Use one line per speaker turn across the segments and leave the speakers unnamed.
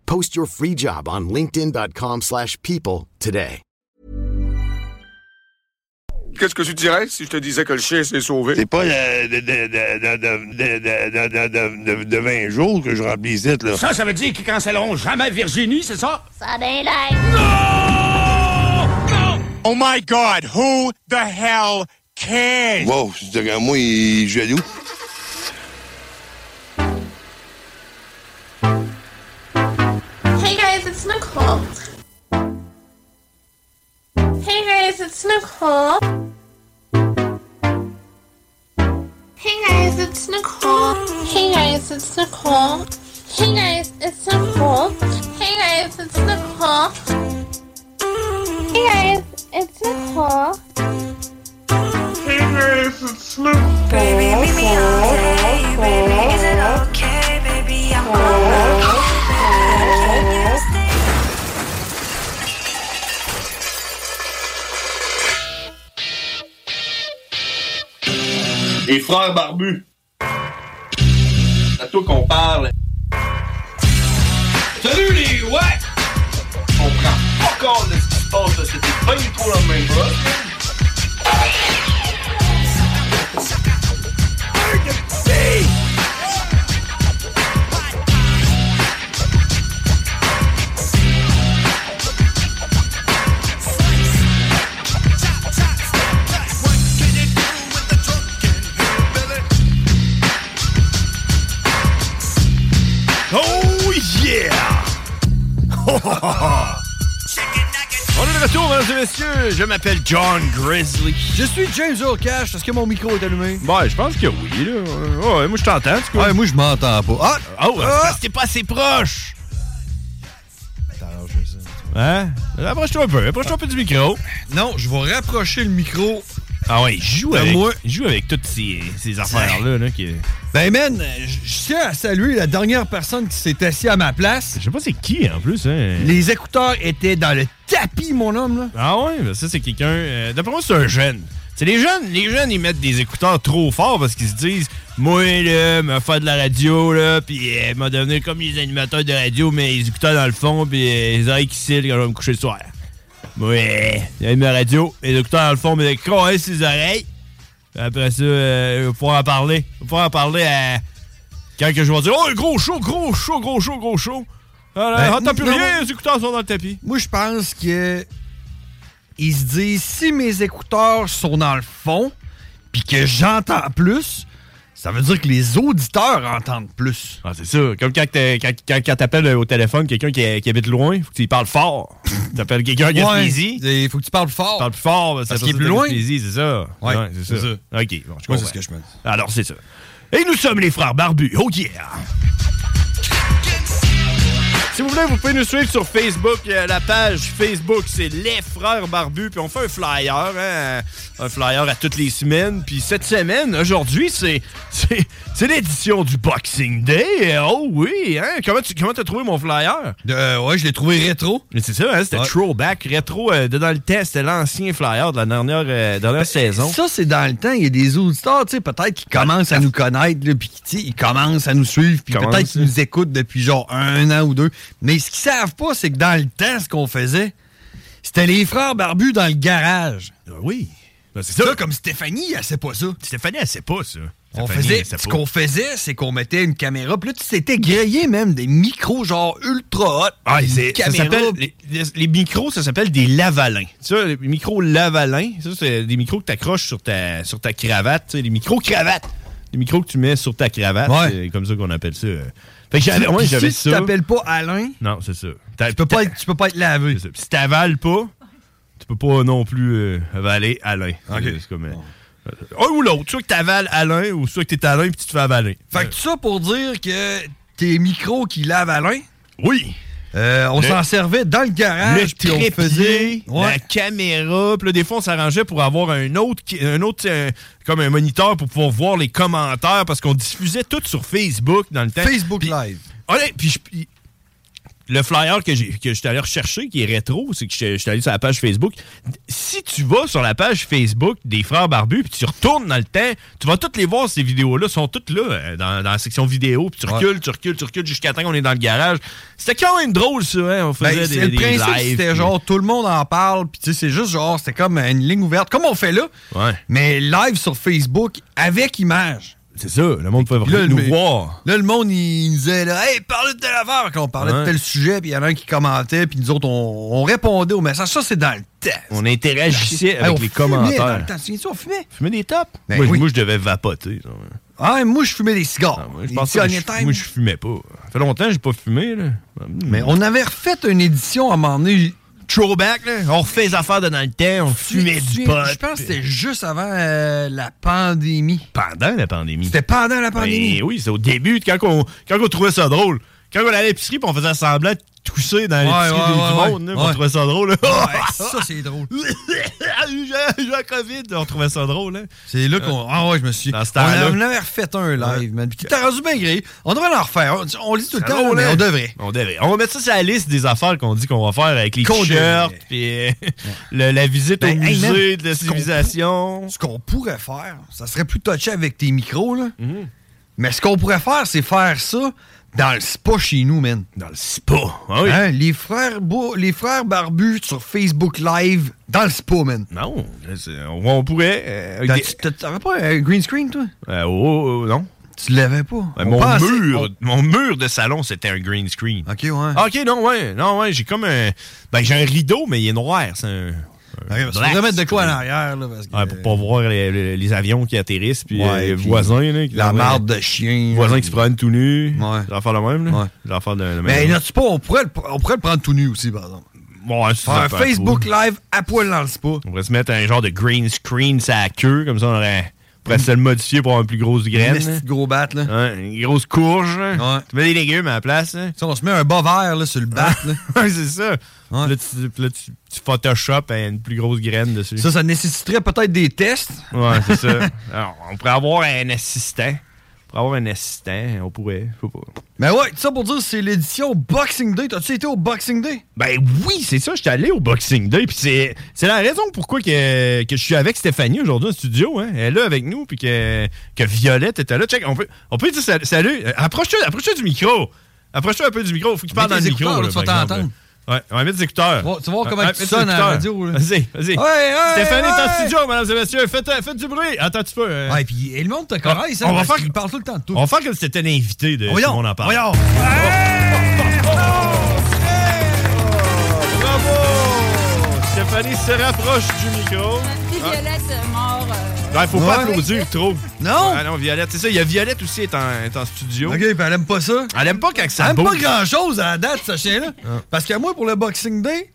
Post your free job on linkedin.com/people slash people today.
Qu'est-ce que tu dirais si je te disais que le chien s'est sauvé?
C'est pas le- de, de, de, de, de, de, de, de, de, de 20 jours que je remplissais, là.
Ça, ça veut dire qu'ils cancelleront jamais Virginie, c'est ça?
Ça a bien l'air.
Oh my God, who the hell cares?
Wow, c'est à moi, il est jaloux.
Hey guys, it's Nicole. Hey guys, it's Nicole. Hey guys, it's Nicole. Hey guys, it's Nicole. Hey guys, it's Nicole. Hey guys, it's Nicole. Hey guys, it's Nicole. Hey guys, it's Nicole. Baby, meet me okay. Baby, is it okay? Baby, I'm
Les frères barbus. C'est à toi qu'on parle. Salut les ouais! On prend pas compte de ce qui se passe là, c'était pas du tout la même chose.
Oh yeah! Oh, oh, oh, oh. On est de retour, mesdames et messieurs. Je m'appelle John Grizzly.
Je suis James Earl Cash. Est-ce que mon micro est allumé?
Ouais, je pense que oui, là. Ouais, ouais, moi, je t'entends, en tout cas.
Ouais, moi, je m'entends pas. Ah!
Oh, ouais,
Ah!
parce que t'es pas assez proche. Hein? Approche-toi un peu. Approche-toi un peu du micro.
Non, je vais rapprocher le micro.
Ah ouais, il joue
Ben,
avec,
moi-
il joue avec toutes ces, ces affaires-là. Là, qui...
Ben, man, je je tiens à saluer la dernière personne qui s'est assise à ma place.
Je sais pas c'est qui, en plus. Hein?
Les écouteurs étaient dans le tapis, mon homme, là.
Ah ouais, ben ça c'est quelqu'un. euh, D'après moi, c'est un jeune. C'est les jeunes, les jeunes, ils mettent des écouteurs trop forts parce qu'ils se disent Moi là, me faire de la radio là, puis euh, m'a devenu comme les animateurs de radio, mais les écouteurs dans le fond, puis euh, les oreilles qui cillent quand je vais me coucher le soir. Moi, euh, j'allume ma radio, les écouteurs dans le fond, mais les ses oreilles. Après ça, euh, je vais pouvoir en parler. Je vais pouvoir en parler à. Quand que je vais dire Oh, gros show, gros show, gros show, gros show. Ah, là,
Ben,
entends plus
non.
rien, les écouteurs sont dans le tapis.
Moi, je pense que. Ils se disent, si mes écouteurs sont dans le fond, puis que j'entends plus, ça veut dire que les auditeurs entendent plus.
Ah, c'est ça. Comme quand, t'es- quand, quand, quand t'appelles euh, au téléphone quelqu'un qui, qui habite loin, faut que tu lui parles fort. t'appelles quelqu'un qui
Ouais,
est easy,
Ah, Il faut que tu parles fort.
parle plus fort, ben, ça
Parce qu'il est
passe
plus
au
loin.
Gaspésie, c'est ça.
Ouais,
c'est ça.
c'est
Ok, bon, je
Moi,
comprends.
c'est ce que je me dis.
Alors, c'est ça. Et nous sommes les frères barbus. Oh yeah! Si vous voulez, vous pouvez nous suivre sur Facebook. Euh, La page Facebook, c'est Les Frères Barbus. Puis on fait un flyer, hein, un flyer à toutes les semaines. Puis cette semaine, aujourd'hui, c'est c'est c'est l'édition du Boxing Day. Euh, Oh oui, hein? Comment tu comment t'as trouvé mon flyer?
Euh, ouais, je l'ai trouvé rétro.
Mais c'est ça, hein, c'était
Ouais.
throwback, rétro, euh, de dans le test, c'était l'ancien flyer de la dernière, euh, dernière saison.
Ça, c'est dans le temps. Il y a des auditeurs, tu sais, peut-être qui commencent à nous connaître, là, puis qui, tu sais, ils commencent hein. à nous suivre, puis
Commence,
peut-être qu'ils
là.
nous écoutent depuis genre un an ou deux. Mais ce qu'ils savent pas, c'est que dans le temps, ce qu'on faisait, c'était les frères barbus dans le garage.
Ah Oui. Ben, c'est
Ça,
ça.
comme Stéphanie, elle sait pas ça.
Stéphanie, elle sait pas ça.
On
Symphony,
faisait,
c'est
ce
pas-
qu'on faisait, c'est qu'on mettait une caméra. Puis là, tu s'étais grillé même des micros genre ultra hot.
Ah,
puis
c'est-
une
ça
caméra,
s'appelle, les, les- les micros, ça s'appelle des lavalins. Ça, les micros lavalins, ça, c'est des micros que tu accroches sur ta, sur ta cravate. tu sais, Les micros cravates. Les micros que tu mets sur ta cravate. C'est comme ça qu'on appelle ça. Fait que j'avais,
Puis
ouais, j'avais
si tu
ça.
t'appelles pas Alain,
Non, c'est ça. Tu peux, pas
être, tu peux pas être lavé.
Si t'avales pas, tu peux pas non plus euh, avaler Alain. C'est- c'est comme, euh, euh, un ou l'autre. Soit que t'avales Alain ou soit que t'es Alain puis tu te fais avaler.
Fait que ça pour dire que tes micros qui lavent à l'un.
Oui.
on
Le-
s'en servait dans le garage.
le
puis on
trépied,
faisait.
la caméra. Puis là, des fois, on s'arrangeait pour avoir un autre, qui- un autre euh, comme un moniteur pour pouvoir voir les commentaires parce qu'on diffusait tout sur Facebook dans le temps.
Facebook Live.
Allez, puis je- puis le flyer que j'ai que j'étais allé rechercher, qui est rétro, c'est que j'étais j'étais allé sur la page Facebook. Si tu vas sur la page Facebook des Frères Barbus, puis tu retournes dans le temps, tu vas toutes les voir, ces vidéos-là, sont toutes là, euh, dans, dans la section vidéo, puis tu recules, tu recules, tu recules, jusqu'à temps qu'on est dans le garage. C'était quand même drôle, ça, hein? On faisait des,
Ben, c'est
des
le principe,
lives,
c'était
puis-
genre tout le monde en parle, puis tu sais, c'est juste genre, c'était comme une ligne ouverte, comme on fait là,
Ouais.
mais live sur Facebook avec image.
C'est ça, le monde peut
Puis là,
nous
le-
voir.
Là, le monde, il il disait, là, hey, parle de telle affaire, qu'on parlait
Ouais.
de tel sujet, puis il y en a un qui commentait, puis nous autres, on, on répondait au message. Ça, c'est dans le temps.
On interagissait
Hey,
avec
on
les
fumait dans
commentaires.
le temps. Tu te souviens-tu, on fumait?
Fumer des tops?
Ben
moi, je-
oui.
moi, je devais vapoter. ça.
Ah, moi, je fumais des cigares.
Moi, je
Des
pense que
petits
je-
Honey Time.
moi, je fumais pas. Ça fait longtemps que j'ai pas fumé. Là.
Mais on avait refait une édition à un moment donné.
Throwback, là. On refait les affaires de dans le temps, on fumait du pot.
Je pense que c'était juste avant euh, la pandémie.
Pendant la pandémie.
C'était pendant la pandémie.
Ben oui, c'est au début, quand on, quand on trouvait ça drôle. Quand on allait à l'épicerie, puis on faisait semblant de tousser dans
Ouais,
l'épicerie
ouais,
du- du
ouais,
monde, là,
ouais.
puis on trouvait ça drôle. Oh, là.
Ah
Ah,
Ouais, ça, c'est drôle.
j'ai eu la COVID, on trouvait ça drôle. Hein.
C'est là qu'on. Ah ouais, je me suis.
Dans ce
on
temps-là.
en avait refait un live, man. Puis tu t'es rendu bien gré. On devrait en refaire. On, on le dit tout le temps,
drôle,
mais
hein?
on devrait.
On devrait. On va mettre ça sur la liste des affaires qu'on dit qu'on va faire avec les
Qu'on
t-shirts, puis euh, le- la visite
Ben,
au
hey,
musée
man,
de la
ce qu'on-
civilisation.
Ce qu'on pourrait faire, ça serait plus touché avec tes micros, là.
Mhm.
Mais ce qu'on pourrait faire, c'est faire ça dans le spa chez nous, man.
Dans le spa. Ah oui.
Hein, les, frères Bo- les frères barbus sur Facebook Live dans le spa, man.
Non, là, c'est- on, on pourrait. euh, avec
T'as-
des-
t'as- T'avais pas un green screen, toi?
Euh, oh, oh, non.
Tu l'avais pas?
Ben,
On
mon,
pensait-
mur,
on-
mon mur de salon, c'était un green screen.
OK, ouais.
Ah, OK, non, ouais. Non, ouais, j'ai comme un. Ben, j'ai un rideau, mais il est noir. C'est un. un
Ouais, parce qu'on
black
devrait mettre de quoi en
screen.
arrière, là, parce que...
Ouais, pour pas voir les, les- les avions qui atterrissent, puis
Ouais,
euh, les
puis
voisins. Là, qui-
La
ouais.
marde de chien.
voisin
là.
qui se promène tout nu.
Ouais.
Des affaires de même, là.
Ouais.
Des affaires de, de
Mais
même.
Ben, là, tu pas, on pourrait, le, on pourrait le prendre tout nu aussi, par exemple.
Bon, ouais, c'est
Faire un
affaire,
Facebook
cool.
Live à poil dans le spa.
On pourrait se mettre un genre de green screen sur la queue, comme ça, on aurait. On
Mm.
pourrait se le modifier pour avoir une plus grosse
Un
graine. là.
petit gros bat, là.
Hein, une grosse courge. là.
Ouais.
Tu mets des légumes à la place. hein.
Ça, on se met un bas vert, là, sur le bat, là.
Ouais, c'est ça.
Ouais.
Puis Là, tu, puis là, tu- tu Photoshop hein, une plus grosse graine dessus.
Ça, ça nécessiterait peut-être des tests.
Ouais, c'est ça. Alors, on pourrait avoir un assistant. On pourrait avoir un assistant. On pourrait. Faut pas.
Mais Ben ouais, ça pour dire, c'est l'édition Boxing Day. T'as-tu été au Boxing Day?
Ben oui, c'est ça. J'étais allé au Boxing Day. Puis c'est, c'est la raison pourquoi que, que je suis avec Stéphanie aujourd'hui en studio. Hein. Elle est là avec nous. Puis que, que Violette était là. Check, on peut, on peut dire sal- salut. Euh, Approche-toi, approche-toi du micro. Approche-toi un peu du micro. Faut que tu parles
Mets
dans
tes
le micro.
écouteurs,
là,
là,
par
tu vas
exemple.
t'entendre.
Ouais, on va mettre des écouteurs.
Ouais, tu vas voir comment
Ouais,
tu
mets tes
sonnes à la
écouteurs.
radio, là.
Vas-y, vas-y.
Ouais, ouais,
Stéphanie est en
ouais.
studio, mesdames et messieurs. Faites, euh, faites du bruit. Attends un petit peu. euh,
Ouais, puis et le monde te connaît, ça.
on va
parce
faire-
qu'il parle tout le temps de tout.
On va faire comme si c'était un invité de
Voyons,
Tout le monde en parle.
voyons.
Bravo! Stéphanie se rapproche du micro.
Violette mort. euh,
Il faut
Ouais.
pas applaudir trop.
Non?
Ah non, Violette, c'est ça. Il y a Violette aussi est en, est en studio.
OK, puis elle aime pas ça.
Elle aime pas quand
Elle
ça
aime pas
bouge. Ah.
grand-chose à la date, ce chien-là. Parce que moi, pour le Boxing Day,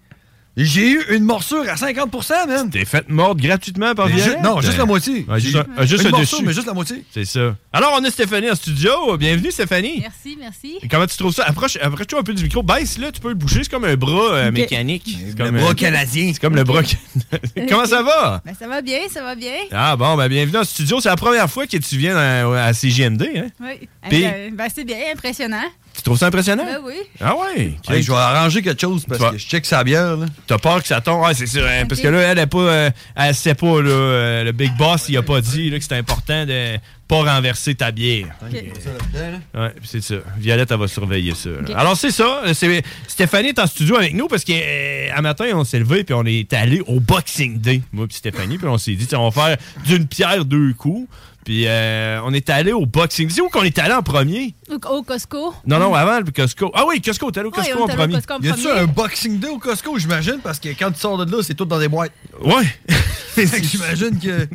j'ai eu une morsure à 50 man.
T'es faite morte gratuitement par
Mais
Violette?
ju- non, juste la moitié.
Ouais, juste
J'ai-
un- euh, juste
une
un
morsure,
dessus.
mais juste la moitié.
C'est ça. Alors, on a Stéphanie en studio. Bienvenue, Stéphanie.
Merci, merci.
Comment tu trouves ça? Approche- Approche-toi un peu du micro. Baisse-le, tu peux le bouger. C'est comme un bras euh,
Ok.
mécanique. C'est comme,
le
euh,
bras canadien.
C'est comme le bras. Comment ça va?
Ben, ça va bien, ça va bien.
Ah bon, ben bienvenue en studio. C'est la première fois que tu viens à, à CGMD. Hein?
Oui.
Puis-
Euh, Ben, c'est bien, impressionnant.
Tu trouves ça impressionnant?
Ben oui.
Ah ouais.
Hey, je vais arranger quelque chose parce
Toi.
que je check sa bière. Là.
T'as peur que ça tombe? Ouais, c'est sûr. hein, Parce
Ok.
que là, elle est pas. euh, elle sait pas, là. euh, le big boss, il a pas dit là, que c'était important de pas renverser ta bière. Ouais, puis c'est ça. Violette, elle va surveiller ça. là. Alors, c'est ça. Euh, C'est- Stéphanie est en studio avec nous parce qu'à matin, on s'est levé puis on est allé au Boxing Day, moi puis Stéphanie. Puis on s'est dit, tiens, on va faire d'une pierre deux coups. Puis euh, on est allé au Boxing Day. C'est où qu'on est allé en premier?
Au, au Costco.
Non, non, avant le Costco. Ah oui, Costco, t'es allé au
Ouais,
Costco
on
en
est allé au
premier.
Costco en Y a-tu premier. un
Boxing Day au Costco, j'imagine, parce que quand tu sors de là, c'est tout dans des boîtes. Ouais. j'imagine que...
Euh,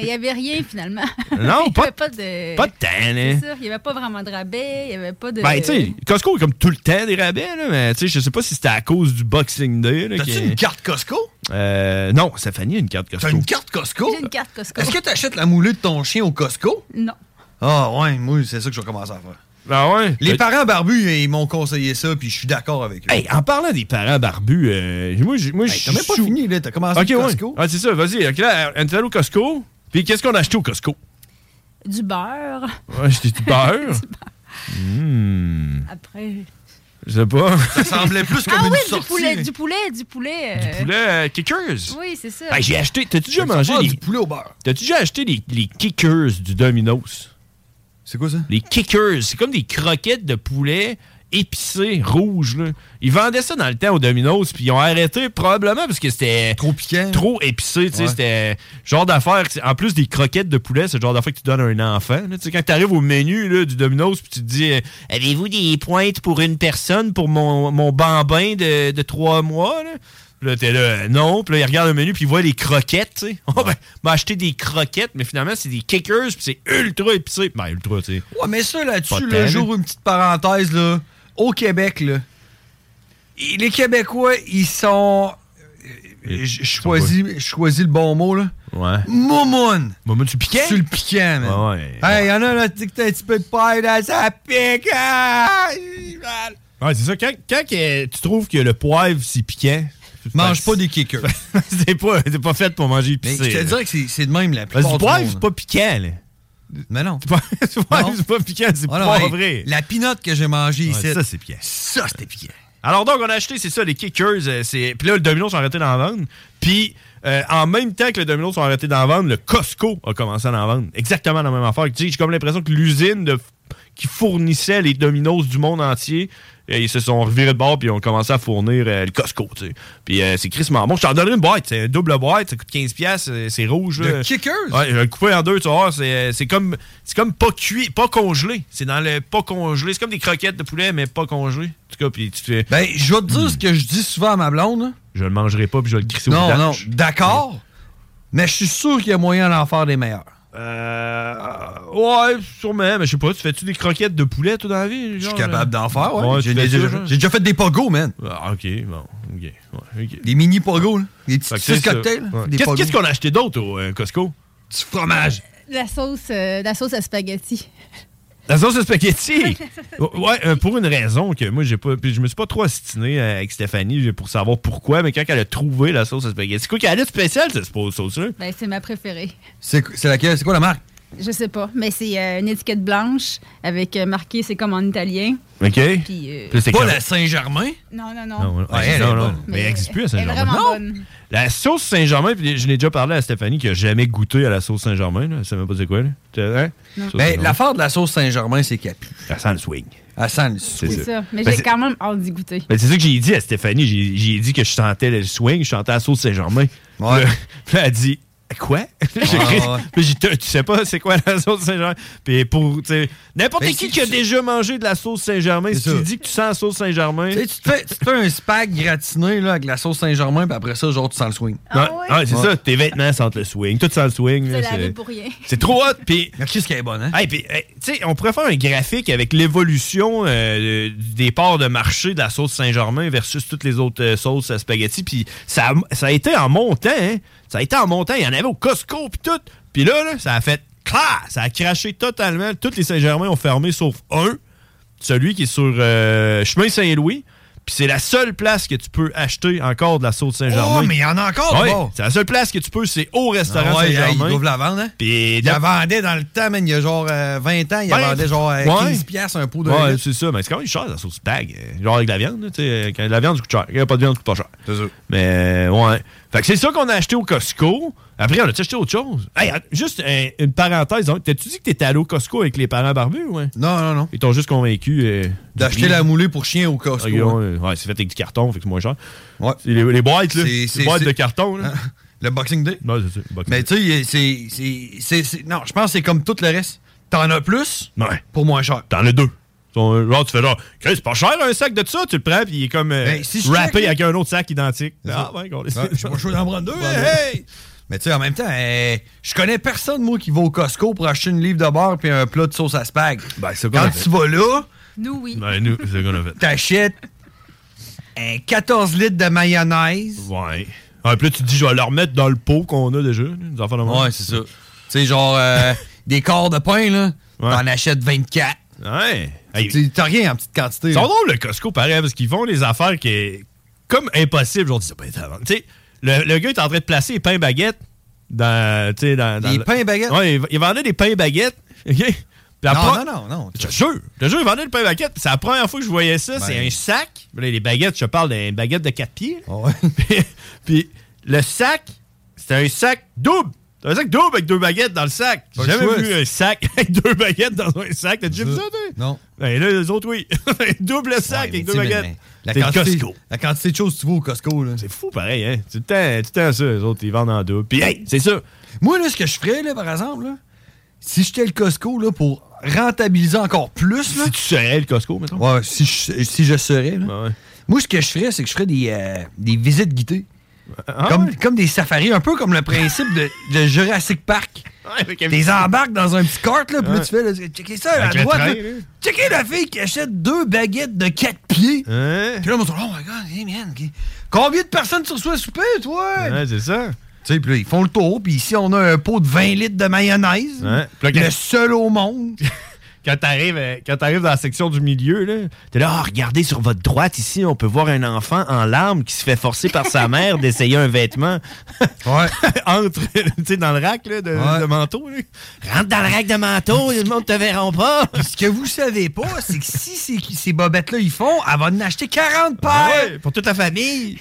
Il n'y avait rien finalement.
Non,
Il y
pas-
avait pas de.
pas de temps, là.
C'est ça, Il n'y avait pas vraiment de rabais. Il n'y avait pas de.
Ben, tu sais, Costco est comme tout le temps des rabais, là, mais tu sais, je sais pas si c'était à cause du Boxing Day. là,
T'as-tu
que-
une carte Costco?
Euh, non, Stéphanie a une carte Costco.
T'as une carte Costco?
J'ai une carte Costco.
Est-ce que t'achètes la moulée de ton chien au Costco?
Non.
Ah ouais, moi, c'est ça que je vais commencer à faire.
Ah ouais?
Les
Ben-
parents barbus, ils m'ont conseillé ça, puis je suis d'accord avec eux.
Hey, en parlant des parents barbus, euh, moi, j'ai- moi,
Hey, t'as même pas fini, là. T'as commencé
Ok,
au
ouais.
Costco.
Ah, c'est ça, vas-y. Ok, là, on est allé au Costco, puis qu'est-ce qu'on a acheté au Costco?
Du beurre.
Ouais, acheté du beurre. Hmm,
Après.
je sais pas.
Ça semblait plus
ah oui, du poulet, du poulet, du poulet. euh,
hein. Poulet euh, kickers.
Oui, c'est ça.
Ben, j'ai acheté. T'as-tu déjà
Ça
mangé
parle
les.
du poulet au beurre.
T'as-tu déjà acheté les, les kickers du Domino's?
C'est quoi ça?
Les kickers. C'est comme des croquettes de poulet épicées, rouges. Là. Ils vendaient ça dans le temps au Domino's, puis ils ont arrêté probablement parce que c'était... Trop
piquant.
Trop épicé, tu sais.
Ouais.
C'était genre d'affaire... que- En plus des croquettes de poulet, c'est le genre d'affaire que tu donnes à un enfant. là. Tu sais, quand t'arrives au menu là, du Domino's, puis tu te dis... euh, Avez-vous des pointes pour une personne, pour mon, mon bambin de, de trois mois, là? Puis là, t'es là, euh, non. Puis là, il regarde le menu, puis il voit les croquettes, tu sais. Oh, ben, m'a acheté des croquettes, mais finalement, c'est des kickers, puis c'est ultra épicé. Ben, ultra, tu sais.
Ouais, mais ça,
Pas
là-dessus,
de
là,
peine.
j'ouvre une petite parenthèse, là. Au Québec, là, i- les Québécois, ils sont... euh, Je je choisis, je choisis le bon mot, là.
Ouais.
Moumoune.
Moumoune, tu piquais?
Sur le piquant, man.
Ouais, ouais.
Hey, y'en a, là, tu sais que t'as un petit peu de paille, là, ça pique, ah!
Ouais, c'est ça. Quand, quand que tu trouves que le poivre, c'est piquant... Mange pas
des kickers.
c'est pas, t'es pas fait pour manger
Mais
épicé.
je te
là.
dirais que c'est- c'est de même la
Parce que
plupart
du
du
poivre,
monde.
euh, c'est pas piquant, là.
Mais non.
Du poivre, c'est pas piquant, c'est
Ah non,
pas
hey,
vrai.
La pinotte que j'ai mangée
Ouais,
ici.
ça, c'est piquant.
Ça, c'était piquant.
Alors donc, on a acheté, c'est ça, les kickers. euh, c'est- Puis là, le Domino's a arrêté d'en vendre. Puis, euh, en même temps que le Domino's a arrêté d'en vendre, le Costco a commencé à en vendre. Exactement la même affaire. Tu sais, j'ai comme l'impression que l'usine de- qui fournissait les Domino's du monde entier, euh, ils se sont revirés de bord puis ils ont commencé à fournir euh, le Costco, tu sais. Puis euh, c'est Chris bon. Je t'en donnerai une boîte. C'est une double boîte. Ça coûte 15$. piastres, euh, C'est rouge.
Le
là.
kickers?
Ouais, je vais le couper en deux, tu vas voir. C'est euh, c'est comme, c'est comme pas cuit, pas congelé. C'est dans le pas congelé. C'est comme des croquettes de poulet, mais pas congelé. En tout cas, puis tu fais.
Ben, je vais te dire ce que je dis souvent à ma blonde. là.
Je le mangerai pas puis je vais le crisser au
Non, non,
vidange.
d'accord. Mais je suis sûr qu'il y a moyen d'en faire des meilleurs.
Euh, ouais, sûrement, mais je sais pas, tu fais-tu des croquettes de poulet tout dans la vie? euh?
Je suis capable d'en faire, ouais. J'ai
tu fais
déjà-
ça, genre?
j'ai déjà fait des pogos, man.
Ah, ok, bon, ok. ouais, ok.
Des mini pogos, là. Des petits
Fait que
petits
c'est ça.
cocktails. là.
Ouais.
Des
Qu'est-ce
pogos.
qu'est-ce qu'on a acheté d'autre au euh, Costco?
Du fromage.
La sauce, euh, la sauce à spaghetti.
La sauce à spaghetti! ouais, euh, pour une raison que moi, j'ai pas. Puis je me suis pas trop astiné euh, avec Stéphanie pour savoir pourquoi, mais quand elle a trouvé la sauce à spaghetti, c'est quoi qu'elle a de spécial, cette sauce-là?
Ben, c'est ma préférée.
C'est c'est laquelle? C'est quoi la marque?
Je sais pas, mais c'est euh, une étiquette blanche avec euh, marqué c'est comme en italien.
OK?
Puis, euh,
Puis c'est
Pas
comme-
la Saint-Germain?
Non, non, non.
Non, non,
Ouais, elle est
non, non.
bonne.
Mais elle n'existe plus à
Elle est
Saint-Germain.
vraiment
Non!
bonne.
La sauce Saint-Germain, puis je l'ai déjà parlé à Stéphanie qui a jamais goûté à la sauce Saint-Germain. là. Elle savait pas c'est quoi, là. Tu- Hein? Sauce
Ben,
Saint-Germain.
l'affaire de la sauce Saint-Germain, c'est qu'elle pue.
Elle sent le swing.
Elle sent le
C'est ça. Mais
Ben,
j'ai
c'est-
quand même hâte d'y goûter.
ben, c'est ça que j'ai dit à Stéphanie. J'ai j'ai dit que je sentais le swing, je sentais la sauce Saint-Germain. Puis là- puis là, elle a dit Quoi J'ai cri-
ouais.
Puis j'ai dit, Tu sais pas c'est quoi la sauce Saint-Germain Puis pour. tu sais, N'importe
Ben,
qui
si
qui a
tu-
déjà mangé de la sauce Saint-Germain, si
ça.
tu dis que tu sens la sauce Saint-Germain.
Tu sais, tu te fais, tu te fais un spag gratiné là, avec la sauce Saint-Germain, puis après ça, genre, tu sens le swing.
Ah
Non, non, Ah, c'est ça, tes vêtements sentent le swing, tout sent le swing. là,
lavé
c'est-
pour rien.
C'est trop hot, puis
Mais qu'est-ce qui est bonne, hein?
Hey, puis, hey, tu sais, on pourrait faire un graphique avec l'évolution euh, des parts de marché de la sauce Saint-Germain versus toutes les autres euh, sauces à spaghetti. Puis ça, a- ça a été en montant, hein. Ça a été en montant. Il y en avait au Costco, puis tout. Puis là, là, ça a fait clac! Ça a craché totalement. Toutes les Saint-Germain ont fermé, sauf un, celui qui est sur euh, Chemin Saint-Louis. Puis c'est la seule place que tu peux acheter encore de la sauce Saint-Germain.
Oh, mais il y en a encore,
Ouais,
bon.
C'est la seule place que tu peux, c'est au restaurant
Ah ouais, hey,
Saint-Germain.
ils doivent la vendre, hein?
Puis
Il la vendait dans le temps, man, il y a genre euh, 20 ans, il la
Ben,
vendait genre euh,
ouais.
15 piastres un pot de
Ouais,
lait.
c'est ça. Mais c'est quand même cher, la sauce euh, tag. Genre avec de la viande, là, tu sais. Quand la viande coûte cher. Quand il n'y a pas de viande, ça coûte pas cher.
C'est ça.
Mais, euh, ouais. Fait que c'est ça qu'on a acheté au Costco. Après, on a acheté autre chose. Hey, att- juste un- une parenthèse. hein. T'as-tu dit que t'étais allé au Costco avec les parents barbus, ouais?
Non, non, non.
Ils t'ont juste convaincu. euh, du
D'acheter
prix.
la moulée pour chien au Costco.
Ah, ils ont,
hein.
euh, ouais, c'est fait avec du carton, fait que c'est moins cher. C'est Les, les boîtes, là.
C'est-
les
c'est-
boîtes
c'est-
de carton, là.
Le Boxing Day?
Non, c'est ça. le Boxing
Mais
Day.
tu sais, c'est- c'est- c'est. c'est- Non, je pense que c'est comme tout le reste. T'en as plus pour moins cher.
T'en as deux. Sont, euh, Genre, tu fais genre, Chris, c'est pas cher un sac de ça, tu le prends, puis il est comme euh,
Ben, si je
wrappé
check,
avec un autre sac identique.
C'est
Ah,
ça.
ouais, qu'on
Ouais, je suis pas chaud d'en prendre deux, hein? mais hey! Mais tu sais, en même temps, euh, je connais personne, moi, qui va au Costco pour acheter une livre de beurre puis un plat de sauce à spag.
Ben, qu'on
Quand
a fait.
tu vas là,
Nous, oui.
Ben, nous, c'est ce qu'on a fait.
t'achètes un 14 litres de mayonnaise.
Ouais. Ah, puis là, tu te dis, je vais le remettre dans le pot qu'on a déjà, des enfants de même.
Ouais, c'est ça. Tu sais, genre euh, des quarts de pain, là, t'en achètes 24.
Ouais.
Tu- T'as rien en petite quantité.
Ils
là.
sont drôles, le Costco, pareil, parce qu'ils font les affaires qui est comme impossible. Genre, tu dis, ben, t'as- tu sais, le, le gars est en train de placer les pains baguettes dans. tu sais, dans, dans
Des
le-
pains baguettes?
Ouais, il, il vendait des pains baguettes. OK? Puis la
Non,
pro-
non, non, non.
Je te jure, je te jure, il vendait le pain baguette. C'est la première fois que je voyais ça. C'est un sac. Puis là, les baguettes, je te parle d'une baguette de 4 pieds. Puis- Puis le sac, c'est un sac double. C'est un sac double avec deux baguettes dans le sac. J'ai
Pas le
jamais
choix,
vu
c'est-
un sac avec deux baguettes dans un sac. T'as déjà vu ça, toi?
Non.
Ben là, les autres, oui. double sac avec
mais tu
deux
sais, mais-
baguettes.
mais la
C'est le
quantité-
Costco.
La quantité de choses que tu vois au Costco, là.
C'est fou, pareil, hein? Tu t'en tu t'en ça, les autres, ils vendent en double. Puis, hey, c'est ça.
Moi, là, ce que je ferais, là, par exemple, là, si j'étais le Costco, là, pour rentabiliser encore plus, là. Si
tu serais le Costco, mettons.
Ouais, si je, si je serais, là. Moi, ce que je ferais, c'est que je ferais des, euh, des visites guidées.
Ah,
comme, comme des safaris, un peu comme le principe de, de Jurassic Park.
T'es
les embarques dans un petit cart, là, puis là,
Ouais.
tu fais, là, checker ça,
Avec
à
le
droite,
train,
là.
là.
checker la fille qui achète deux baguettes de quatre pieds.
Hein?
Puis là, on me dit, oh my god, hey, man, qui- combien de personnes tu reçois à souper, toi?
Ouais, c'est ça.
Tu sais, puis là, ils font le tour, puis ici, on a un pot de 20 litres de mayonnaise.
Ouais. Puis là,
Le
quand-
seul au monde.
Quand t'arrives, euh, quand t'arrives dans la section du milieu, là, t'es là, Ah, regardez sur votre droite ici, on peut voir un enfant en larmes qui se fait forcer par sa mère d'essayer un vêtement. Entre, tu sais, dans le rack là, de,
Ouais.
de manteau. là. Rentre dans le rack de manteau, le monde te verront pas.
Ce que vous savez pas, c'est que si ces, ces bobettes-là, ils font, elle va en acheter 40 paires.
pour toute la famille.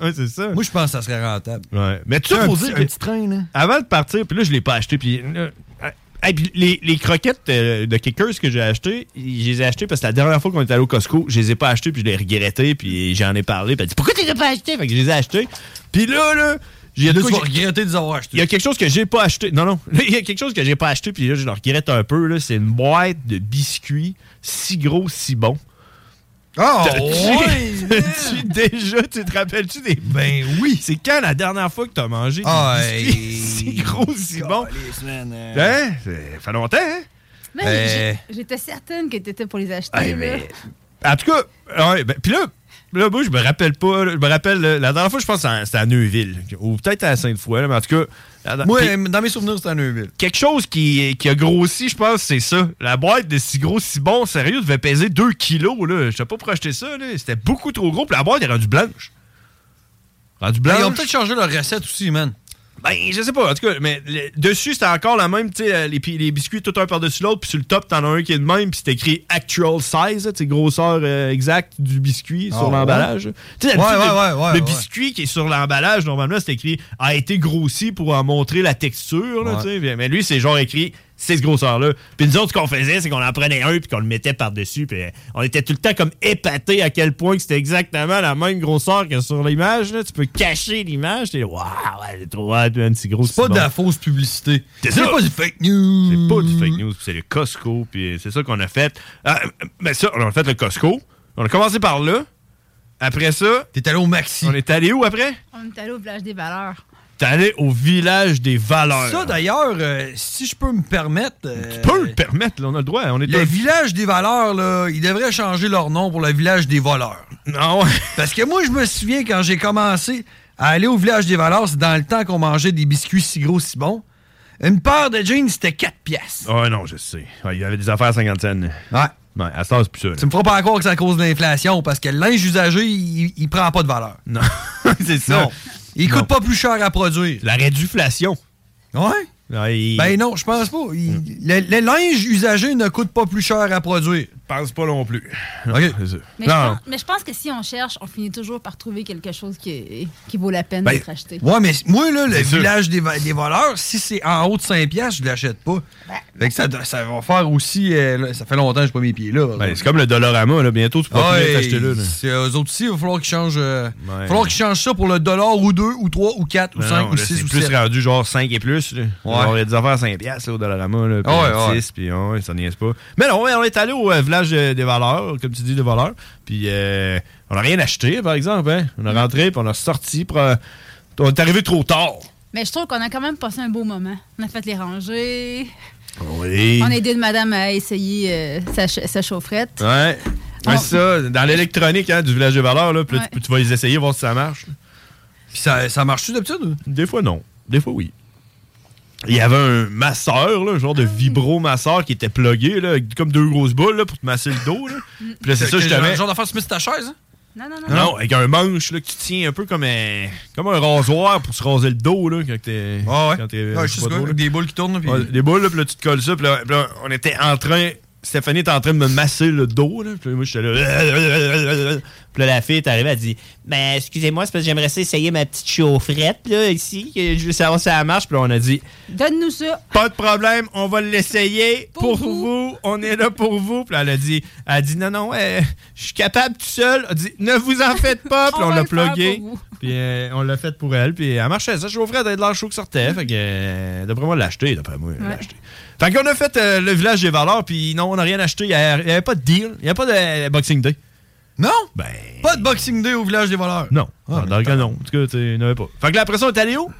ouais, c'est ça.
Hein? Moi, je pense que ça serait rentable.
Ouais. Mais tu sais,
un,
pour
petit,
dire
un
que-
petit train, là.
Avant de partir, puis là, je l'ai pas acheté. Puis, là, euh, hey, puis les, les croquettes euh, de Kickers que j'ai achetées, je les ai achetées parce que la dernière fois qu'on était allé au Costco, je les ai pas achetées, puis je les regretté, puis j'en ai parlé. Puis elle dit Pourquoi tu les as pas achetées Fait que je les ai achetées. Puis là, là. j'ai-
Là,
de
tu
quoi
vas
j'ai-
regretter de les
il y
avoir achetés.
a quelque chose que j'ai pas acheté. Non, non. Il y a quelque chose que j'ai pas acheté, puis là, je le regrette un peu. là. C'est une boîte de biscuits si gros, si bon.
Ah,
T'as-
ouais!
tu déjà, tu te rappelles-tu des.
Ben oui!
C'est quand la dernière fois que t'as mangé des
Ah,
biscuits
hey.
si gros, si bon?
Calisse, man, euh.
Hein? Ça fait longtemps, hein?
Mais
Euh.
j'ai- j'étais certaine que t'étais pour les acheter.
Hey,
là.
mais- En tout cas, ouais, ben, puis là, là, moi, je me rappelle pas. là, je me rappelle, là, la dernière fois, je pense que c'est à- c'était à Neuville, ou peut-être à Sainte-Foy, là, mais en tout cas. la-
Moi,
puis
euh, dans mes souvenirs, c'est à Neuville.
quelque chose qui, qui a grossi, je pense, c'est ça. La boîte de si gros, si bon, sérieux, devait peser 2 kilos, là. Je t'ai pas projeté ça, là. C'était beaucoup trop gros, puis la boîte est rendue blanche. Rendue
Ben,
blanche.
ils ont peut-être changé leur recette aussi, man.
Ben, je sais pas. En tout cas, mais le- dessus, c'était encore la même, tu sais, euh, les, pi- les biscuits tout un par-dessus l'autre, puis sur le top, t'en as un qui est le même, puis c'est écrit actual size, là, tu sais, grosseur euh, exacte du biscuit
Ah,
sur
ouais?
l'emballage. Tu sais,
Ouais,
d'habitude,
ouais,
le,
ouais, ouais,
le
ouais.
biscuit qui est sur l'emballage, normalement, c'est écrit a été grossi pour en montrer la texture, là,
Ouais.
tu sais. Mais- Mais lui, c'est genre écrit c'est ce grosseur-là. Puis nous autres, ce qu'on faisait, c'est qu'on en prenait un, puis qu'on le mettait par-dessus, puis euh, on était tout le temps comme épaté à quel point que c'était exactement la même grosseur que sur l'image, là. Tu peux cacher l'image, t'es waouh,
Ah
ouais, c'est trop hot, man, c'est gros.
C'est pas de la fausse publicité.
C'est
C'est
ça.
pas du fake news.
C'est pas du fake news, puis c'est le Costco, puis c'est ça qu'on a fait. Ah, mais ça, on a fait le Costco. On a commencé par là. Après ça.
T'es allé au Maxi.
On est allé où après?
On est allé au village des valeurs.
T'es allé au village des valeurs.
Ça, d'ailleurs, euh, si je peux me permettre. euh,
tu peux le permettre, là, on a le droit. On est
Le
un-
village des valeurs, là, ils devraient changer leur nom pour le village des voleurs.
Non.
Parce que moi, je me souviens quand j'ai commencé à aller au village des valeurs, c'est dans le temps qu'on mangeait des biscuits si gros, si bons. Une paire de jeans, c'était 4 piastres.
Ah non, je sais. Ouais, Il y avait des affaires à cinquantaine.
Ouais.
Ouais, à ce temps, c'est plus ça. là.
Tu me feras pas croire que c'est à cause de l'inflation, parce que le linge usagé, il, il prend pas de valeur.
Non, c'est ça.
Non. Il coûte pas plus cher à produire.
La réduflation.
Ouais?
Ouais, il-
Ben non, je pense pas. Il- le, le linge usagé ne coûte pas plus cher à produire.
Je pense pas non plus.
OK.
Mais, Je pense, mais je pense que si on cherche, on finit toujours par trouver quelque chose qui, qui vaut la peine
Ben,
d'être acheté.
Ouais, mais moi, là, le
C'est sûr.
village des, va- des voleurs, si c'est en haut de 5 piastres, je l'achète pas. Fait que ça, do- ça va faire aussi. euh, là, ça fait longtemps que je pas mes pieds là.
Ben, c'est comme le Dollarama, là. Bientôt, tu pourras
Ouais,
plus t'acheter là. là.
c'est eux autres aussi, il va falloir qu'ils changent, euh, va falloir qu'ils changent ça pour le dollar ou deux ou trois ou quatre ou
Non,
cinq
non,
ou
là,
six
c'est
ou
plus
sept.
rendu genre 5 et plus. Là. Genre, il y a des affaires à 5 piastres là, au Dollarama, là, puis
Ouais,
à
ouais.
10, puis ouais, ça n'y est pas. Mais non, ouais, on est allé au euh, village euh, des valeurs, comme tu dis, des valeurs, puis euh, on n'a rien acheté, par exemple. Hein? On
Mm.
est rentré, puis on a sorti. Pour, euh, on est arrivé trop tard.
Mais je trouve qu'on a quand même passé un beau moment. On a fait les rangées.
Oui.
On a aidé une madame à essayer euh, sa, ch- sa chaufferette.
Ouais. Ouais, c'est ça, dans l'électronique hein, du village des valeurs, là, puis là, tu, tu vas les essayer, voir si ça marche.
Puis ça, ça marche-tu d'habitude?
Des fois, non. Des fois, oui. Il y avait un masseur, là, un genre de vibro-masseur qui était plugué, là, avec comme deux grosses boules là, pour te masser le dos. Là. Puis là, c'est ça,
Que genre-
justement.
genre d'affaire, tu mets sur ta chaise, hein?
Non, non, avec un manche là, que tu tiens un peu comme un, comme un rasoir pour se raser le dos là, quand t'es.
Ah ouais.
quand t'es-
Ouais,
je
je
sais
sais
pas
quoi,
trop, là.
avec des boules qui tournent. puis-
Ouais, des boules, là, puis là, tu te colles ça, puis là, puis là, on était en train. Stéphanie était en train de me masser le dos, là. Puis là, moi, j'étais là. Puis là, la fille est arrivée, elle dit Ben, excusez-moi, c'est parce que j'aimerais ça essayer ma petite chaufferette, là, ici, que je veux savoir si ça marche. Puis là, on a dit
Donne-nous ça.
Pas de problème, on va l'essayer pour, vous. On est là pour vous. Puis là, elle a dit Elle a dit Non, non, euh, je suis capable tout seul. Elle a dit Ne vous en faites pas. Puis
On
on,
va
l'a
le faire
plugué.
pour vous.
Puis euh, on l'a fait pour elle. Puis elle marchait. Ça, je vous offrais d'être l'air chaud qui sortait. Fait que, euh, d'après moi, l'acheter, d'après moi.
Ouais.
l'acheter. Fait qu'on a fait euh, le village des valeurs, puis non, on n'a rien acheté. Il n'y avait pas de deal. Il n'y avait pas de euh, Boxing Day.
Non?
Ben.
Pas de Boxing Day au village des voleurs.
Non. dans le cas, non. En tout cas, tu sais, il n'y en avait pas. Fait que là, après ça, on est allé où?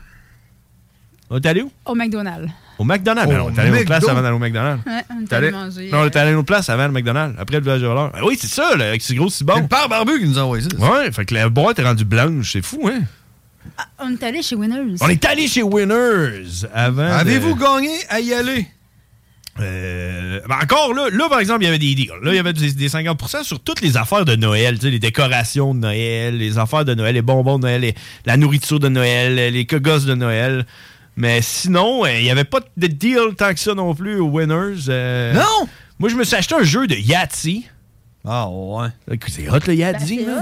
On est allé où?
Au McDonald's.
Au McDonald's.
Au
Ben, on est allé à notre place
McDo.
avant d'aller au McDonald's.
Ouais, on est
T'allais-
allé manger. euh,
Non, on est allé à nos places avant le McDonald's, après le village de valeur. Ben oui, c'est ça, là, avec ces gros cibons. C'est le
père barbu qui nous a envoyé ça.
Ouais, fait que la boîte est rendue blanche, c'est fou, hein?
Ah, on est allé chez Winners.
On est allé chez Winners avant.
Ah, Avez-vous
de-
gagné à y aller?
Euh, ben encore là, là par exemple, il y avait des deals. Là, il y avait des, des 50% sur toutes les affaires de Noël, tu sais, les décorations de Noël, les affaires de Noël, les bonbons de Noël, les- la nourriture de Noël, les cogosses de Noël. Mais sinon, euh, il n'y avait pas de deal tant que ça non plus aux Winners. non! Moi, je me suis acheté un jeu de Yahtzee.
Ah ouais.
Ben, C'est hot le Yahtzee, là.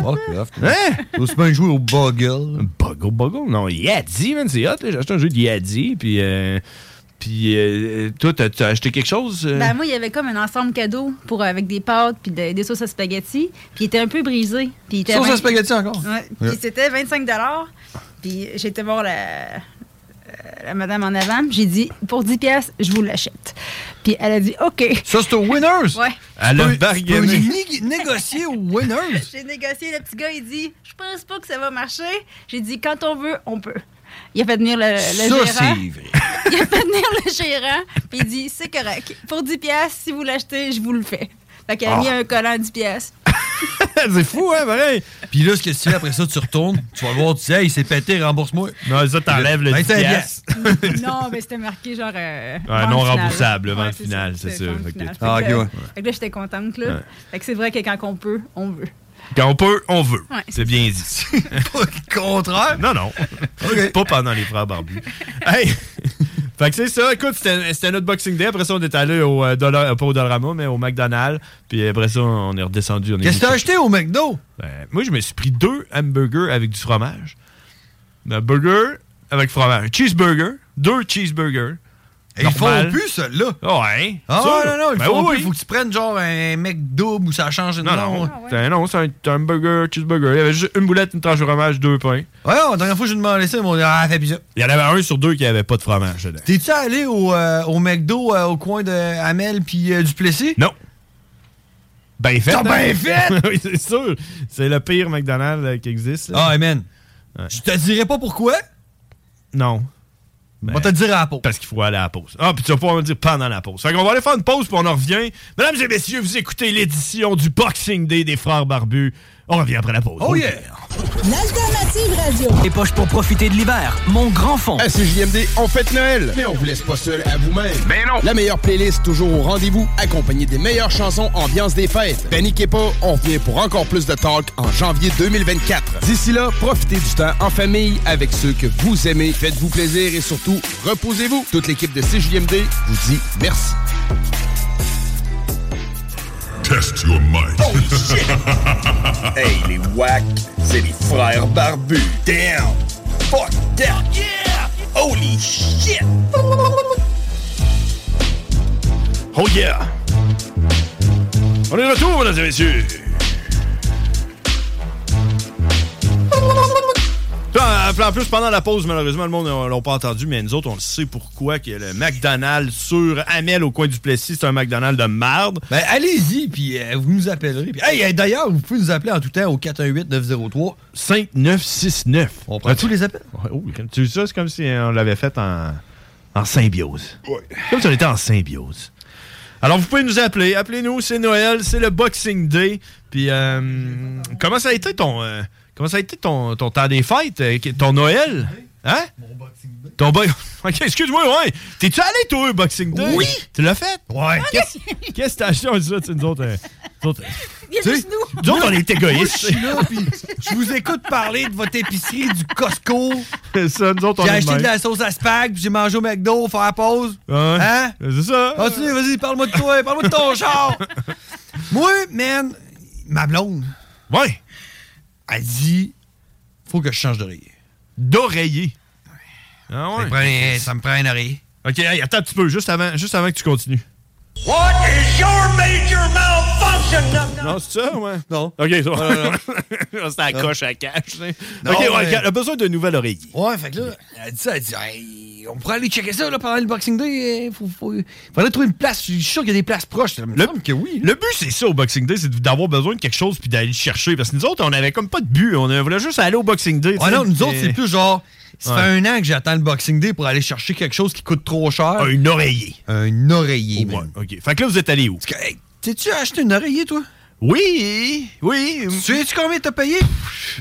Hein?
T'oses pas jouer au Boggle.
Boggle, Boggle? Non, Yadzi, man, c'est hot. là. J'ai acheté un jeu de Yadzi, puis... euh, puis euh, toi, t'as t'as acheté quelque chose? euh?
Ben, moi, il y avait comme un ensemble cadeau pour, euh, avec des pâtes puis de- des sauces à spaghetti. Puis il était un peu brisé. Puis il était
Sauce à
20
spaghetti encore?
Ouais,
Ouais.
Puis c'était 25 Puis j'étais voir la, euh, la madame en avant. J'ai dit, pour 10 pièces, je vous l'achète. Puis elle a dit, OK.
Ça, c'est au Winners?
Ouais.
Elle a
Tu peux-
bargainé.
tu peux né- négocier au Winners?
J'ai négocié, le petit gars, il dit Je pense pas que ça va marcher. J'ai dit Quand on veut, on peut. Il a fait venir uh, le, le
Ça,
gérant.
c'est vrai.
Il a fait venir le gérant, puis il dit C'est correct. Pour 10 pièces, si vous l'achetez, je vous le fais. Fait qu'il a
Ah.
mis un collant à 10 pièces.
c'est fou, hein, pareil.
Puis là, ce que tu fais après ça, tu retournes, tu vas voir, tu dis, hey, il s'est pété, rembourse-moi. Ben,
Non, ça, t'enlèves le 10 piastres.
non, mais c'était marqué genre. euh,
Ouais,
vente
non
finale.
remboursable, le
Ouais,
vent
c'est
final,
ça,
c'est sûr.
vente
Fait que-
finale.
Ah,
Fait que,
ok, ouais.
euh, Fait que là, j'étais contente, là.
Ouais.
Fait que c'est vrai que quand on peut, on veut.
Quand on peut, on veut.
Ouais,
c'est bien dit. pas
le contraire.
Non, non. Pas pendant les frères barbus. hey! Fait que c'est ça. Écoute, c'était c'était notre Boxing Day. Après ça, on est allé au euh, dollar, euh, pas au Dollarama, mais au McDonald's. Puis après ça, on est redescendu.
Qu'est-ce que t'as acheté au McDo?
Ben, moi, je me suis pris deux hamburgers avec du fromage. Un burger avec fromage. Un cheeseburger. Deux cheeseburgers.
Et ils
Ben, Normal.
font plus, ceux-là.
Ouais.
Ah
Sûr.
non, non, ils
Ben
font
oui.
plus. Il faut que tu prennes genre un McDo ou ça change de
Non,
nom.
non. T'as- Ben Non, c'est un, t'as un burger, cheeseburger. Il y avait juste une boulette, une tranche de fromage, deux pains.
Ouais, la dernière fois que j'ai demandé ça, ils m'ont dit Ah, fais bizarre.
Il y en avait un sur deux qui avait pas de fromage dedans.
T'es-tu allé au, euh, au McDo euh, au coin de Hamel puis euh, Duplessis?
Non. Ben fait.
T'as bien fait!
oui, c'est sûr. C'est le pire McDonald's euh, qui existe.
Ah, man. Je te dirais pas pourquoi.
Non. Ben,
On va te le dire à la pause.
Parce qu'il faut aller à la pause. Ah, puis tu vas pouvoir me dire pendant la pause. Fait qu'on va aller faire une pause, puis on en revient. Mesdames et messieurs, vous écoutez l'édition du Boxing Day des Frères Barbus. On revient après la pause. Oh yeah!
L'alternative radio.
Les poches pour profiter de l'hiver. Mon grand fond.
À CJMD, on fête Noël, mais on vous laisse pas seul à vous-même. Mais non! La meilleure playlist toujours au rendez-vous, accompagnée des meilleures chansons ambiance des fêtes. Paniquez pas, on revient pour encore plus de talk en janvier 2024. D'ici là, profitez du temps en famille avec ceux que vous aimez. Faites-vous plaisir et surtout, reposez-vous. Toute l'équipe de CJMD vous dit merci.
Test your might.
hey, les wack, c'est les frères barbus. Damn! Fuck that! yeah! Holy shit!
Oh yeah! On est de retour, mesdames et messieurs!
Puis en- puis en plus, pendant la pause, malheureusement, le monde euh, l'a pas entendu, mais nous autres, on le sait pourquoi que le McDonald's sur Amel au coin du Plessis, c'est un McDonald's de merde.
Ben, allez-y, puis euh, vous nous appellerez. Puis, hey, hey, d'ailleurs, vous pouvez nous appeler en tout temps au 418-903-5969. On prend tous les appels.
Oh, comme tu dis ça, c'est comme si euh, on l'avait fait en, en symbiose. Comme si on était en symbiose. Alors, vous pouvez nous appeler. Appelez-nous, c'est Noël, c'est le Boxing Day. Puis, euh, comment ça a été ton, euh, comment ça a été ton, ton temps des fêtes, euh, qui- ton Noël? Hein? Mon Boxing Day. Ton bo- Ok, excuse-moi, ouais. T'es-tu allé, toi, au Boxing Day?
Oui.
Tu l'as fait? Ah,
Ouais.
Qu'est-ce qu'est-ce que t'as acheté? On dit ça, tu sais, nous autres. euh, nous autres, euh,
Il y a
tu sais,
juste nous.
nous autres, on est
Moi,
égoïstes.
je suis là, puis je vous écoute parler de votre épicerie du Costco.
ça, nous autres, on
J'ai
est
acheté
de
de
même.
la sauce à spag, puis j'ai mangé au McDo, faire la pause.
Ouais.
Hein?
C'est ça.
Continue, vas-y, parle-moi de toi, parle-moi de ton char. Moi, man, ma blonde.
Ouais.
Elle dit, faut que je change d'oreiller.
D'oreiller? Ah ouais?
Ça me prend une oreille.
Ok, hey, attends un petit peu, juste avant, juste avant que tu continues.
What is your major malfunction?
Non, c'est ça, ouais?
Non.
Ok, ça va.
Non, non,
C'est à
Non.
coche à cache. tu sais.
Non,
ok, ouais,
mais-
regarde, elle a besoin d'un nouvel oreiller.
Ouais, fait que là, elle dit ça, elle dit, hey, on pourrait aller checker ça là, pendant le Boxing Day. Il faut, faut- faudrait trouver une place. Je suis sûr qu'il y a des places proches. Le, que oui.
Le but, c'est ça au Boxing Day, c'est d'avoir besoin de quelque chose puis d'aller le chercher. Parce que nous autres, on avait comme pas de but. On euh, voulait juste aller au Boxing Day. tu
Ouais,
sais,
non, nous
puis-
autres, c'est plus genre, ça
Ouais.
fait un an que j'attends le Boxing Day pour aller chercher quelque chose qui coûte trop cher.
Un oreiller.
Un oreiller,
Ouais, ok. Fait que là, vous êtes allé où?
T'es-tu acheté un oreiller, toi?
Oui, oui.
Tu sais-tu combien t'as payé?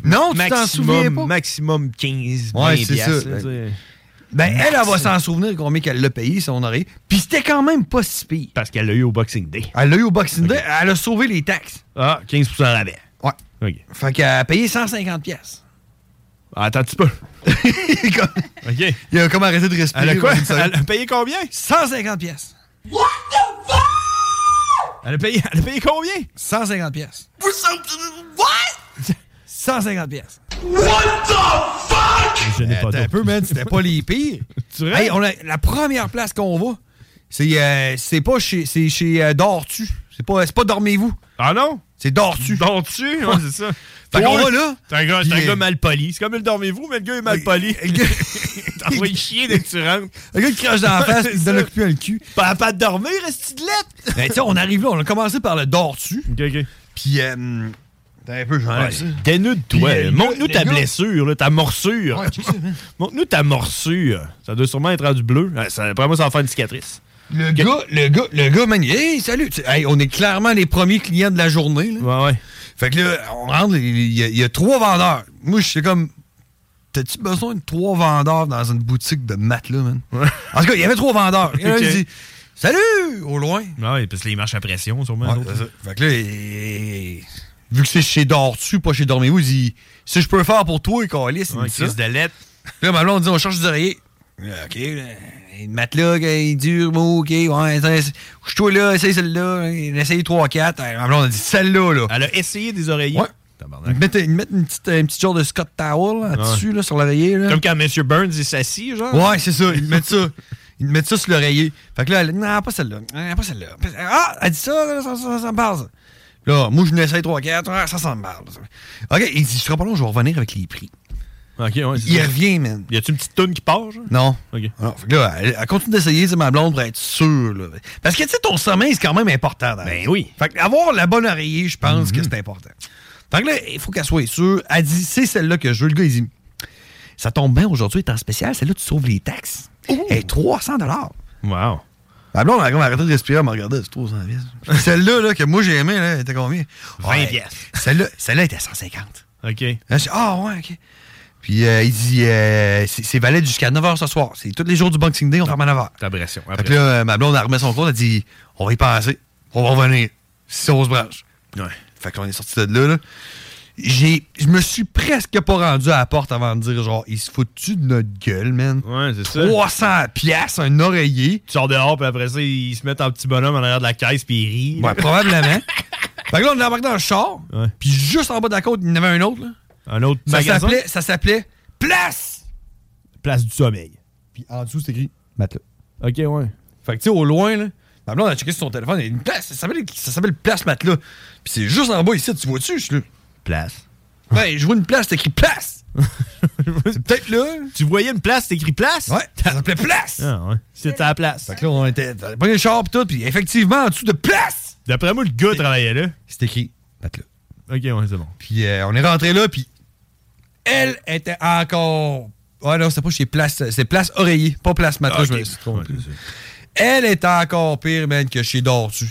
Non, tu t'en souviens pas?
Maximum 15,
Ouais,
20
c'est
piastres,
ça.
là, tu sais.
Ben, elle, elle va
Maximum.
s'en souvenir combien qu'elle l'a payé, son oreiller. Puis c'était quand même pas si pire.
Parce qu'elle l'a eu au Boxing Day.
Elle l'a eu au Boxing Day, elle a sauvé les taxes.
Ah, 15 rabais.
Ouais.
Ok.
Fait qu'elle a payé 150 pièces.
Ah, Attends un petit peu. OK.
Il a comme arrêté de respirer.
Elle a quoi?
comme ça.
Elle a payé combien?
150 pièces.
Elle a payé, elle a payé combien?
150 pièces.
For something. What?
150 pièces.
What the fuck?
Je n'ai
Attends un peu, man, c'était pas les pires.
tu
hey, on a, la première place qu'on va, c'est euh, c'est pas chez c'est chez euh, Dors-tu. C'est pas c'est pas dormez-vous.
Ah non?
C'est Dors-tu.
Dors-tu, ouais, c'est ça.
Fait qu'on
Toi,
va là.
T'es un gars, t'es un
Puis,
gars
euh,
mal poli. C'est comme le dormez-vous, mais le gars est mal poli. T'as envoyé chier dès que tu rentres.
Le gars qui crache dans la face et il donne le cul dans le cul.
Pas, pas de dormir, est de lettre?
Ben, tu sais, on arrive là, on a commencé par le Dors-tu.
OK, OK.
Puis euh, t'as un peu j'enlève
Ouais,
ça. Puis,
Dénude-toi.
euh, le
Montre-nous
gars-
ta
le gars-
blessure, là, ta morsure.
Ouais, check ça, man.
Montre-nous ta morsure. Ça doit sûrement être rendu bleu. Ouais, ça- Après moi, ça va faire une cicatrice.
Le gars, le gars, le gars, man, il dit, hey, salut! Tu sais, hey, on est clairement les premiers clients de la journée. Là.
Ouais, ouais.
Fait que là, on rentre, il il y, a- il y a trois vendeurs. Moi, je suis comme, t'as-tu besoin de trois vendeurs dans une boutique de matelas, man? En tout cas, il y avait trois vendeurs. Il y en a un
Ok.
qui dit, salut! Au loin.
Ah ouais, parce que les marches à pression, sûrement.
Ouais,
d'autres.
c'est ça. Fait que là, il- vu que c'est chez Dortu, pas chez Dormez-vous, il dit, si je peux faire pour toi, Calis, il
Ouais,
me dit ça.
crise de lettre.
Puis Là, ma blonde dit, on cherche des oreillers. Là, OK, là. Le matelas, il dure, bon, OK, ouais, attends, couche-toi là, essaye celle-là, hein, essaye 3-4. Ma blonde a dit, celle-là, là.
Elle a essayé des oreillers.
Ouais. Ils mettent, ils mettent une petite, un petit genre de Scott Towel là,
Ouais.
dessus, là, sur l'oreiller. là.
Comme quand M. Burns il s'assit, genre.
Ouais, c'est ça. Ils mettent ça. Ils mettent ça sur l'oreiller. Fait que là, elle dit, non, pas celle-là. Non, pas celle-là. Pas- Ah, elle dit ça, là, ça, ça, ça me parle. ça. Puis Là, moi, je n'essaye 3-4. Ah, ça, ça me parle. ça. OK, il dit, je serai pas long, je vais revenir avec les prix.
Ok, ouais. c'est
Il
ça.
revient, man.
Y a-tu une petite toune qui part, genre?
Non.
Ok.
Non, fait que là, elle, elle continue d'essayer, c'est ma blonde, pour être sûre. là. Parce que, tu sais, ton sommeil, c'est quand même important. dans la vie.
oui.
Fait que avoir la bonne oreiller, je pense
Mhm.
que c'est important. Fait que là, il faut qu'elle soit sûre. Elle dit, c'est celle-là que je veux. Le gars, il dit, ça tombe bien, aujourd'hui, est en spécial. Celle-là, tu sauves les taxes. Et 300
Wow.
Ma blonde, elle a comme arrêté de respirer, elle m'a regardé, c'est 300 piastres. Celle-là, là, que moi, j'ai aimé, là, elle était combien?
20 piastres.
Celle-là, celle-là, était à 150.
Ok.
Là, je dis, ah ouais, ok. Puis euh, il dit, euh, c'est c'est valide jusqu'à 9h ce soir. C'est tous les jours du Boxing Day, on ferme à 9h.
Ta pression.
Fait
Après.
que là, euh, ma blonde, elle remet son compte, elle dit, on va y passer, on va revenir, si on se branche.
Ouais.
Fait qu'on est sorti de là, là. J'ai, je me suis presque pas rendu à la porte avant de dire, genre, il se fout-tu de notre gueule, man?
Ouais, c'est ça.
300 piastres, un oreiller.
Tu sors dehors, puis après ça, ils se mettent en petit bonhomme en arrière de la caisse, puis ils rient.
Ouais, probablement. Fait que là, on est embarqué dans le char. Puis juste en bas de la côte, il y en avait un autre. Là.
Un autre
Ça
magasin?
s'appelait- Ça s'appelait Place!
Place du sommeil.
Puis en dessous, c'est écrit matelas.
OK, ouais.
Fait que, tu sais, au loin, là, ma blonde a checké sur son téléphone. Il y a une place. Ça s'appelle, ça s'appelle Place Matelas. Puis c'est juste en bas ici, tu vois-tu? Je suis là.
Place.
Ben, je vois une place, c'est écrit Place! c'est peut-être là.
Tu voyais une place, c'est écrit Place?
Ouais, ça s'appelait Place!
Ah, ouais. C'était à la place. Fait
que là, on était dans le char pis tout, pis effectivement, en dessous de Place!
D'après moi, le gars travaillait là.
C'était écrit Matelas.
OK, ouais, c'est bon.
Puis euh, on est rentré là, puis elle était encore. Ouais, non, c'est pas chez Place. C'est Place Oreiller, pas Place Matelas,
Ah,
je me
ok.
suis trompé. elle était encore pire, man, que chez Dortu.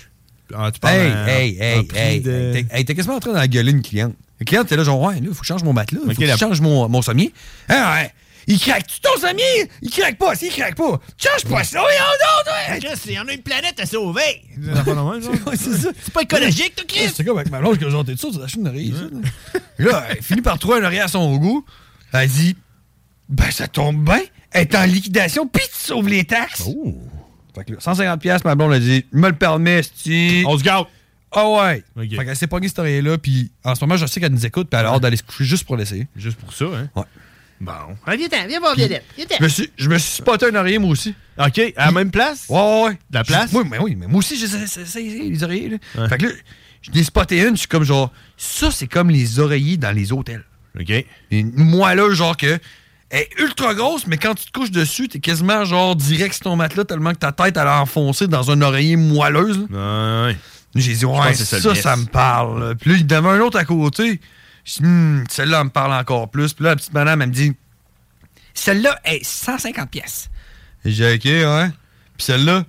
Ah, tu parles
hey,
en-
hey,
en
hey,
prix
hey,
de-
hey, t'es- hey, t'es quasiment en train d'engueuler une cliente. La cliente était là, genre, ouais, là, faut que je change mon matelas, faut
Ok,
que je
la-
change mon, mon sommier. Hein, ouais. Il craque, tu ton sommier? Il craque pas, s'il craque pas. Change pas ça, voyons donc, toi!
Il y en a une planète à sauver!
C'est
pas écologique, toi, Chris!
Ah, C'est comme avec ma blonde que j'entends de ça, tu lâches une oreille. ça, là. Là, elle finit par trouver un oreille à son goût. Elle dit Ben, ça tombe bien, elle est en liquidation, puis tu sauves les taxes.
Oh.
Fait que là, 150$, piastres, ma blonde a dit Je me le permets, c'ti.
On se gâte.
Ah ouais. Fait qu'elle s'est pognée cette oreille-là, puis en ce moment, je sais qu'elle nous écoute, puis elle a hâte d'aller se coucher juste pour l'essayer.
Juste pour ça, hein?
Ouais.
Bon.
viens-t'en, viens voir, viens-t'en.
Je me suis, je me suis spoté un oreiller, moi aussi.
OK, à la même place?
Ouais, ouais, ouais.
La place?
Oui, mais oui, mais moi aussi, j'ai ça- ça- ça- les oreillers. là. Fait que là, je l'ai spoté une, je suis comme genre, ça, c'est comme les oreillers dans les hôtels.
OK.
Une moelleuse, genre que, elle est ultra grosse, mais quand tu te couches dessus, t'es quasiment genre direct sur ton matelas tellement que ta tête, elle a enfoncé dans un oreiller moelleuse.
là.
J'ai dit,
pense
ouais,
que c'est
ça,
ça,
ça,
le yes.
me parle. là. Puis là, il y en avait un autre à côté. Je dis, Hmm, celle-là elle me parle encore plus. Puis là, la petite madame, elle me dit, celle-là est 150 pièces. J'ai OK, ouais. Puis celle-là,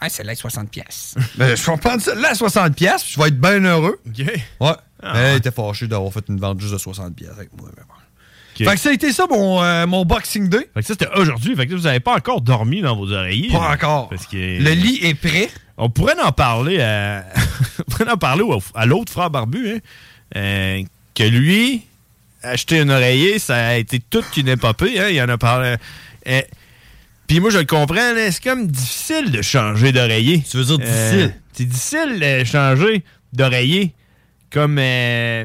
ah, celle-là est 60 pièces. ben, je vais prendre celle-là à 60 pièces, puis je vais être bien heureux.
OK.
Ouais.
Ah,
Elle était fâchée d'avoir fait une vente juste de 60 pièces avec moi. mais bon.
OK.
Fait que ça a été ça, mon, euh, mon Boxing Day.
Fait que ça, c'était aujourd'hui. Fait que là, vous n'avez pas encore dormi dans vos oreillers.
Pas
là.
encore.
Parce que...
Le lit est prêt.
On pourrait en parler à, on pourrait en parler au- à l'autre frère barbu, hein, euh, que lui, acheter un oreiller, ça a été toute une épopée. Hein, il en a parlé. euh, puis moi, je le comprends, là, c'est comme difficile de changer d'oreiller. Tu veux dire
difficile?
c'est difficile de changer d'oreiller. Comme, euh,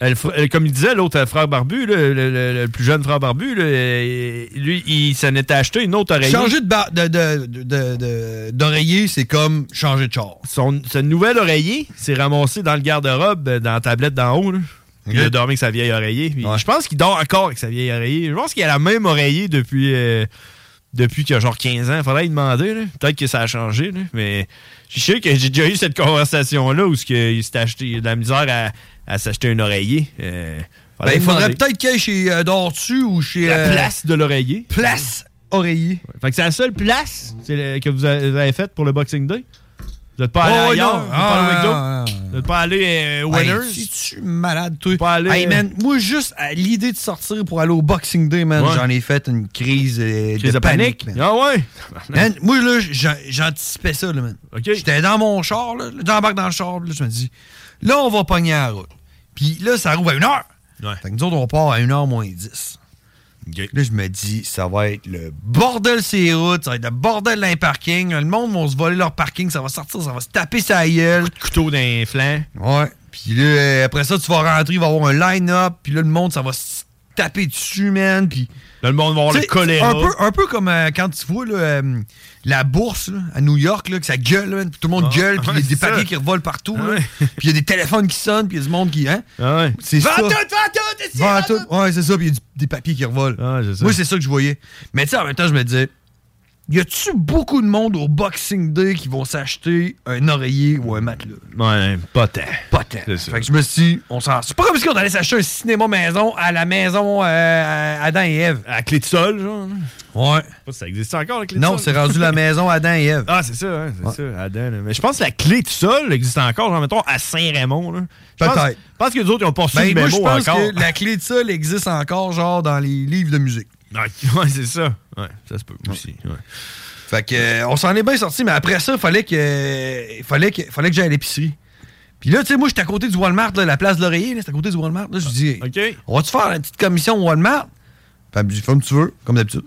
le fr- euh, comme il disait l'autre euh, frère barbu, là, le, le- le plus jeune frère barbu, là, euh, lui, il s'en était acheté une autre oreiller.
Changer de ba- de- de- de- de- d'oreiller, c'est comme changer de char.
son, ce nouvel oreiller s'est ramassé dans le garde-robe, euh, dans la tablette d'en haut. là. Puis Il a dormi avec sa vieille oreiller. Puis Je pense qu'il dort encore avec sa vieille oreiller. Je pense qu'il a la même oreiller depuis, euh, depuis qu'il a genre 15 ans. Faudrait lui demander. là. Peut-être que ça a changé. là. Mais je sais que j'ai déjà eu cette conversation-là où ce que il s'est acheté il a de la misère à, à s'acheter un oreiller. Euh,
Ben,
lui
il faudrait
demander.
peut-être qu'il y ait chez euh, Dortu ou chez.
La
euh,
place de l'oreiller.
Place oreiller.
Fait que c'est la seule place c'est le- que vous avez vous avez faite pour le Boxing Day. Vous n'êtes pas allé
Oh,
ailleurs.
non.
Vous n'êtes pas allé au McDo?
Ah,
Vous n'êtes pas
ah,
allé euh, au Winners.
Hey, tu malade, toi?
Pas allé,
Hey,
euh,
man, moi, juste à l'idée de sortir pour aller au Boxing Day, man,
Ouais.
j'en ai fait une crise, euh,
Crise
de,
de
panique.
panique?
man.
Ah ouais?
Man, moi, là, j'en- j'anticipais ça, là, man. J'étais dans mon char, là, j'embarque dans le char, puis là, je me dis, là, on va pogner la route. Puis là, ça roule à une heure. Fait que nous autres, on part à une heure moins 10.
euh,
Là, je me dis, ça va être le bordel ces routes, ça va être le bordel dans les parkings. Le monde vont se voler leur parking, ça va sortir, ça va se taper sa gueule.
couteau d'un flanc.
Ouais. Puis là, euh, après ça, tu vas rentrer, il va y avoir un line-up, puis là, le monde, ça va se taper dessus, man. Puis.
le monde va avoir le choléra.
Un peu, un peu comme euh, quand tu vois là, euh, la bourse là, à New York, là, que ça gueule, man, puis tout le monde
Ah,
gueule, puis il y
ouais,
a des
c'est
papiers
ça. Ah,
qui revolent partout, là, puis il y a des téléphones qui sonnent, puis il y a du monde qui. Hein? C'est
Vends
ça.
Ah, tout, vends tout, ici,
Vends
vends
tout. Ouais, c'est ça, puis il y a du- des papiers qui revolent. Moi, c'est ça que je voyais. Mais tu sais, en même temps, je me disais, y a-tu beaucoup de monde au Boxing Day qui vont s'acheter un oreiller ou un matelas?
Ouais, pas tant.
Pas tant. Fait que je me suis dit, on s'en. C'est pas comme si on allait s'acheter un cinéma maison à la maison euh, Adam et Ève.
À clé de sol, genre. hein?
Ouais.
Ça existe encore, la clé de sol?
Non, c'est rendu la maison Adam et Ève.
Ah, c'est ça, hein, c'est ça, Adam. là. Mais je pense que la clé de sol existe encore, genre, mettons, à Saint-Raymond. là. Je pense-
Peut-être.
Je pense que les autres, ils ont pas reçu
Ben,
le
moi, je
mémo
pense
encore.
que la clé de sol existe encore, genre, dans les livres de musique.
Ouais, c'est ça. Ouais, ça se peut aussi. ouais.
Fait que, euh, on s'en est bien sorti, mais après ça, fallait que, euh, fallait que, fallait que j'aille à l'épicerie. Puis là, tu sais, moi, j'étais à côté du Walmart, là, la place de l'oreiller, là, c'était à côté du Walmart. Là, je lui dis,
Ah,
hey, on va-tu faire une petite commission au Walmart? Puis elle me dit, fais comme tu veux, comme d'habitude.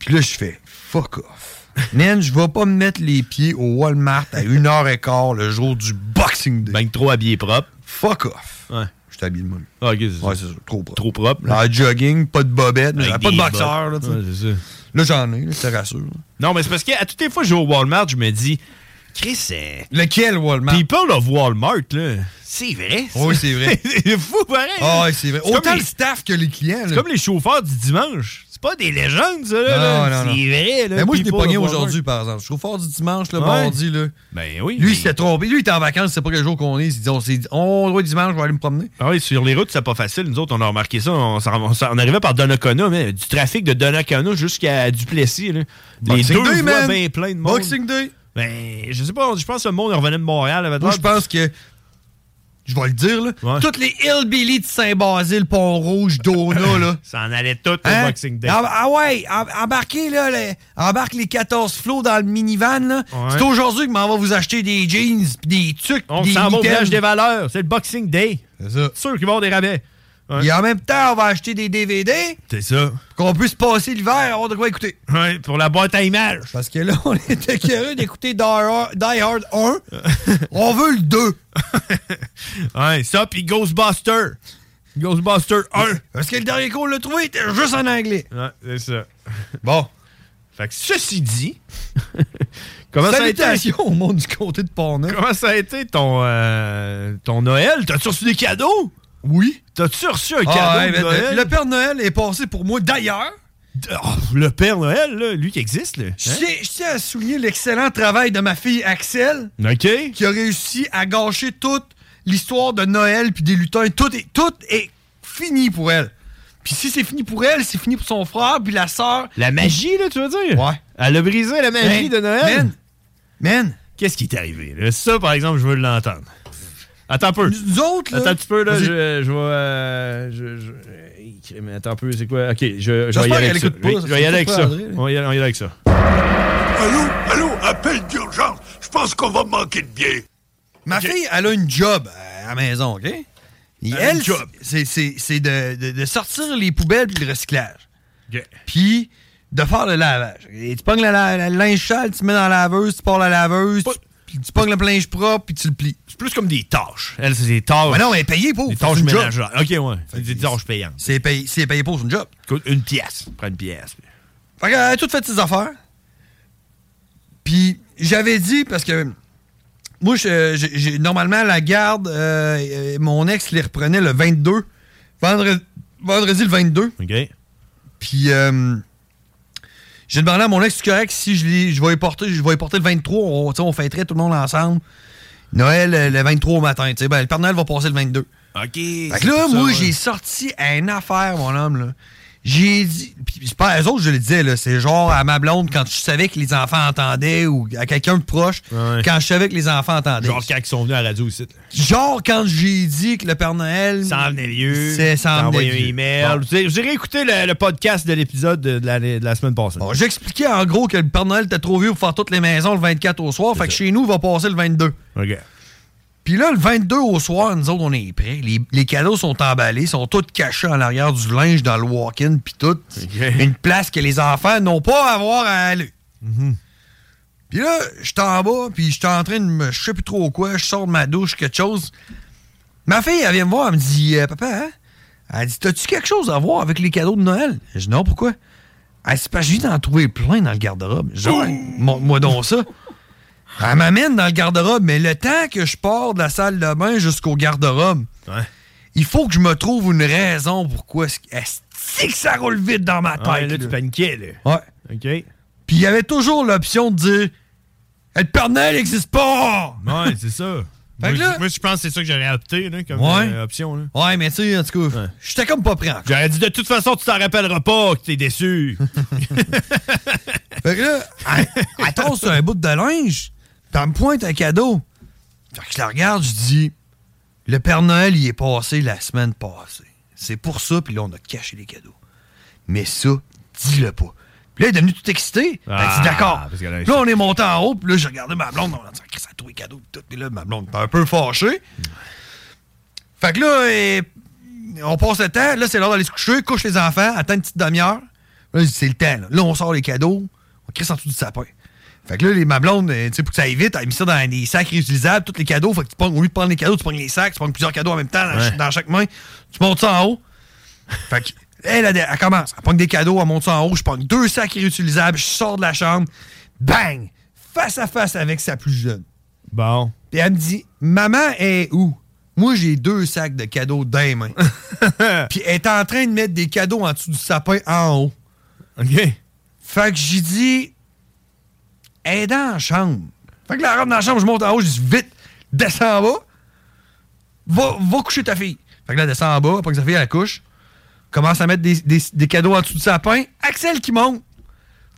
Puis là, je fais, fuck off. Man, je vais pas me mettre les pieds au Walmart à 1h15 le jour du Boxing Day. Ben
trop habillé propre.
Fuck off.
Ouais.
Je t'habille de même.
Ah, ok, c'est
Ouais, c'est ça. Trop propre.
Trop propre. là.
En jogging, pas de bobette, mais
Avec
pas de
des
boxeur. Là,
bottes.
tu sais.
Ouais, c'est ça.
Là, j'en ai, là, je te rassure.
Non, mais c'est parce qu'à toutes les fois que je vais au Walmart, je me dis, Chris, c'est.
Lequel Walmart?
People of Walmart, là. C'est vrai. ça.
Oh, Oui, c'est vrai.
c'est fou, pareil.
Ah,
là.
ouais, c'est vrai.
hein? comme
Autant
les-
le staff que les clients.
C'est comme les chauffeurs du dimanche. C'est pas des légendes, ça, Ah, là. là. C'est vrai, là.
Mais Ben, moi, je l'ai
People
pogné
of Walmart.
aujourd'hui, par exemple. Chauffeur du dimanche, le
Ouais.
mardi, là.
Ben oui.
Lui, il s'est trompé. Lui, il était en vacances, c'est pas quel jour qu'on est. Il s'est dit, on s'est dit, on doit dimanche, je vais aller me promener.
Ah oui, sur les routes, c'est pas facile. Nous autres, on a remarqué ça. On, s'en- on s'en- on arrivait par Donnacona, mais du trafic de Donnacona jusqu'à Duplessis. Là. Les
Boxing
deux voies
Day, man.
bien plein de monde.
Boxing Day.
Ben, je sais pas, je pense que le monde revenait de Montréal. avait
Moi,
l'air-
je pense que. Je vais le dire, là. Toutes les Hillbilly de Saint-Basile, Pont-Rouge, Dona, là.
Ça en allait tout
Hein?
au Boxing Day.
Ah, ah ouais, em- embarquez, là, les- embarque les 14 flots dans le minivan, là.
Ouais.
C'est aujourd'hui que m'en va vous acheter des jeans, pis des tucs,
on
pis des
s'en va au
mitaines.
village des valeurs. C'est le Boxing Day.
C'est ça.
sûr qu'ils vont avoir des rabais. Ouais.
Et en même temps, on va acheter des DVD.
C'est ça.
qu'on puisse passer l'hiver et avoir de quoi écouter.
Ouais, pour la boîte à images.
Parce que là, on était curieux d'écouter Die Hard Die Hard 1. on veut le 2.
Ouais, ça, puis Ghostbuster. Ghostbuster 1.
Parce que le dernier qu'on l'a trouvé était juste en anglais.
Ouais, c'est ça.
Bon.
Fait que ceci dit, comment ça a été,
Salutations au monde du comté de Portneuf.
comment ça a été ton, euh, ton Noël? T'as-tu reçu des cadeaux?
Oui.
T'as-tu reçu un
Ah,
cadeau
ouais,
de
ben,
Noël?
Le Père Noël est passé pour moi d'ailleurs.
Oh, le Père Noël, là, lui qui existe, là.
Je tiens- je tiens à souligner l'excellent travail de ma fille Axel,
Hein? OK.
qui a réussi à gâcher toute l'histoire de Noël puis des lutins. Tout est, tout est fini pour elle. Puis si c'est fini pour elle, c'est fini pour son frère puis la sœur.
La magie, là, tu veux dire?
Ouais.
Elle a brisé la magie
Ben,
de Noël?
man, Man,
Qu'est-ce qui t'est arrivé? là? Ça, par exemple, je veux l'entendre. Attends un peu.
nous autres, là,
Attends un petit peu, là.
Vas-y.
Je, je vais. euh, je, je- euh, crème, attends un peu, c'est quoi? Ok, je, je vais y
J'espère
aller
qu'elle
avec ça.
écoute pas,
Je vais-
ça
je vais y
fait
aller avec
pas
ça.
André, là.
On va y aller on va y aller avec ça.
Allô, allô, appel d'urgence. Je pense qu'on va manquer de biais.
ma fille, elle a une job euh, à la maison, OK? Et
a une
elle,
job.
c'est- c'est c'est de, de- de sortir les poubelles puis le recyclage.
Ok.
Puis de faire le lavage. Et tu pognes la- la- la- le linge sale, tu mets dans la laveuse, tu pars la laveuse, tu, puis tu pognes le linge propre puis tu le plies.
C'est plus comme des tâches. Elle, c'est des tâches.
Mais non, elle est payée pour.
des
c'est
tâches
une job.
ménagères. Ok, ouais. C'est des
que-
tâches payantes.
C'est payé, c'est payé pour, c'est une job.
Coûte une pièce. Prends une pièce.
Fait qu'elle a tout fait ses affaires. Puis j'avais dit, parce que moi, je- j'ai- j'ai- normalement, la garde, euh, euh, mon ex les reprenait le 22. Vendredi, vendredi le 22.
Ok.
Puis euh, j'ai demandé à mon ex, c'est correct si je, l'ai- je, vais y porter, je vais y porter le 23. On, tu sais, on fêterait tout le monde ensemble. Noël euh, le 23 au matin. tu sais. Ben, le Père Noël va passer le 22.
Ok.
Fait que là, moi, j'ai sorti une affaire, mon homme, là. J'ai dit. Puis c'est pas à eux autres, je le disais, là. C'est genre à ma blonde quand je savais que les enfants entendaient ou à quelqu'un de proche
Ouais.
quand je savais que les enfants entendaient.
Genre
Genre,
quand ils sont venus à la radio aussi.
quand j'ai dit que le Père Noël.
Ça en venait vieux.
C'est- ça en
T'as
venait
envoyé
vieux.
un email.
Bon.
J'ai j'ai réécouté le, le podcast de l'épisode de, de la, de la semaine passée.
Bon, j'expliquais en gros que le Père Noël était trop vieux pour faire toutes les maisons le 24 au soir. Fait que chez nous, il va passer le 22.
Ok.
Puis là, le 22 au soir, nous autres, on est prêts. Les, les cadeaux sont emballés, sont tous cachés en arrière du linge dans le walk-in, puis tout. Une place que les enfants n'ont pas à avoir à aller. Puis là, j'étais en bas, puis j'étais en train de me... Je sais plus trop quoi, je sors de ma douche, quelque chose. Ma fille, elle vient me voir, elle me dit euh, Papa, hein? Elle dit T'as-tu quelque chose à voir avec les cadeaux de Noël? » Je dis « Non, pourquoi? » Elle dit « C'est parce que je viens d'en trouver plein dans le garde-robe. » Je dis Ouais, Montre-moi donc ça. » Elle m'amène dans le garde-robe, mais le temps que je pars de la salle de bain jusqu'au garde-robe,
Ouais.
il faut que je me trouve une raison pourquoi est-ce que- est-ce que ça roule vite dans ma tête.
Ouais, Ah, là,
là.
tu paniquais, là.
Ouais.
Ok. Ouais,
Puis il y avait toujours l'option de dire Le Père Noël n'existe pas!
c'est ça.
Fait que là-
je pense que c'est ça que j'aurais opté là, comme
Ouais.
euh, option. là.
Ouais, mais tu sais, en tout cas,
Ouais.
j'étais comme pas prêt. encore.
J'aurais dit de toute façon, tu t'en rappelleras pas que t'es déçu.
Fait que là, elle, elle tombe sur un bout de linge, puis elle me pointe un cadeau. Fait que je la regarde, je dis Le Père Noël y est passé la semaine passée. C'est pour ça, puis là, on a caché les cadeaux. Mais ça, dis-le pas. Puis là, elle est devenue tout excitée. Elle
Ah,
dit D'accord.
parce
Puis
qu'elle a-
là, on est monté en haut, puis là, j'ai regardé ma blonde, on a dit Qu'est-ce que ça tous les cadeaux, puis tout. Puis là, ma blonde était un peu fâchée. Fait que là, euh, on passe le temps. Là, c'est l'heure d'aller se coucher. Couche les enfants. Attends une petite demi-heure. Là, je dis, c'est le temps. Là, Là, on sort les cadeaux. On crisse en dessous du sapin. Fait que là, les, ma blonde, euh, tu sais, pour que ça aille vite, elle a mis ça dans des sacs réutilisables, tous les cadeaux. Fait que tu pognes, au lieu de prendre les cadeaux, tu prends les sacs, tu prends plusieurs cadeaux en même temps dans, ch- dans chaque main. Tu montes ça en haut. Fait que, elle, elle, elle commence. Elle prend des cadeaux, elle monte ça en haut. Je prends deux sacs réutilisables, je sors de la chambre. Bang! Face à face avec sa plus jeune. Bon. Puis elle me dit, maman est où? Moi, j'ai deux sacs de cadeaux dans les mains. Puis elle est en train de mettre des cadeaux en dessous du sapin en haut. OK. Fait que j'ai dit, elle est dans la chambre. Fait que là, elle rentre dans la chambre, je monte en haut, je dis vite, descends en bas, va, va coucher ta fille. Fait que là, elle descend en bas, après que sa fille, elle couche, commence à mettre des, des- des cadeaux en dessous du sapin. Axel qui monte,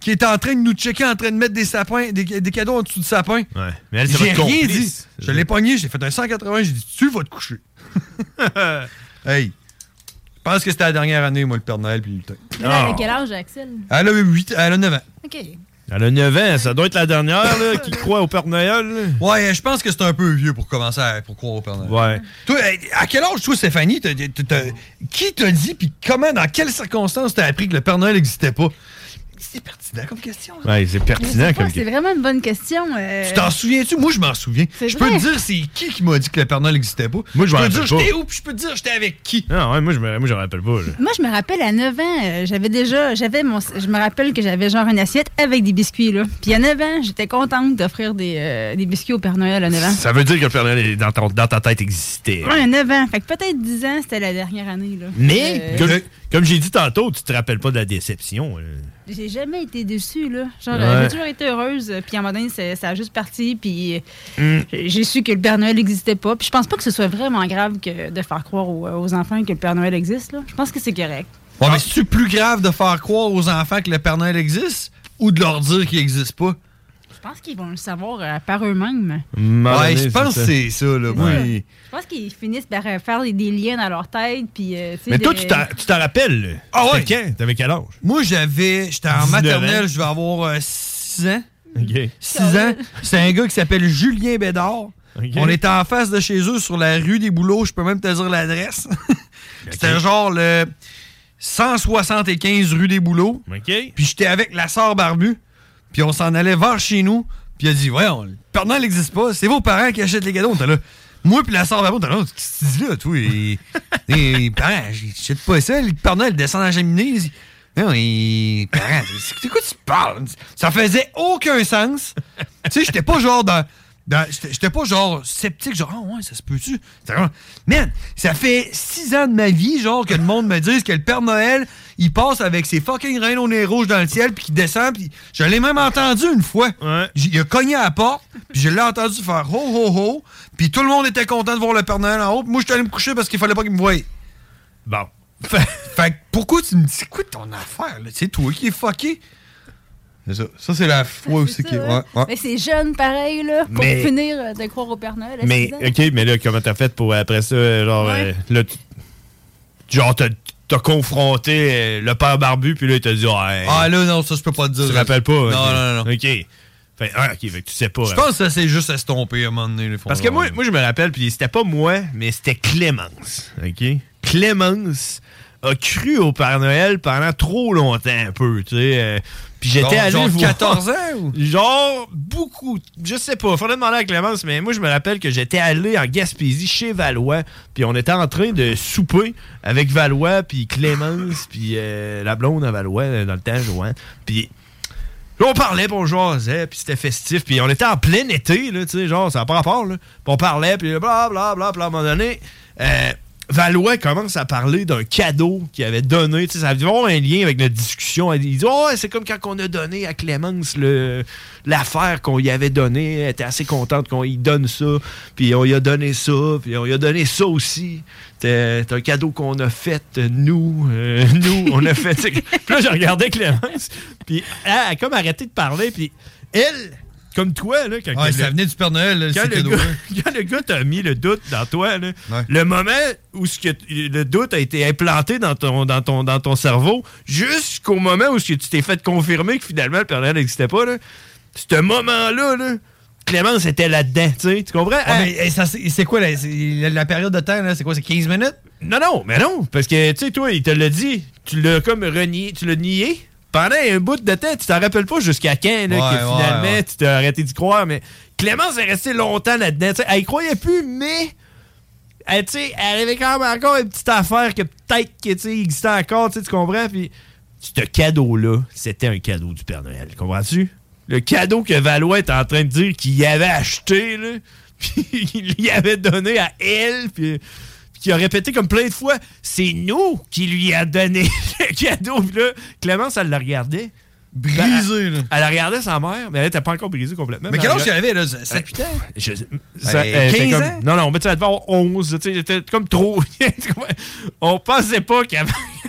qui est en train de nous checker, en train de mettre des, sapins, des, des cadeaux en dessous du sapin.
Ouais.
j'ai rien dit. Je l'ai pogné, j'ai fait un 180, j'ai dit, tu vas te coucher. hey, je pense que c'était la dernière année, moi, le Père Noël, puis le lutin.
Mais là,
Ah.
à quel âge, Axel?
Elle a 8, elle a 9 ans.
OK.
Elle a 9 ans, ça doit être la dernière là, qui croit au Père Noël.
Ouais, je pense que c'est un peu vieux pour commencer à pour croire au Père Noël. Ouais. Toi, hey, à quel âge, toi, Stéphanie, t'as- t'as- t'as- qui t'a dit, puis comment, dans quelles circonstances t'as appris que le Père Noël n'existait pas? C'est pertinent comme question.
Ouais, c'est
Je
pertinent
sais pas,
comme
C'est vraiment une bonne question. euh.
Tu t'en souviens-tu? Moi, je m'en souviens.
C'est
Je peux
vrai.
te dire c'est qui qui m'a dit que le Père Noël n'existait pas.
Moi, je m'en
peux te dire
rappelle pas.
j'étais où, puis je peux te dire j'étais avec qui.
Non, ouais, moi, je me, moi, je me rappelle pas. là.
Moi, je me rappelle à 9 ans, euh, j'avais déjà, j'avais mon, je me rappelle que j'avais genre une assiette avec des biscuits, là. Puis à 9 ans, j'étais contente d'offrir des, euh, des biscuits au Père Noël à 9 ans.
Ça veut dire que le Père Noël est dans, ton- dans ta tête existait.
Ouais, 9 ans. Fait que peut-être 10 ans, c'était la dernière année, là.
Mais,
Euh,
comme, comme j'ai dit tantôt, tu te rappelles pas de la déception. hein. là.
J'ai jamais été déçue, là. Genre,
Ouais.
euh, j'ai toujours été heureuse. euh, Puis à un moment donné, c'est- ça a juste parti. Puis euh,
Hmm.
j'ai j'ai su que le Père Noël n'existait pas. Puis je pense pas que ce soit vraiment grave que de faire croire aux, aux enfants que le Père Noël existe, là. Je pense que c'est correct.
Ouais, mais c'est-tu plus grave de faire croire aux enfants que le Père Noël existe ou de leur dire qu'il n'existe pas?
Je pense qu'ils vont le savoir euh, par eux-mêmes.
Ouais, je
c'est
pense
ça.
que c'est ça, là. Oui.
Je pense qu'ils finissent par euh, faire des, des liens dans leur tête. Puis, euh, sais,
Mais toi,
de-
tu t'en- tu t'en rappelles.
Ah ouais?
C'était quand? T'avais quel âge?
Moi, j'avais. J'étais en
19
maternelle,
ans.
je vais avoir 6 ans. 6 ans. C'est un gars qui s'appelle Julien Bédard. On était en face de chez eux sur la rue des Boulots. Je peux même te dire l'adresse. C'était genre le 175 rue des Boulots. Puis j'étais avec la sœur Barbu. Puis on s'en allait vers chez nous. Puis elle dit Ouais, on, le Père Noël n'existe pas. C'est vos parents qui achètent les cadeaux. On était là. Moi, puis la sœur Barbu, on était là. Qu'est-ce que tu dis là, toi Et- et Les parents, j'achète pas ça. Le Père Noël descend dans la cheminée. il dit, Non, les parents, c'est quoi tu parles Ça faisait aucun sens. tu sais, j'étais pas genre dans. dans- j'étais j'étais pas genre sceptique, genre, ah ouais, ça se peut-tu? C'était vraiment, Man, ça fait six ans de ma vie, genre, que le monde me dise que le Père Noël, il passe avec ses fucking rayons nez rouges dans le ciel, puis qu'il descend, puis je l'ai même entendu une fois. J- Il a cogné à la porte, puis je l'ai entendu faire ho ho ho, puis tout le monde était content de voir le Père Noël en haut, puis moi, je suis allé me coucher parce qu'il fallait pas qu'il me voie. Bon. Fait, fait que pourquoi tu me dis, c'est quoi ton affaire, là? C'est toi qui es fucké. C'est ça. Ça, c'est la fois aussi qui. ouais, ouais.
Mais c'est jeune, pareil, là, pour
Mais-
finir euh, de croire au Père Noël. à
Mais,
six ans.
OK, mais là, comment t'as fait pour, après ça, euh, genre, euh, là, tu- genre, t'as, t'as confronté euh, le père barbu, puis là, il t'a dit, ouais,
Ah là, non, ça, je peux pas te dire.
tu te rappelles pas.
Non,
ok.
non, non.
OK. Fait, ah, OK, fait que tu sais pas.
Je
hein.
pense que ça s'est juste estompé à un moment donné. les
Parce
fonds.
que moi, moi, je me rappelle, puis c'était pas moi, mais c'était Clémence. OK? Clémence a cru au Père Noël pendant trop longtemps, un peu, tu sais. euh, puis j'étais
Genre-
allé
genre
voir-
14 ans, ou?
Genre, beaucoup. Je sais pas. Faudrait demander à Clémence, mais moi, je me rappelle que j'étais allé en Gaspésie chez Valois, puis on était en train de souper avec Valois, puis Clémence, puis euh, la blonde à Valois, euh, dans le temps, Joanne. Puis. Là, on parlait, puis on jasait, puis c'était festif, puis on était en plein été, là, tu sais, genre, ça n'a pas rapport, là. Puis on parlait, puis bla, bla, bla, puis à un moment donné, euh, Valois commence à parler d'un cadeau qu'il avait donné, tu sais, ça avait dû avoir un lien avec notre discussion. Il dit, oh, ouais, c'est comme quand on a donné à Clémence le- l'affaire qu'on lui avait donnée, elle était assez contente qu'on lui donne ça, puis on lui a donné ça, puis on lui a donné ça aussi. C'était c'était un cadeau qu'on a fait, euh, nous, euh, nous, on a fait. tu sais, puis là, je regardais Clémence, puis elle a comme arrêté de parler, puis elle, comme toi, là, quand
Ouais,
le-
ça venait du Père Noël, là,
quand
ces
le,
cadeaux,
gars,
hein.
quand le gars t'a mis le doute dans toi, là, le moment où ce que t- le doute a été implanté dans ton, dans ton, dans ton cerveau, jusqu'au moment où ce que tu t'es fait confirmer que finalement le Père Noël n'existait pas, là, ce moment-là, là, Clémence était là-dedans, tu sais, tu comprends?
Ouais, mais, eh, ça, c'est c'est quoi la, c'est- la- la période de temps, là? C'est quoi? C'est 15 minutes?
Non, non, mais non, parce que, tu sais, toi, il te l'a dit, tu l'as comme renié, tu l'as nié, pendant un bout de temps, tu t'en rappelles pas jusqu'à quand, là,
Ouais,
que
ouais,
finalement,
ouais.
tu t'as arrêté d'y croire. Mais Clémence est restée longtemps là-dedans. Tu sais, Elle y croyait plus, mais. Elle, tu sais, elle avait quand même encore une petite affaire que peut-être que, tu sais, existait encore, tu sais, tu comprends? Puis, ce cadeau-là, c'était un cadeau du Père Noël. Comprends-tu? Le cadeau que Valois est en train de dire qu'il avait acheté, là, puis il lui avait donné à elle, puis, puis qu'il a répété comme plein de fois, c'est nous qui lui a donné le cadeau. Puis là, Clémence, elle le regardait.
Brisée,
Ben, elle, elle regardait sa mère, mais elle n'était pas encore brisée complètement.
Mais quel âge
elle
elle avait, là?
Euh,
7 8 ans?
je-
Ben,
ça, euh, c'était
15
comme-
ans?
Non, non, mais tu sais, elle devait avoir 11. Tu sais, j'étais comme trop vieille. tu comprends? On pensait pas qu'elle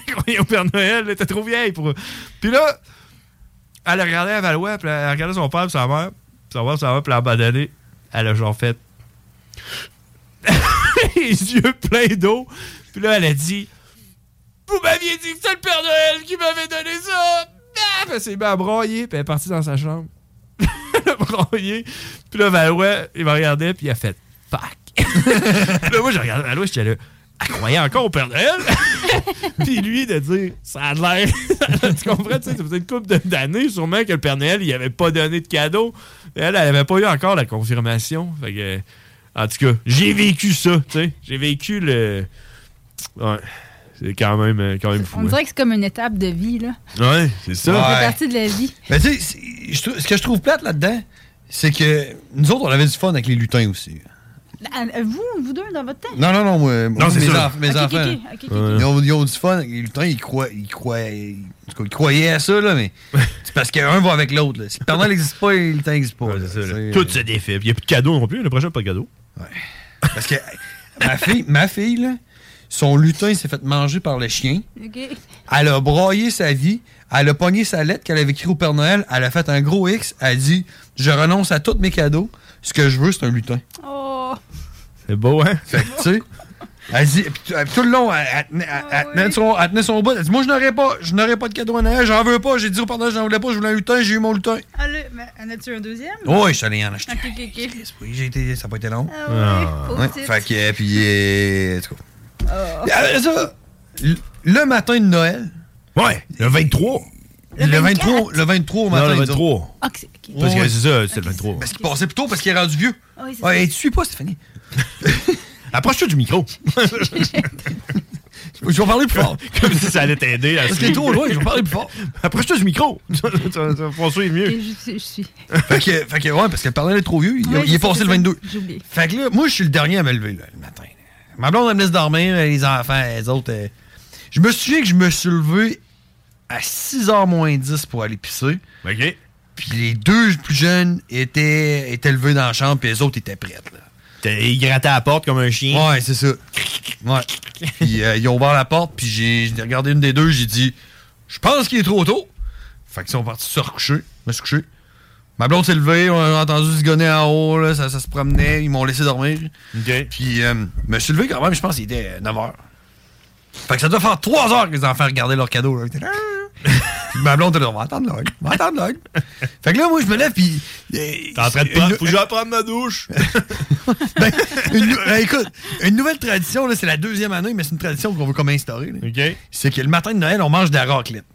croyait au Père Noël. Elle était trop vieille pour. Puis là, elle regardait à Valois, puis elle regardait son père, puis sa mère, puis son père, puis sa mère, puis elle a abandonné. Elle a genre fait. les yeux pleins d'eau. Puis là, elle a dit Vous m'aviez dit que c'était le Père Noël qui m'avait donné ça. Ah! Puis elle s'est mis à broyer, puis elle est partie dans sa chambre. elle a broyé. Puis là, Valois, il m'a regardé, puis il a fait Fuck. Puis là, moi, j'ai regardé Valois, j'étais là. Elle croyait encore au Père Noël. puis lui, de dire Ça a l'air. tu comprends, tu sais, ça faisait une couple de- d'années, sûrement, que le Père Noël, il avait pas donné de cadeau. Elle, elle avait pas eu encore la confirmation. Fait que. En tout cas, j'ai vécu ça, tu sais. J'ai vécu le. Ouais. C'est quand même, euh, quand même fou.
On
hein.
dirait que c'est comme une étape de vie, là.
Ouais, c'est
Ça
ça.
fait partie de la vie.
Mais tu sais, c'est- je trou- ce que je trouve plate là-dedans, c'est que nous autres, on avait du fun avec les lutins aussi.
Ah, Vous, vous deux, dans votre temps?
Non, non, non, moi, moi,
c'est
mes,
ça.
enf- mes
Ok, ok,
enfants.
ok, ok, ok.
Ils, ont, ils ont du fun avec les lutins, ils croient, ils croient, en tout cas, ils croyaient à ça, là, mais c'est parce qu'un va avec l'autre. là. Si le Père Noël n'existe pas, le lutin n'existe pas. là. C'est- euh,
Tout se défait. Il n'y a plus de cadeaux non plus. Le prochain, pas de cadeaux.
Parce que ma fille, ma fille là, son lutin s'est fait manger par le chien.
OK.
Elle a broyé sa vie. Elle a pogné sa lettre qu'elle avait écrite au Père Noël. Elle a fait un gros X. Elle a dit Je renonce à tous mes cadeaux. Ce que je veux, c'est un lutin.
Oh!
C'est beau, hein
Fait que, tu sais. Elle dit, puis tout- tout le long, elle, elle tenait- elle- elle
Ah
tenait son, elle tenait son bout. Elle dit Moi, je n'aurais pas, je n'aurais pas de cadeau à Noël, j'en veux pas. J'ai dit au Père Noël, j'en voulais pas, je voulais un lutin, j'ai eu mon lutin.
Allez, mais en as-tu un deuxième?
Oui, je suis allé en acheter.
Ok, ok, ok.
Oui, j'ai été, ça n'a pas été long.
Ah ouais, pauvre
Ouais,
petite.
Fait que, euh, puis, euh, en tout cas.
Ah.
Oh.
Après ça, l- le matin de Noël.
Ouais, le 23.
Le 23, le 23 au matin.
Non, le
ils disent.
23.
Ah, que c'est- ok. Ah
Parce
Ouais.
que c'est ça, c'est le 23.
Parce qu'il passait plus tôt parce qu'il est rendu vieux.
Oui, c'est
Ouais,
ça.
tu suis pas, Stéphanie.
Approche-toi du micro.
je vais parler plus fort.
Comme si ça allait t'aider. à
Parce
suivre.
qu'il est trop loin, je vais parler plus fort.
Approche-toi du micro. ça, ça, ça, François est mieux.
Ok, je suis. Je suis.
fait, que, fait que, ouais, parce que le Père Noël est trop vieux. Il,
Ouais, je
il est
sais,
passé
je
le
sais.
22.
J'ai oublié.
Fait que là, moi, je suis le dernier à me lever là, le matin. Ma blonde, elle me laisse dormir, euh, les enfants, les autres. euh, Je me souviens que je me suis levé à 6h moins 10 pour aller pisser.
OK.
Puis les deux plus jeunes étaient, étaient levés dans la chambre, puis les autres étaient prêtes. Là.
Il grattait la porte comme un chien.
Ouais, c'est ça. Ouais. Puis euh, ils ont ouvert la porte, puis j'ai j'ai regardé une des deux, j'ai dit Je pense qu'il est trop tôt. Fait qu'ils sont partis se recoucher. Je me suis couché. Ma blonde s'est levée, on a entendu se gonner en haut, là, ça, ça se promenait, ils m'ont laissé dormir. Puis euh, je me suis levé quand même, je pense qu'il était 9h. Fait que ça doit faire 3 heures que les enfants regardaient leur cadeau. Là. Ils étaient là. Puis ma blonde était là, on va attendre Noël, on va attendre Noël. Fait que là, moi, je me lève, puis. euh, T'es
en train de prendre- faut que j'aille prendre ma douche.
ben, une nou- ben, écoute, une nouvelle tradition, là, c'est la deuxième année, mais c'est une tradition qu'on veut comme instaurer. là. C'est que le matin de Noël, on mange de la raclette.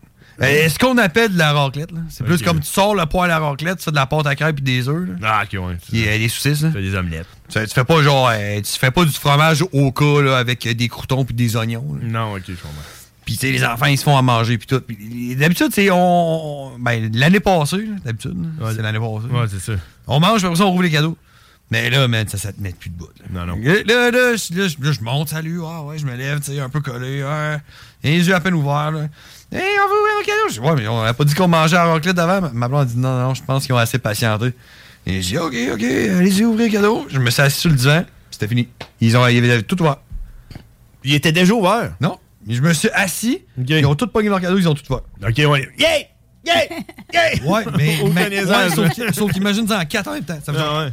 est ce qu'on appelle de la raclette, là, c'est plus
Ah. Ok.
comme tu sors le poêle à la raclette, tu fais de la pâte à crêpes et des œufs. là.
Ah, ok, ouais.
Il y a des saucisses. Là.
Tu fais des omelettes.
Tu, tu fais pas genre, euh, tu fais pas du fromage au cas là, avec euh, des croutons puis des oignons. là.
Non, ok, je comprends.
Puis tu sais, les enfants ils se font à manger puis tout. Puis, d'habitude, c'est on, on- ben, l'année passée, là, d'habitude, là, c'est l'année passée.
Ouais, c'est ça.
On mange, puis après ça, on rouvre les cadeaux. Mais là, man, ça, ça te met plus de bout.
Non, non.
Là, là, là, je- là, je- là, je monte, salut, ah ouais, je me lève, tu sais, un peu collé, ouais. Et les yeux à peine ouverts, là. Hey, on va ouvrir nos cadeaux. Je dis, ouais, mais on n'a pas dit qu'on mangeait à la raclette d'avant. Ma- Ma blonde dit, non, non, je pense qu'ils ont assez patienté. Et j'ai dit, ok, ok, allez-y, ouvrez les cadeaux. Je me suis assis sur le divan, c'était fini. Ils ont, ils avaient tout ouvert.
Il était déjà ouvert?
Non. Je me suis assis, ils ont tout pogné leurs cadeaux, ils ont tout ouvert.
Ok, ouais. Yeah! Yeah! Yeah!
Ouais, mais.
Aucun
mais- ouais,
aisance.
sauf qu'il- sauf qu'imagine ça en 4 en même temps. Ça me
Ah, ouais.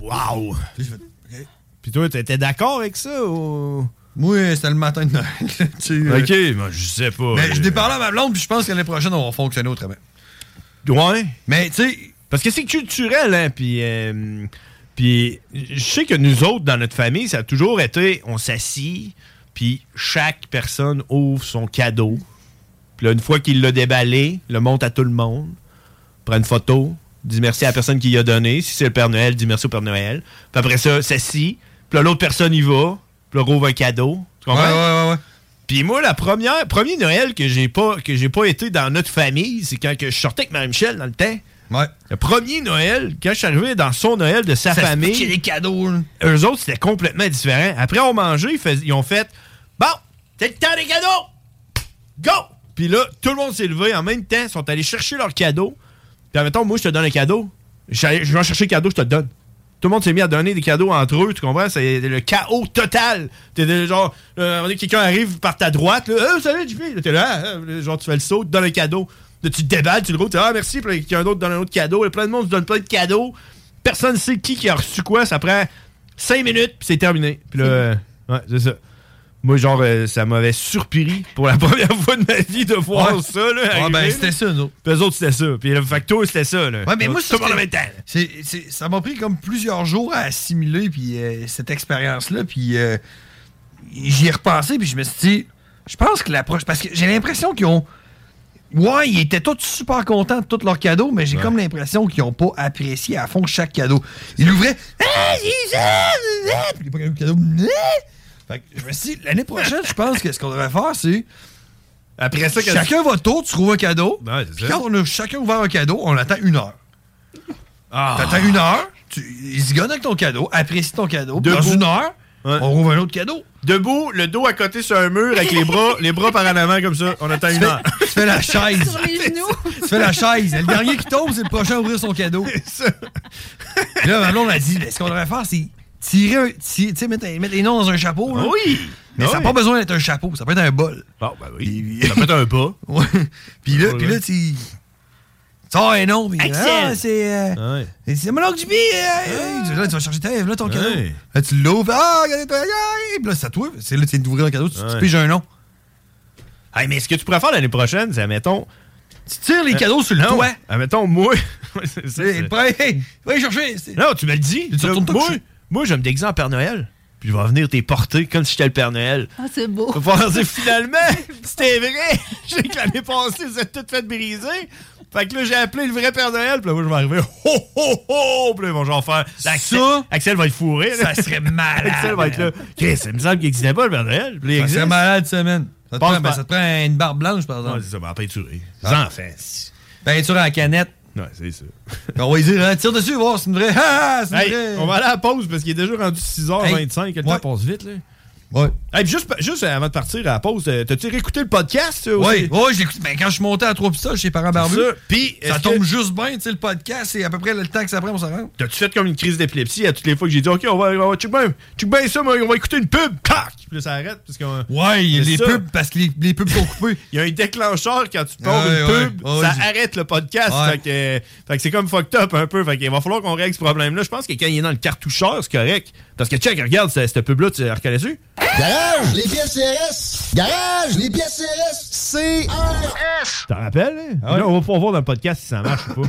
Wow! Puis toi, t'étais d'accord avec ça ou.
Moi, c'était le matin de Noël. tu sais, euh,
Ok, moi, je sais pas.
Mais je
Euh,
l'ai parlé à ma blonde, puis je pense que l'année prochaine, on va fonctionner autrement.
Ouais.
Mais tu sais.
Parce que c'est culturel, hein. Puis, euh, puis je sais que nous autres, dans notre famille, ça a toujours été on s'assit, Puis chaque personne ouvre son cadeau. Puis là, une fois qu'il l'a déballé, le montre à tout le monde, prend une photo, dit merci à la personne qui y a donné. Si c'est le Père Noël, dit merci au Père Noël. Puis après ça, s'assit. Puis là, l'autre personne y va. Puis là, rouvre un cadeau. Tu comprends?
Ouais, ouais, ouais, ouais.
Puis moi, la première, premier Noël que j'ai pas, que j'ai pas été dans notre famille, c'est quand que je sortais avec Marie-Michel dans le temps. Le premier Noël, quand je suis arrivé dans son Noël de sa
Ça se peut
famille.
qu'il y ait des
cadeaux, Eux autres, c'était complètement différent. Après, on mangeait, ils, fais- ils ont fait Bon, c'est le temps des cadeaux! Go! Puis là, tout le monde s'est levé en même temps, ils sont allés chercher leurs cadeaux. Puis admettons, moi, je te donne un cadeau. J'allais- Je vais en chercher le cadeau, je te le donne. Tout le monde s'est mis à donner des cadeaux entre eux, tu comprends? C'est le chaos total. T'es des- genre, euh, à un moment donné, quelqu'un arrive par ta droite, là, Euh, salut, JP! Là, T'es là, Ah, ah. genre, tu fais le saut, tu donnes un cadeau. Là, tu te déballes, tu le roules, tu dis, ah, merci, puis là, quelqu'un d'autre donne un autre cadeau. Et plein de monde se donne plein de cadeaux. Personne ne sait qui, qui a reçu quoi, ça prend 5 minutes, puis c'est terminé. Puis là, euh, ouais, c'est ça. Moi, genre, euh, ça m'avait surpris pour la première fois de ma vie de voir
Ouais.
ça. Là,
Ouais,
arriver,
ben,
là.
c'était ça, nous.
Puis eux autres, c'était ça. Puis le facto, c'était ça. Là.
Ouais, mais moi,
Tout le monde en même temps.
c'est- c'est- ça m'a pris comme plusieurs jours à assimiler puis, euh, cette expérience-là. Puis euh, j'y ai repensé, puis je me suis dit, je pense que l'approche. Parce que j'ai l'impression qu'ils ont. Ouais, ils étaient tous super contents de tous leurs cadeaux, mais j'ai comme l'impression qu'ils n'ont pas apprécié à fond chaque cadeau. Ils l'ouvraient. Ah, j'ai ça! ah! Puis il n'y a pas de cadeau. Ah! Fait que je me suis dit, l'année prochaine, je pense que ce qu'on devrait faire, c'est.
Après ça, quand-
chacun va tour, tu trouves un cadeau.
Ouais, c'est
Puis
ça.
quand on a chacun ouvert un cadeau, on attend une heure.
Ah.
T'attends une heure, tu ils se gonnent avec ton cadeau, apprécie ton cadeau. puis
Debout.
Dans une heure, on rouvre un autre cadeau.
Debout, le dos à côté sur un mur avec les bras, les bras par en avant comme ça. On attend une heure.
Tu fais la chaise. Tu fais la chaise. Le dernier qui tombe, c'est le prochain à ouvrir son cadeau. Puis là, maintenant, on a dit, mais ce qu'on devrait faire, c'est tirer, un- ti- tu sais, mettre, un- mettre les noms dans un chapeau. là.
Oui.
Mais
Ah
ça n'a
oui.
pas besoin d'être un chapeau, ça peut être un bol.
Bon, ben oui. Ça peut être un bas.
Ouais. Puis là, puis là, tu. Ça, un nom, puis.
Axel.
Ah, c'est. euh, Et C'est mon oncle Jimmy!
Ah.
euh, euh, Là, tu vas chercher ta là, ton cadeau. Là, tu l'ouvres. Ah, regardez-toi. aïe! Puis là, c'est à toi. C'est là, tu viens d'ouvrir un cadeau. Tu, tu
Ouais.
piges un nom.
Hey, mais ce que tu pourrais faire l'année prochaine, c'est, admettons. Tu
tires les cadeaux sur le toit.
Admettons, moi. Ouais, c'est ça, c'est-
Oui, chercher.
Non, tu me le dis.
Tu
Là,
retournes
moi, moi, je vais me déguiser en Père Noël. Puis je vais venir t'es porter comme si j'étais le Père Noël.
Ah, c'est beau.
Faut pouvoir dire finalement, c'était vrai. J'ai que l'année passée, vous êtes toutes faites briser. Fait que là, j'ai appelé le vrai Père Noël. Puis là, moi, je vais arriver. Ho, ho, ho. Puis là, ils vont genre faire. là, Axel, Axel va être fourré. là.
Ça serait malade.
Axel va être là. Chris, ça me semble qu'il n'existait pas, le Père Noël. Puis là, il
Ça
existe.
serait malade, semaine. Ça te,
Pense
prend, ben,
pas.
ça te prend une barbe blanche, par exemple.
Ouais, c'est ça, ben, en peinture.
Ah.
Sans offense.
Peinture à Ben, la canette.
Ouais, c'est ça.
Puis on va lui dire, hein, tire dessus, voir, c'est une vraie. Ah, ah, c'est une
Hey,
vraie.
on va aller à la pause parce qu'il est déjà rendu 6h25. le temps passe vite, là.
Ouais.
Hey, puis juste, juste avant de partir à la pause, euh, t'as-tu réécouté le podcast? euh, aussi?
Oui, oui, je l'écoute. Ben, quand je suis monté à trois pistoles chez les parents barbus,
Ça, puis,
ça
est-ce
tombe
que-
juste bien, tu sais, le podcast, c'est à peu près le temps que ça prend, on s'en rend.
T'as-tu fait comme une crise d'épilepsie à toutes les fois que j'ai dit, OK, on va, on va check bien check bien ça, mais on va écouter une pub. Clac! Puis là, ça arrête. Parce qu'on,
Ouais, il y a
C'est
les
ça.
pubs parce que les, les pubs sont coupées.
Il y a un déclencheur quand tu pars
Ah ouais,
une
ouais.
pub,
Ah ouais,
ça
j'ai-
arrête le podcast.
Ouais.
Fait, que, euh, fait que c'est comme fucked up un peu. Fait qu'il va falloir qu'on règle ce problème-là. Je pense que quand il est dans le cartoucheur, c'est correct. Parce que check, regarde, ce- cette pub-là, tu la reconnais-tu?
Garage, les pièces CRS. Garage, les pièces CRS. CRS.
T'en rappelles? hein?
Ah ouais.
Là, on va pouvoir voir dans le podcast si ça marche ou pas.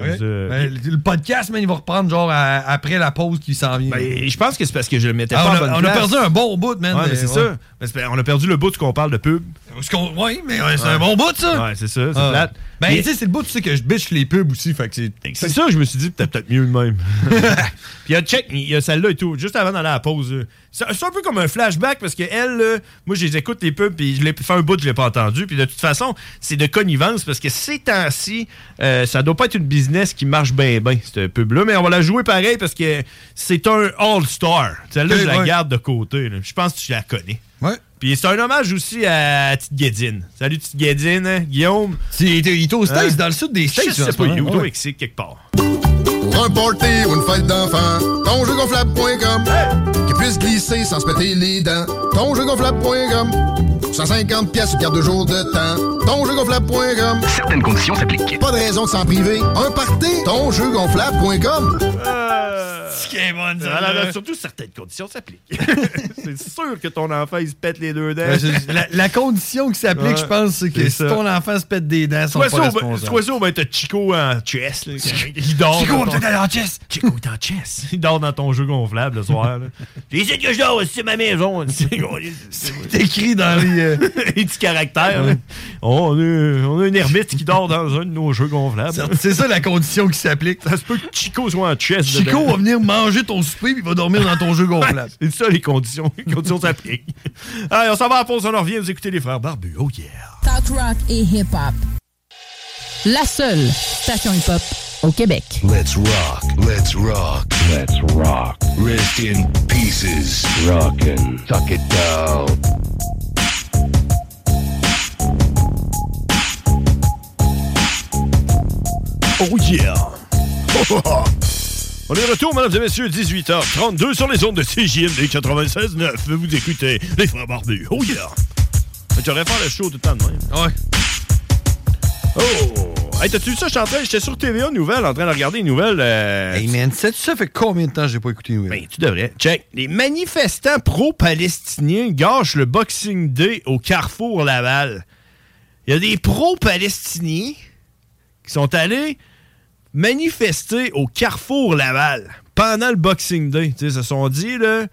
Ouais.
Euh,
Ben, le, le podcast, man, il va reprendre genre à- après la pause qui s'en vient.
Ben, je pense que c'est parce que je le mettais
Ah,
pas
on,
en bonne
a, on a
place.
perdu un bon bout, man.
Ouais, mais
Euh,
c'est
ouais.
ça. Mais c'est- On a perdu le bout de qu'on parle de pub.
Parce qu'on- ouais, mais euh, c'est un bon bout, ça.
Ouais, c'est ça, c'est
Ah.
plate.
Ben,
Mais- Ben,
tu sais, c'est le bout, tu sais, que je bitch les pubs aussi. Fait que c'est.
C'est ça, je me suis dit, peut-être peut-être mieux de même. Puis il y a check, il y a celle-là et tout, juste avant d'aller à la pause. là. C'est c'est un peu comme un flashback parce que elle, là, moi, je les écoute, les pubs, puis je l'ai fait un bout, je l'ai pas entendu. Puis de toute façon, c'est de connivence parce que ces temps-ci, euh, ça doit pas être une business qui marche bien, bien, cette pub-là. Mais on va la jouer pareil parce que c'est un all-star. Celle-là,
Ok,
je la
ouais.
garde de côté. là. Je pense que tu la connais. Puis c'est un hommage aussi à Tite Guédine. Salut Tite Guédine, hein, Guillaume. Euh,
Il était il était aux States, dans le sud des States.
Je sais
en ce
pas, il est
moment.
où, au
Ouais.
Mexique, quelque part.
Pour un party ou une fête d'enfant, tonjeugonflable.com. Qui puisse glisser sans se péter les dents. Tonjeugonflable.com. 150 pièces sur carte de jour de temps. Tonjeugonflable.com. Certaines conditions s'appliquent. Pas de raison de s'en priver. Un party. Tonjeugonflable.com.
Asti qu'elle est bonne,
Ah, là, là,
celle-là.
surtout, certaines conditions s'appliquent. c'est sûr que ton enfant, il se pète les deux dents.
Ouais, c'est- la, la condition qui s'applique,
Ouais,
je pense, c'est que
c'est
si
ça.
ton enfant se pète des dents, ils sont
Soit ça,
pas
au-
responsables.
soit ça, on va être ben, Chico en chess. là, qui- il dort.
Chico,
dans ton-
peut-être aller en chess.
Chico est en chess. Il dort dans ton jeu gonflable le soir. là. Puis c'est que je dors, c'est ma maison. c'est
écrit dans les, euh,
petits caractères. là. Oh, On, a, on a un ermite qui dort dans un de nos jeux gonflables.
C'est ça la condition qui s'applique.
Ça se peut que Chico soit en chess.
Chico va venir manger ton souper puis il va dormir dans ton jeu gonflable.
C'est ça les conditions. Les conditions s'appliquent. Allez, on s'en va à la pause, on en revient. Vous écoutez les frères barbus. Oh yeah.
Talk rock et hip-hop. La seule station hip-hop au Québec.
Let's rock. Let's rock. Let's rock. Rest in pieces. Rockin'. Tuck it down.
Oh yeah! On est de retour, mesdames et messieurs, 18h32 sur les ondes de CJMD 96.9. Vous écoutez les frères barbus. Oh yeah! Mais Tu aurais faire le show tout le temps de même.
Ouais.
Oh! Hey, t'as-tu vu ça? Je suis en train- J'étais sur TVA Nouvelle en train de regarder une nouvelle.
Hey man, sais-tu ça fait combien de temps que j'ai pas écouté une nouvelle?
Ben, tu devrais. Check. Les manifestants pro-palestiniens gâchent le Boxing Day au Carrefour Laval. Il y a des pro-palestiniens qui sont allés manifester au Carrefour Laval pendant le Boxing Day. Tu sais, ils se sont dit, là,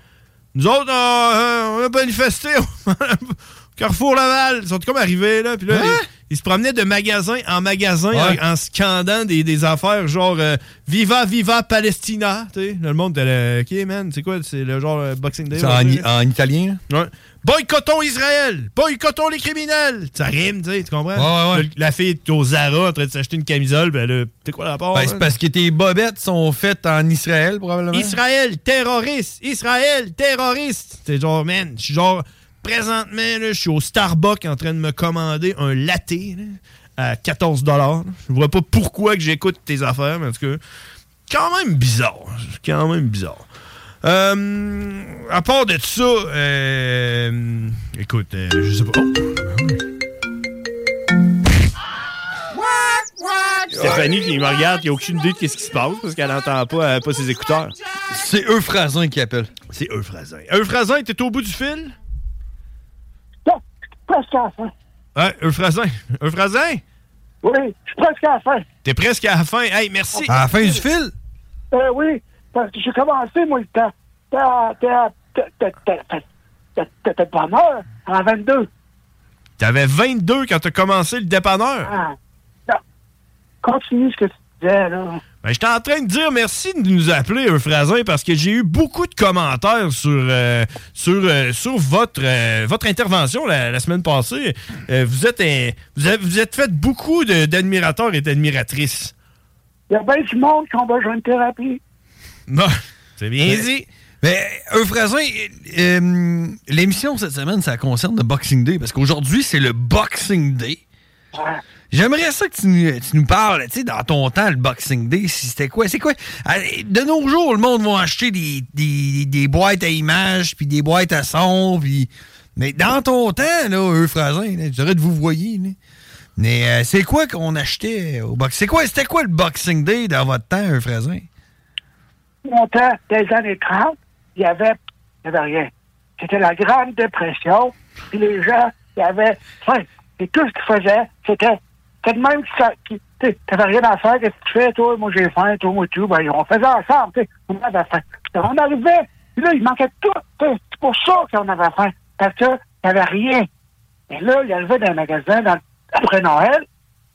nous autres, on, euh, on a manifesté au Carrefour Laval. Ils sont comme arrivés, là, puis là, ils, ils se promenaient de magasin en magasin
Hein? Ouais.
en, en scandant des, des affaires genre euh, Viva, Viva Palestina. Tu sais, Là, le monde était là, OK, man, c'est quoi, c'est le genre euh, Boxing Day?
C'est
là,
en,
tu
i-
sais?
en italien?
Ouais. Boycottons Israël! Boycottons les criminels! Ça rime, tu sais, tu comprends?
Ouais, ouais, ouais.
Le- La fille est au Zara en train de s'acheter une camisole, ben là, t'es quoi le rapport?
Ben, c'est
hein?
parce que tes bobettes sont faites en Israël, probablement.
Israël, terroriste! Israël, terroriste! C'est genre, man, je suis genre, présentement, là, je suis au Starbucks en train de me commander un latte là, à 14 là. Je vois pas pourquoi que j'écoute tes affaires, mais en tout cas, quand même bizarre. C'est quand même bizarre. Euh, à part de ça, euh, écoute, euh, je sais pas. Oh. Stéphanie qui me regarde, qui a aucune idée de qu'est-ce qui se passe parce qu'elle n'entend pas, euh, pas ses écouteurs.
C'est Euphrasin qui appelle.
C'est Euphrasin. Euphrasin, t'es au bout du fil?
presque à la fin.
Ouais, Euphrasin. Euphrasin?
Oui, je suis presque à la fin.
T'es presque à la fin. Hey, merci.
À la fin du
fil?
Euh, oui, parce que j'ai commencé, moi, le temps. T'as- t'as- t'as- t'as- t'as- t'as- t'as- t'as- T'as pas mort à 22.
T'avais 22 quand t'as commencé le dépanneur.
Ah, non. Continue ce que tu disais, là.
Ben, j'étais en train de dire merci de nous appeler, Euphrasin, parce que j'ai eu beaucoup de commentaires sur, euh, sur, euh, sur votre, euh, votre intervention la, la semaine passée. Euh, vous, êtes, un- vous, avez- vous êtes fait beaucoup de- d'admirateurs et d'admiratrices.
Il y a bien du monde qui ont besoin de thérapie.
Non, c'est bien dit.
Mais Euphrasin, euh, euh, l'émission cette semaine, ça concerne le Boxing Day, parce qu'aujourd'hui, c'est le Boxing Day. J'aimerais ça que tu, nous- tu nous parles, tu sais, dans ton temps, le Boxing Day, si c'était quoi? C'est quoi? Allez, De nos jours, le monde va acheter des, des- des boîtes à images, puis des boîtes à son, puis... Mais dans ton temps, là, Euphrasin, là, je dirais de vous voyez, là. Mais euh, c'est quoi qu'on achetait au Boxing C'est quoi, c'était quoi le Boxing Day dans votre temps, Euphrasin?
Mon temps, des années 30, il y avait, il y avait rien. C'était la Grande Dépression, puis les gens, il y avait faim. Et tout ce qu'ils faisaient, c'était, c'était de même que ça, qui- tu sais, t'avais rien à faire, qu'est-ce que tu fais, toi, moi j'ai faim, toi, moi tout, ben, on faisait ensemble, tu sais, on avait faim. Et on arrivait, puis là, il manquait tout, tu sais, c'est pour ça qu'on avait faim, parce que t'avais rien. Et là, il arrivait dans un magasin, dans- après Noël,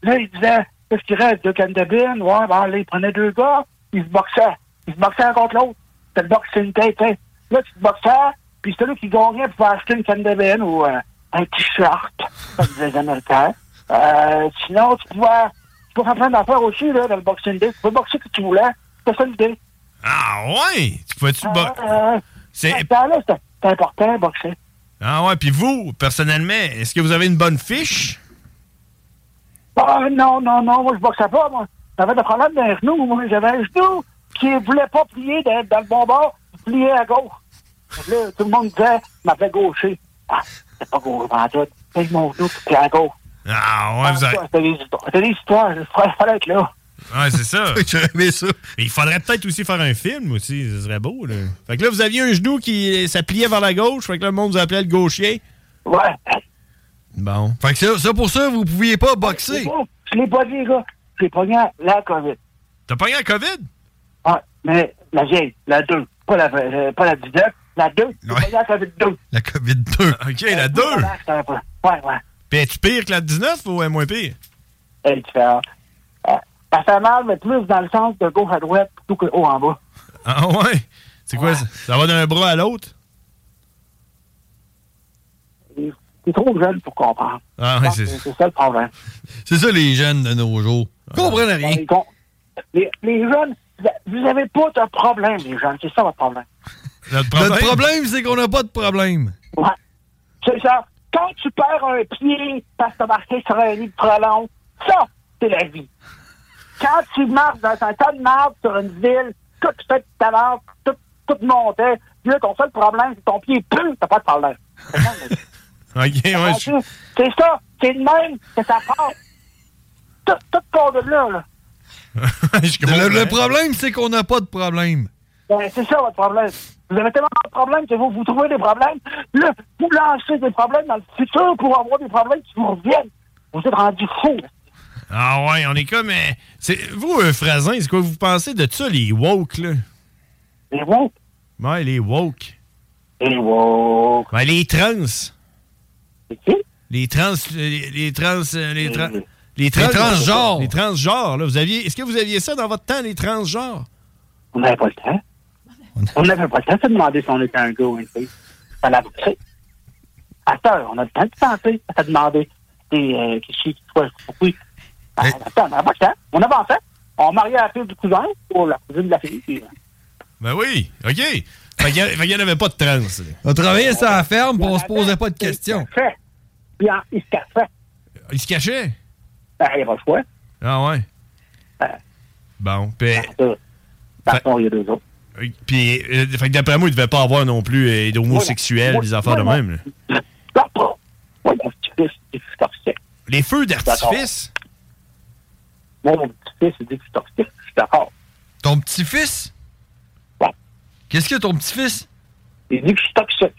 Là, il disait, qu'est-ce qu'il reste? Deux cannes de bine? Ouais, ben là, il prenait deux gars, ils se boxaient. Ils se boxaient un contre l'autre. C'était le boxing day, tu sais. Là, tu te boxais, puis celui qui gagnait pouvait acheter une canne de bine ou euh, un t-shirt, comme disaient les Américains. Euh, sinon, tu pouvais, tu pouvais faire plein d'affaires aussi, là, dans le boxing day. Tu pouvais boxer que tu voulais. C'était ça l'idée.
Ah ouais? Tu pouvais-tu bo-
Euh,
C'est-
dans là, c'était c'était important, boxer.
Ah ouais, puis vous, personnellement, est-ce que vous avez une bonne fiche?
Ah, non, non, non, moi, je boxais pas, moi. J'avais des problèmes d'un genou, moi. J'avais un genou qui ne voulait pas plier dans, dans le bon bord, il pliait à gauche. Fait que Là, tout le monde disait, je m'appelais gaucher. Ah, c'est pas gauche, en tout. C'est mon genou qui pliait à gauche.
Ah ouais, vous avez...
C'était des histoires, il fallait être là.
Ouais, c'est ça.
J'aurais aimé ça.
Mais il faudrait peut-être aussi faire un film aussi. Ce serait beau, là. Fait que là, vous aviez un genou qui s'appliait vers la gauche. Fait que là, le monde vous appelait le gauchier.
Ouais.
Bon.
Fait que ça, ça, pour ça, vous pouviez pas boxer.
Je l'ai pas dit, les gars. J'ai pogné la COVID.
T'as pas eu la COVID?
Ah, mais la vieille, la 2. Pas la, euh, pas la 19, la 2. J'ai pogné la COVID 2.
La COVID-2.
Ah, OK, la 2.
Ouais, ouais.
Puis es-tu pire que la 19 ou est moins pire?
Elle est différente. Euh, Ça fait mal, mais plus dans le sens de gauche à droite plutôt que haut en bas.
Ah ouais? C'est quoi ça? Ça va d'un bras à l'autre?
T'es trop jeune pour comprendre.
Ah
Je
ouais,
pense
c'est
que C'est ça le problème.
C'est ça, les jeunes de nos jours. Ils comprennent rien.
Les, con- les- les jeunes, vous avez pas de problème, les jeunes. C'est ça votre problème.
Notre
problème, c'est qu'on n'a pas de problème.
Ouais. C'est ça. Quand tu perds un pied parce que t'as marqué sur un lit de prolon, ça, c'est la vie. Quand tu marches dans un tas de marde sur une ville, tout fait de ta marde, tout, tout montait, là, ton seul problème, c'est ton pied pue, t'as pas de problème.
OK, ouais. je-
C'est ça. C'est le même que ça part. Tout, tout part de là, là.
le, le problème, c'est qu'on n'a pas de problème.
Ben, c'est ça votre problème. Vous avez tellement de problèmes que vous, vous trouvez des problèmes. Là, vous lancez des problèmes dans le futur pour avoir des problèmes qui vous reviennent. Vous êtes rendu fou.
Ah ouais, on est comme. euh, c'est, vous, un phrasin, c'est quoi vous pensez de ça, les woke, là?
Les woke?
Ouais, les woke.
Les woke.
Ouais, les trans. Les trans. Les, les trans. euh, Les, trans. les, trans-
Les transgenres.
Les transgenres, là. Vous aviez, est-ce que vous aviez ça dans votre temps, les transgenres?
On n'avait pas le temps. On n'avait pas le temps de se demander si on était un gars ou une fille. Ça l'a poussé. À cette heure, on a le temps de penser, à se demander si euh, qui chie, qui soit, oui. Ah, Attends, on n'avait pas le temps. On avançait. On mariait la fille du cousin ou la cousine de la fille. puis, euh,
Ben oui, OK. Fait qu'il y a- fait qu'il n'y en avait pas de trans. là.
On travaillait sur la ferme et on se posait pas de questions.
fait. Puis, hein, il se cachait.
Ils se cachaient?
Ben, il n'y a pas le choix.
Ah ouais?
Euh,
Bon, puis.
Partons, il y a deux autres.
Puis, euh, fait que d'après moi, il devait pas avoir non plus euh, d'homosexuels,
Moi,
des affaires de
moi,
même. là.
Moi, mon petit-fils, il dit que c'est toxique.
Les feux d'artifice?
Moi, mon petit-fils, il dit que c'est toxique. Je suis d'accord.
Ton petit-fils? Qu'est-ce que ton petit-fils?
Il dit que je suis toxique.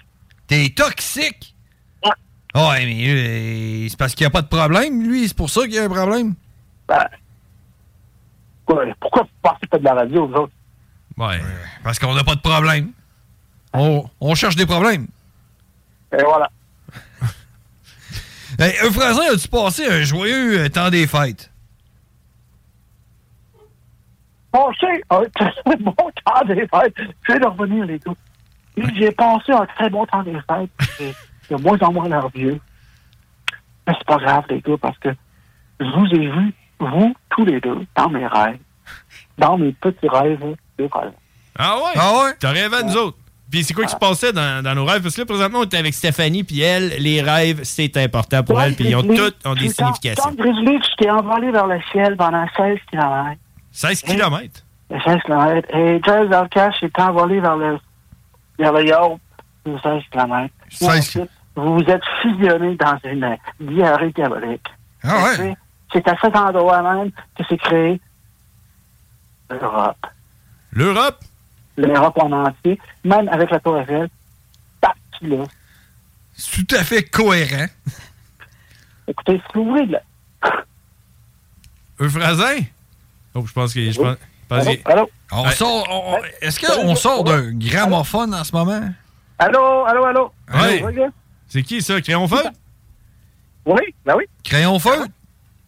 T'es toxique? Ouais, mais euh, c'est parce qu'il n'y a pas de problème, lui. C'est pour ça qu'il y a un problème.
Ben, Pourquoi, pourquoi vous pensez que c'est de la radio, vous autres?
Ouais. Parce qu'on n'a pas de problème. On, on cherche des problèmes.
Et voilà.
Hey, Euphrasin, as-tu passé un joyeux euh, temps des fêtes?
Passé un très bon temps des fêtes. Je vais de revenir, les gars. Puis, J'ai passé un très bon temps des fêtes. J'ai de moins en moins nerveux. Mais c'est pas grave, les gars, parce que je vous ai vu, vous, tous les deux, dans mes rêves. Dans mes petits rêves de rêve.
Ah ouais? T'as rêvé à nous autres. Puis c'est quoi
Ah.
qui se passait dans, dans nos rêves? Parce que là, présentement, on était avec Stéphanie, puis elle, les rêves, c'est important pour elle, puis ils ont
Grizzly,
toutes ont des
puis quand-
significations.
Quand Grizzly, tu t'es envolé vers le ciel pendant 16 km.
16 km.
16 km. Et Charles Dalcash s'est envolé vers le, vers le yacht de 16 km.
16
Vous vous êtes fusionné dans une euh, diarrhée diabolique.
Ah
ouais? C'est à cet endroit même que s'est créé l'Europe.
L'Europe?
L'Europe en entier, même avec la Tour Eiffel, partie là.
C'est tout à fait cohérent.
Écoutez, si vous voulez, là.
Euphrasin? Oh, je pense que. Je pense, pense que-
On
Ouais.
sort. on- Est-ce qu'on sort d'un gramophone en ce moment?
Allô, allô, allô?
Ouais.
Allô, gars?
C'est qui ça? Crayon feu?
Oui, ben oui.
Crayon feu?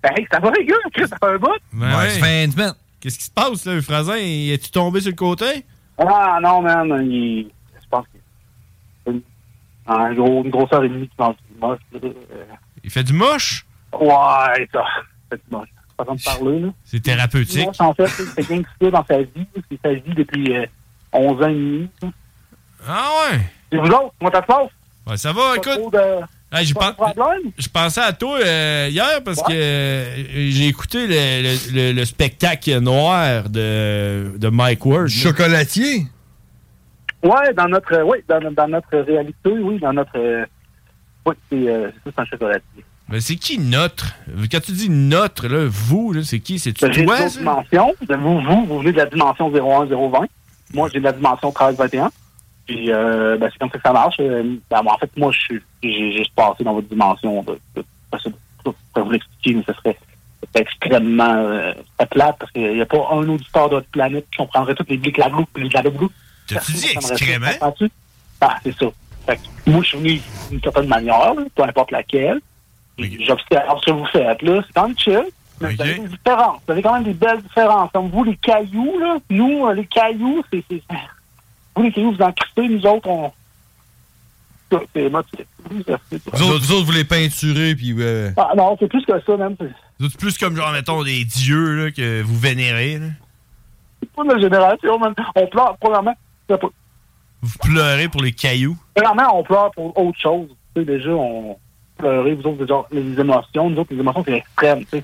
Ben, hey, ça va, les gars? Chris, ça fait un bout?
Ben
Ouais, ça fait une semaine.
Qu'est-ce qui se passe, là, Euphrasin? Es-tu tombé sur le côté?
Ah non, man, il... je pense qu'il c'est une- un gros, une grosseur et demie qui mange du moche. là. Euh,
Il fait du moche?
Ouais, ça, c'est du moche. C'est Pas comme parler, là.
C'est thérapeutique.
Moche, en fait, c'est quelqu'un qui fait dans sa vie, là. c'est sa vie depuis euh, 11 ans et demi. là.
Ah ouais?
C'est vous autres, comment ça se passe?
Ouais, ça va, écoute. Hey, je, pen- je pensais à toi euh, hier parce que euh, j'ai écouté le, le- le- le spectacle noir de, de Mike Ward.
Chocolatier?
Ouais, dans notre, euh, ouais, dans, dans notre réalité, oui, dans notre, euh, oui, c'est, euh, c'est un chocolatier.
Mais c'est qui notre? Quand tu dis notre, là, vous, là, c'est qui? C'est-tu
Ben, J'ai
toi?
d'autres
ça?
dimensions. Vous, vous, vous venez de la dimension 01020. Moi, j'ai de la dimension 1321. Puis, euh, ben, c'est comme ça que ça marche. Euh, ben, moi, en fait, moi, je suis- j'ai j'ai juste passé dans votre dimension. De, de, parce que, je pourrais vous l'expliquer, mais ce serait ce serait extrêmement euh, c'est plate parce qu'il n'y a pas un auditeur de notre planète qui comprendrait toutes les glitlaglous et les glitlaglous.
T'as-tu dit
extrêmement? Ah, c'est ça. Fait que moi, je suis venu ici d'une certaine manière, là, peu importe laquelle. J'observe ce que vous faites, là. C'est quand même chill. Mais vous avez des différences. Vous avez quand même des belles différences. Comme vous, les cailloux, là. Nous, euh, les cailloux, c'est. c'est- Vous, les cailloux, vous en crispez. Nous autres, on. C'est c'est émotif.
Vous autres, vous autres, vous les peinturez, puis. euh,
Ah, non, c'est plus que ça, même. C'est-
Vous êtes plus comme, genre, mettons, des dieux là, que vous vénérez. là.
C'est pas de la génération, man. On pleure, premièrement. c'est pas-
Vous pleurez pour les cailloux.
Premièrement, on pleure pour autre chose. Tu sais, déjà, on pleurait, vous autres, déjà, les émotions. Nous autres, les émotions, c'est extrême, tu sais.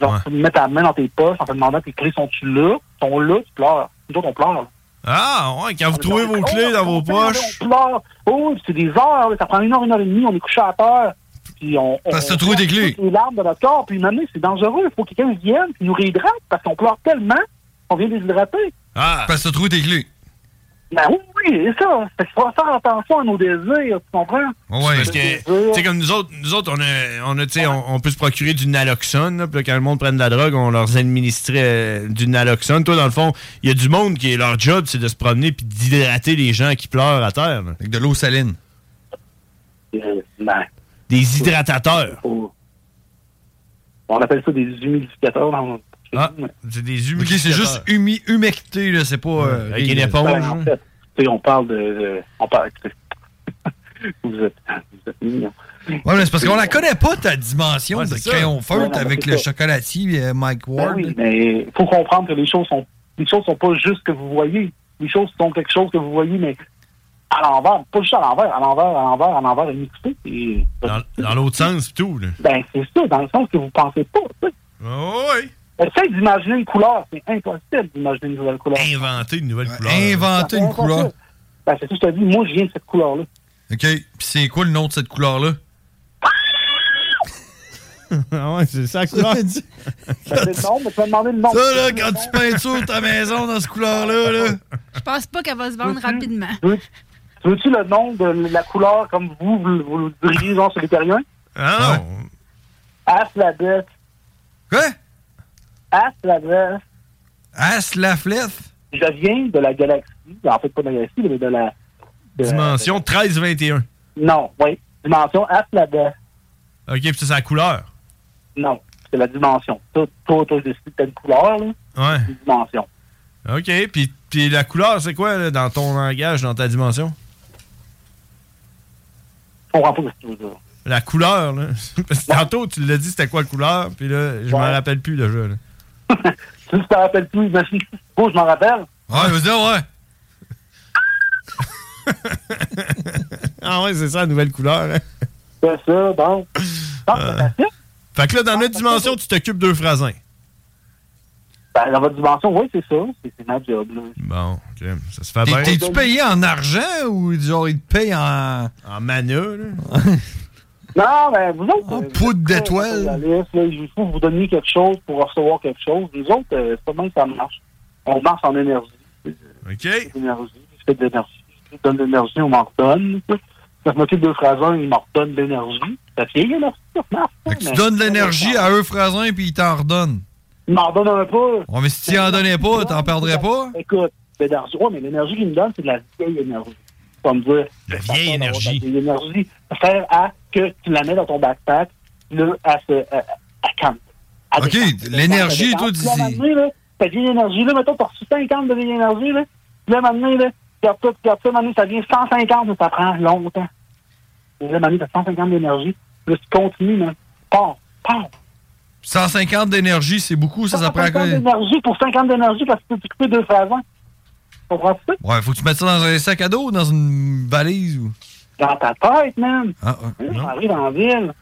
Donc, tu mets ta main dans tes poches en te demandant tes clés sont-tu là? Sont là, tu pleures. Nous autres, on pleure.
Ah, ouais, quand vous trouvez vos clés dans vos poches.
oh, On pleure. Oh, puis c'est des heures, là. ça prend une heure, une heure et demie, on est couché à terre. Puis on.
Parce que
on-
t'as trouvé des clés.
toutes Les larmes de notre corps, puis maintenant, c'est dangereux. Il faut que quelqu'un vienne, puis nous réhydrate, parce qu'on pleure tellement qu'on vient déshydrater.
Ah!
Parce que t'as trouvé tes clés.
Ben oui, oui, c'est ça. Fait qu'il faut faire attention à nos désirs, tu comprends?
Ouais. Parce que, tu sais, comme nous autres, nous autres, on a, on a, tu sais, on, on peut se procurer du naloxone, là, puis là, quand le monde prend de la drogue, on leur administrait euh, du naloxone. Toi, dans le fond, il y a du monde qui, leur job, c'est de se promener puis d'hydrater les gens qui pleurent à terre. Avec
de l'eau saline.
Euh, ben.
Des hydratateurs.
On appelle ça des humidificateurs dans
Ah, c'est des
Ok, c'est juste humi humecté, là, c'est pas. euh,
Avec une éponge, Ben, en fait, tu sais, on parle de. de- on parle. vous êtes, vous êtes mignons. Ben
Ouais, mais c'est parce qu'on la connaît pas, ta dimension de crayon
Ouais,
feutre
non,
avec
c'est
le
ça.
chocolatier euh, Mike
Ben
Ward.
oui, mais il faut comprendre que les choses sont les choses sont pas juste que vous voyez. Les choses sont quelque chose que vous voyez, mais à l'envers, pas juste à l'envers, à l'envers, à l'envers, à l'envers, à mixé. Et,
Dans, dans l'autre sens, pis tout, là.
ben, c'est ça, dans le sens que vous pensez pas. tu sais.
Ah oui.
Essaye d'imaginer une couleur. C'est impossible d'imaginer une nouvelle couleur.
Inventer une nouvelle
couleur. Inventer une couleur.
Ben, c'est ça, je te dis, moi, je viens de cette couleur-là.
OK. Puis c'est quoi le nom de cette couleur-là?
ah ouais, c'est ça, couleur.
Ben, c'est le nom, mais tu m'as demandé le nom.
Ça, là, quand tu peintures ta maison dans ce couleur-là, là.
Je pense pas qu'elle va se vendre rapidement.
Veux- Veux-tu le nom de la couleur comme vous, vous, vous le diriez, genre, sur les terriens?
Ah
As la bête.
Quoi?
As la bête.
As la flèche?
Je viens de la galaxie. En fait, pas de la galaxie, mais de la. de-
Dimension 13-21.
Non, oui. Dimension As la bête.
OK, puis ça, c'est la couleur.
Non, c'est la dimension. Toi, toi, toi, je décide telle couleur, là.
Ouais.
C'est une dimension.
OK, puis, puis la couleur, c'est quoi, là, dans ton langage, dans ta dimension?
Je comprends pas ce que tu veux dire.
La couleur, là. Parce que tantôt, tu l'as dit, c'était quoi la couleur, puis là, je m'en rappelle plus déjà, là.
Si tu te rappelles plus, imagine. Oh, je m'en rappelle.
Ouais, vas-y, ouais.
Ah ouais, c'est ça, la nouvelle couleur. hein.
C'est ça, bon. Ah,
Euh, Fait que là, dans notre dimension, tu t'occupes deux phrases.
Ben, dans votre dimension, oui, c'est ça. C'est c'est ma job, là.
Bon, OK, ça se fait
T'es-
bien.
T'es-tu payé en argent ou genre ils te payent en.
En mana, là?
Non, ben, vous autres. En
poudre d'étoile.
Il faut que vous donner quelque chose pour recevoir quelque chose. Nous autres, euh, c'est pas même que ça marche. On marche en énergie.
OK.
Énergie, je fais de l'énergie. Je donne de l'énergie, on m'en redonne. Ça se motive de Phrasin, il m'en redonne de l'énergie. Ça fait l'énergie, ça marche.
Fait que tu donnes de l'énergie à Euphrasin puis ils t'en redonnent.
Ils m'en redonnent un peu.
Ouais, mais si tu en donnais pas, t'en perdrais pas.
Écoute, l'énergie, ouais, mais l'énergie qu'ils me donnent, c'est de la vieille énergie. Comme dire. La vieille énergie. La vieille énergie. Faire à que tu la mets dans ton backpack, là, à se. à, à camp. À
OK,
descendre.
l'énergie,
À descendre. Puis
toi,
là,
tu dis-
maintenant, là, Ta vieille énergie, là, mettons, t'as reçu 50 de vieille énergie, là. Puis là, maintenant, là, regarde ça, regarde ça, maintenant, ça vient 150, mais ça prend longtemps. Et là, maintenant, t'as 150 d'énergie. Puis Là, tu continues, là. Pars, pars.
150 d'énergie, c'est beaucoup, ça, ça prend
50
quoi?
d'énergie pour 50 d'énergie parce que tu peux couper deux hein. fois avant. Comprends-tu?
Ouais, faut que tu mettes ça dans un sac à dos ou dans une valise ou.
Dans ta tête, man.
Ah, ah,
Là,
non.
Ça arrive en ville.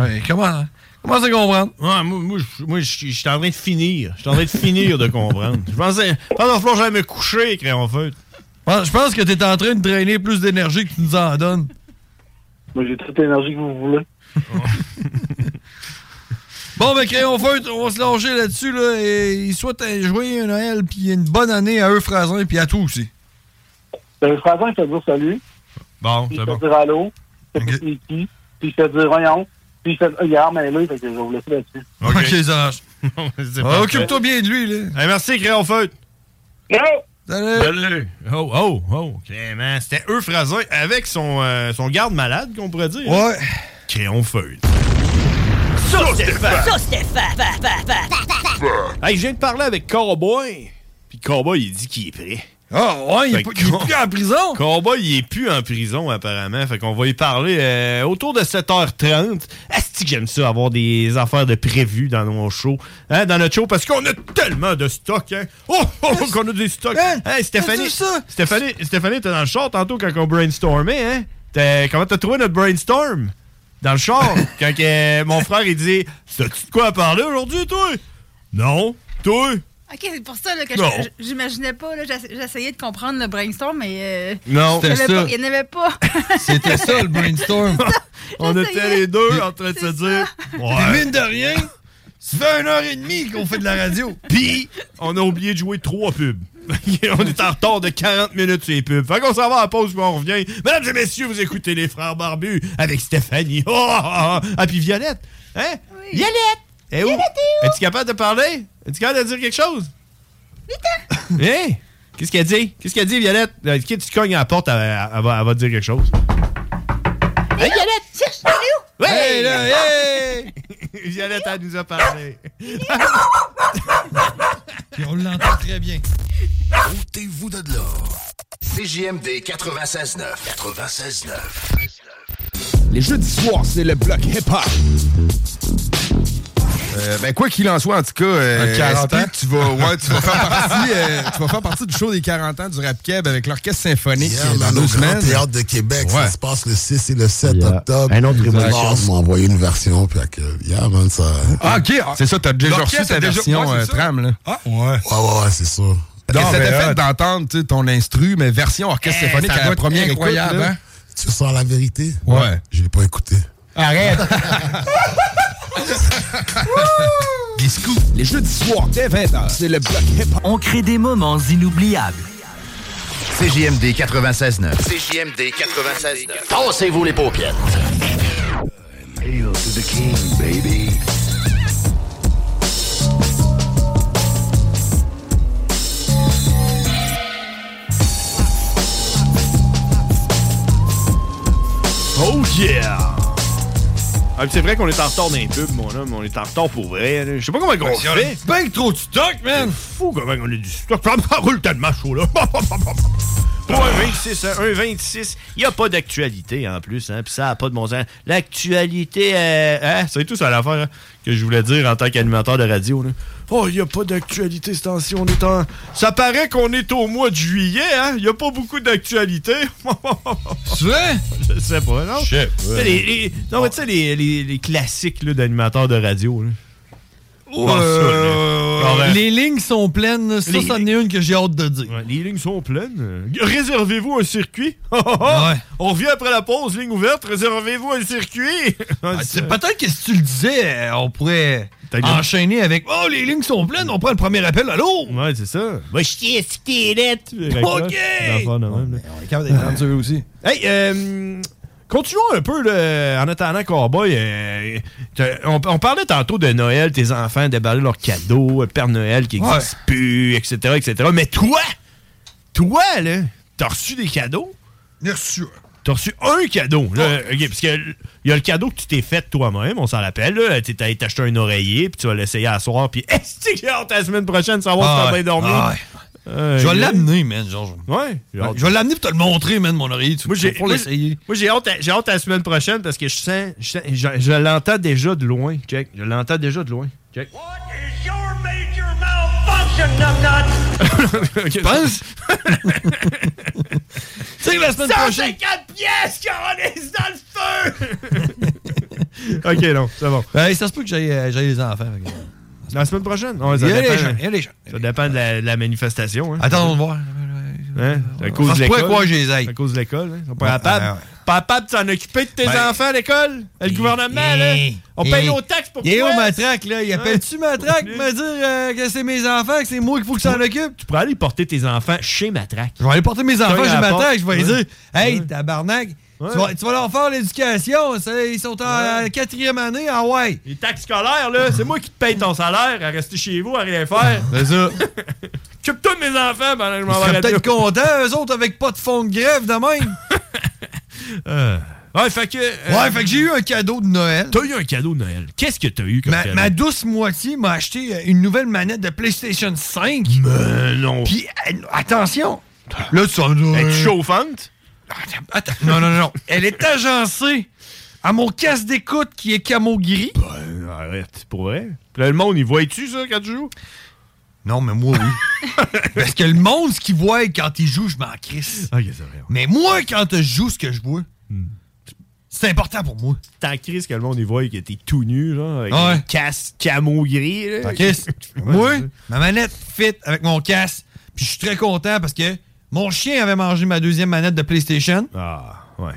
Ouais, comment, hein? comment ça comprendre?
Ouais, moi, moi, je- moi, je je suis en train de finir. Je suis en train de finir de comprendre. Je pensais, je pense qu'il va falloir que j'aille me coucher, crayon feutre.
Je pense que t'es en train de drainer plus d'énergie que tu nous en donnes.
Moi, j'ai toute l'énergie que vous voulez.
Bon, ben, crayon feutre, on va se lâcher là-dessus, là, et ils souhaitent un joyeux Noël, puis une bonne année à eux, Frasin, puis à toi aussi.
Le Frasin, je te dis salut.
Bon,
Puis je te dis allô. Puis je te dis qui. Puis je te dis voyons. Puis je te dis hier, mais là, fait que je vais vous laisser là-dessus.
OK, ça marche. Ah,
parfait.
Occupe-toi bien de lui, là.
Hey, merci, Crayon Feutre.
Salut.
Salut. Oh, oh, oh, Clément. C'était Euphrasin avec son, euh, son garde malade, qu'on pourrait dire.
Ouais.
Crayon Feutre.
Sauce
Stéphane.
Sauce Stéphane.
Hey, je viens de parler avec Cowboy. Puis Cowboy, il dit qu'il est prêt.
Ah, ouais, il est pas- il est plus en prison.
Cowboy, il est plus en prison, apparemment. Fait qu'on va y parler euh, autour de 7h30. Est-ce que j'aime ça, avoir des affaires de prévues dans nos shows? Hein, dans notre show, parce qu'on a tellement de stock, hein? Oh, oh, qu'on a des stocks!
Hein?
Hey, Stéphanie, Stéphanie, Stéphanie, t'es dans le char tantôt quand on brainstormait, hein? T'as- comment t'as trouvé notre brainstorm? Dans le char, quand que mon frère, il dit « T'as-tu de quoi à parler aujourd'hui, toi? »« Non. Toi? »
OK, c'est pour ça là, que
Non.
je- je- j'imaginais pas. là, j'essa- J'essayais de comprendre le brainstorm, mais. euh,
Non.
il y en avait
C'était ça.
pas- Il n'y en avait pas.
C'était ça, le brainstorm.
On était les deux en train de se dire.
Puis mine de rien, ça fait une heure et demie qu'on fait de la radio.
Puis, on a oublié de jouer trois pubs. on est en retard de 40 minutes sur les pubs. Fait qu'on s'en va à la pause, puis on revient. Mesdames et messieurs, vous écoutez Les Frères Barbus avec Stéphanie. Oh, ah, ah. Ah, puis Violette. Hein? Violette! Eh où? Es-tu capable de parler? Es-tu capable de dire quelque chose? Vite! Hein? Qu'est-ce qu'elle dit? Qu'est-ce qu'elle dit, Violette? Euh, Tu tu cognes à la porte, elle, elle va, elle va te dire quelque chose. Hey, Violette!
Cherche,
Ouais!
Hey,
là,
là,
hey! Violette, elle nous a parlé.
Puis on l'entend très bien.
Ôtez-vous de là. CJMD 96.9. 96.9.
Les jeudis soirs, c'est le bloc hip-hop. Euh, ben, quoi qu'il en soit, en tout cas, euh,
Un 40
SP,
ans.
tu vas, ouais, tu vas faire partie, euh, tu vas faire partie du show des 40 ans du Rap Keb avec l'Orchestre Symphonique
Hier,
euh, dans
dans
deux
le Grand
semaines.
Théâtre de Québec,
Ouais.
ça se passe le 6 et le 7 octobre.
Un autre
Marc
évolution.
m'a envoyé une version, puis que, yeah, man, ça...
Ah, ok. ah, C'est ça, t'as déjà
L'orchestre
reçu
a
ta
déjà-
version
ouais, c'est
euh,
ça.
tram, là.
Ah,
ouais. Ouais,
ouais, ouais, c'est ça.
Non,
Non,
mais
mais
c'était fait
là-
d'entendre tu sais, ton instru, mais version orchestre symphonique à la première écoute. là.
Tu sens la vérité?
Ouais.
Je l'ai pas écouté.
Arrête! Les scoops, les jeudis soirs dès 20h, c'est le bloc hip-hop.
On crée des moments inoubliables.
CJMD 96.9.
CJMD 96.
Tassez-vous les paupières.
Hail to the king, baby.
Oh yeah! Ah, puis c'est vrai qu'on est en retard dans les pubs, mon homme. On est en retard pour vrai. là. Je sais pas comment on
Parce qu'on a
fait. Ben trop de stock, man! Fou comment on a du stock. Ça me roule tellement chaud, là. 1,26, hein, 1,26. Il n'y a pas d'actualité en plus, hein, puis ça n'a pas de bon sens. L'actualité, euh, hein, c'est tout ça l'affaire hein, que je voulais dire en tant qu'animateur de radio. là. Oh, il n'y a pas d'actualité ce temps-ci, on est en... Ça paraît qu'on est au mois de juillet, hein? Il n'y a pas beaucoup d'actualité. tu
veux?
Je sais pas, non?
Je sais pas.
Tu sais, les- les- non, mais tu sais, les, les- les classiques là, d'animateurs de radio. là. Oh,
Euh,
ça, là. Ouais.
les lignes sont pleines. Ça,
Les-
c'en est une que j'ai hâte de dire.
Ouais, les lignes sont pleines. Euh, Réservez-vous un circuit. On revient après la pause, ligne ouverte. Réservez-vous un circuit.
c'est- Peut-être que si tu le disais, euh, on pourrait
T'as-
enchaîner avec Oh, les lignes sont pleines, on prend le premier appel. Allô?
Ouais, c'est ça. Moi, je tiens squelette.
OK!
On
est capable d'être rendu aussi.
Hey, euh, continuons un peu là, en attendant Cowboy. euh, t'as- on, on parlait tantôt de Noël, tes enfants déballer leurs cadeaux, euh, Père Noël qui n'existe plus, etc., etc. Mais toi, toi, là, t'as reçu des cadeaux?
Bien sûr.
T'as reçu un cadeau. Là, OK, parce que l- il y a le cadeau que tu t'es fait toi-même, on s'en rappelle. là. T'es allé t'acheter un oreiller, puis tu vas l'essayer à soir, puis est-ce que j'ai hâte à la semaine prochaine savoir
Ah
si t'as
ouais,
bien dormi?
ah ouais.
Euh,
je vais
là-
l'amener, man. Genre,
Ouais.
Ouais, je vais l'amener pour te le montrer, man, mon oreiller. Tu
Moi, j'ai,
pour
moi,
l'essayer.
moi, j'ai hâte, à, j'ai hâte à la semaine prochaine parce que je sens. Je, sens- je- je l'entends déjà de loin, check. Je l'entends déjà de loin, check.
Tu penses? C'est que la semaine prochaine.
150 pièces, coronis dans le feu!
ok, non, c'est bon.
Ben, ça se peut que j'aille euh, j'aille les enfants. fait que-
La semaine prochaine? Non,
Il y a les gens, il y a les gens.
Ça dépend de la, de la manifestation. Hein.
Attends, on va voir.
Hein? C'est À cause
Ça
de
se pourrait
l'école.
quoi, je les aille.
C'est À cause de l'école. Hein? Ils sont pas
Ouais,
capables.
ouais, ouais.
Pas capable de s'en occuper de tes
Ben-
enfants à l'école? Le gouvernement, là? On paye nos taxes pour
hein, Il est où
quoi?
Matraque, là? Il
Ouais.
appelle-tu Matraque me dire euh, que c'est mes enfants, que c'est moi qu'il faut que s'en occupe?
Tu pourrais aller porter tes enfants chez Matraque.
Je vais aller porter mes enfants chez Matraque, je vais
lui
lui dire Hey, tabarnak,
Ouais.
tu, vas, tu vas leur faire l'éducation, ça, ils sont en quatrième année, ah ouais.
Les taxes scolaires, là, c'est moi qui te paye ton salaire à rester chez vous, à rien faire.
C'est ça.
Occupe-toi de mes enfants pendant que je
Ils
m'en vais à la
seraient peut-être
radio.
contents, eux autres, avec pas de fonds de grève de même.
Euh, Ouais, fait que.
ouais, fait que j'ai eu un cadeau de Noël.
T'as eu un cadeau de Noël. Qu'est-ce que t'as eu comme
Ma,
cadeau?
ma douce moitié m'a acheté euh, une nouvelle manette de PlayStation 5. Mais
non.
Puis, euh, attention. Là, tu vas me
Es-tu chauffante?
Attends, non, non, non. Elle est agencée à mon casque d'écoute qui est camo gris.
Euh, Arrête, pour vrai. Puis là, le monde, il voit-tu ça quand tu joues?
Non, mais moi, oui. Parce que le monde, ce qu'il voit quand il joue, je m'en crisse.
Ah,
Mais moi, quand je joue ce que je vois, c'est important pour moi.
T'en crises que le monde, il voit que t'es tout nu, genre, avec
Ouais.
un casque camo gris. là.
T'en crisses. moi, ma manette fit avec mon casque. Puis je suis très content parce que mon chien avait mangé ma deuxième manette de PlayStation.
Ah, ouais.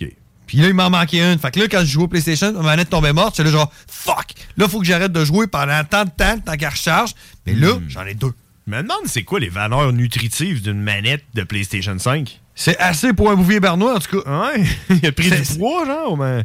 OK.
Puis là, il m'en manquait une. Fait que là, quand je jouais au PlayStation, ma manette tombait morte. J'étais là, genre, fuck! Là, faut que j'arrête de jouer pendant tant de temps, tant qu'elle recharge. Mais là,
Hmm.
j'en ai deux.
Je me demande c'est quoi les valeurs nutritives d'une manette de PlayStation 5?
C'est assez pour un bouvier barnois, en tout
cas. Ouais, il a pris du poids, genre, mais...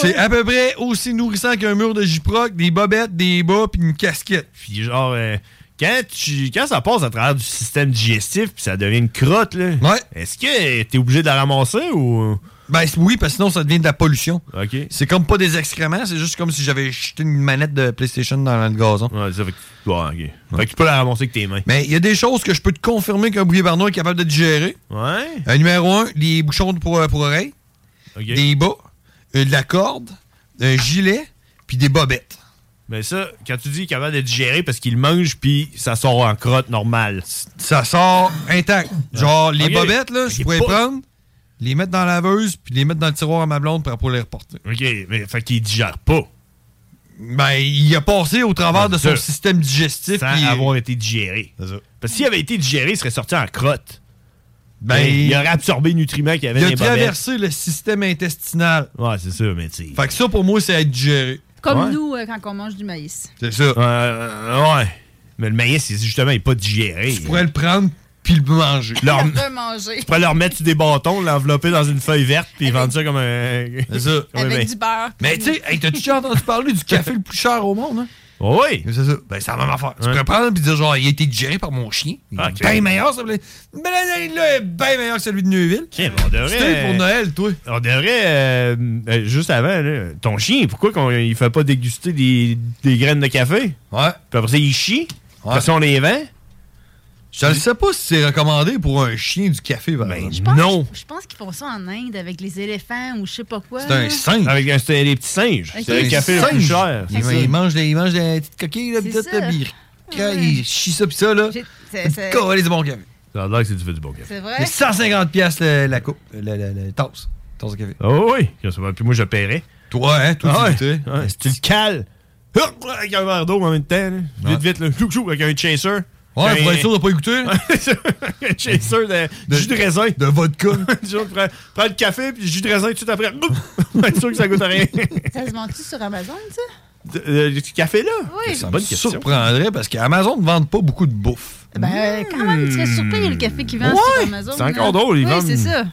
C'est
hein.
à peu près aussi nourrissant qu'un mur de J-Proc, des bobettes, des bas, puis une casquette.
Puis genre, euh, quand, tu- quand ça passe à travers du système digestif, puis ça devient une crotte, là, est-ce que Eh, t'es obligé de la ramasser ou...
Ben c- oui, parce que sinon ça devient de la pollution.
OK.
C'est comme pas des excréments, c'est juste comme si j'avais jeté une manette de PlayStation dans le gazon.
Ouais, ça fait que, ouais, ok. Fait que tu peux la ramasser avec tes mains.
Mais il y a des choses que je peux te confirmer qu'un bouvier barnois est capable de digérer.
Ouais.
Euh, numéro un, les bouchons pour, euh, pour oreilles, des bas, euh, de la corde, un gilet, puis des bobettes.
Mais ça, quand tu dis capable de digérer parce qu'il mange, puis ça sort en crotte normale.
Ça sort intact. Genre, les
Ok.
bobettes, là, je
Ok,
pourrais
pas-
prendre, les mettre dans la laveuse, puis les mettre dans le tiroir à ma blonde pour, pour les reporter.
OK, mais fait qu'il digère pas.
Ben, il a passé au travers de son système digestif.
Sans
puis-
avoir été digéré. Parce que s'il avait été digéré, il serait sorti en crotte.
Ben,
Et il aurait absorbé les nutriments qu'il y avait
Il
dans
a
les bobettes.
traversé le système intestinal.
Ouais, c'est ça, mais tu
Fait que ça, pour moi, c'est à digérer.
Comme
Ouais. Euh,
nous, euh, quand on mange du maïs.
C'est ça.
ouais. Mais le maïs, il- justement, il n'est pas digéré. Tu
pourrais le prendre puis le manger.
Leur...
On peut manger.
Tu pourrais leur mettre sur des bâtons, l'envelopper dans une feuille verte, puis vendre ça comme un.
C'est ça.
comme un
Avec
maïs.
du beurre.
Mais tu sais, hey, t'as-tu déjà entendu parler du café le plus cher au monde? Hein?
Oui.
C'est ça. Ben, c'est la même affaire. Tu peux le prendre puis dire, genre, il a été digéré par mon chien. Il est
Ok.
bien meilleur, ça. Mais là, il est bien meilleur que celui de Neuville.
on devrait. euh,
C'était pour Noël, toi.
On devrait. euh, euh, juste avant, là, ton chien, pourquoi qu'on, il fait pas déguster des, des graines de café?
Ouais.
Puis après ça, il chie. Après ça, on les vend.
Je ne sais pas si c'est recommandé pour un chien du café, par exemple.
Ben, non.
Je pense qu'ils font ça en Inde avec les éléphants ou je sais pas quoi.
C'est un
là.
singe.
Avec un, c'est des petits singes.
Ok.
C'est
Un
le café le plus
singe.
cher.
Il, il mange des, il mange des petites coquilles, là, pis
C'est
tout,
ça.
là, pis il- il chie ça, pis ça, là.
C'est- c'est-
Coller du bon café.
Ça a l'air que c'est du fait du bon café.
C'est vrai?
C'est 150 pièces la coupe, la, la, la tasse. Tasse de café.
Oh oui. Ça va, Puis moi, je paierais.
Toi, hein, toi,
Ah
tu
ouais.
goûtais.
Ouais, Si tu le cales, hop, avec un verre d'eau en même temps, là. vite, vite, là, chou, chou, avec un chaser.
Ouais,
Avec
pour
un-
être sûr de pas écouter.
un chaser de, jus de raisin.
De vodka.
Tu vois, prends, prends le café, puis le jus de raisin tout de suite après. Boum! Pour être sûr que ça goûte à rien.
Ça se vend-tu sur Amazon, ça?
De- euh, Du café, là?
Oui.
C'est une bonne question.
surprendrait parce qu'Amazon ne vend pas beaucoup de bouffe.
Ben, quand même, tu serais surpris le café qu'ils vendent sur Amazon.
C'est encore
là.
drôle, ils
oui,
vendent-
c'est ça.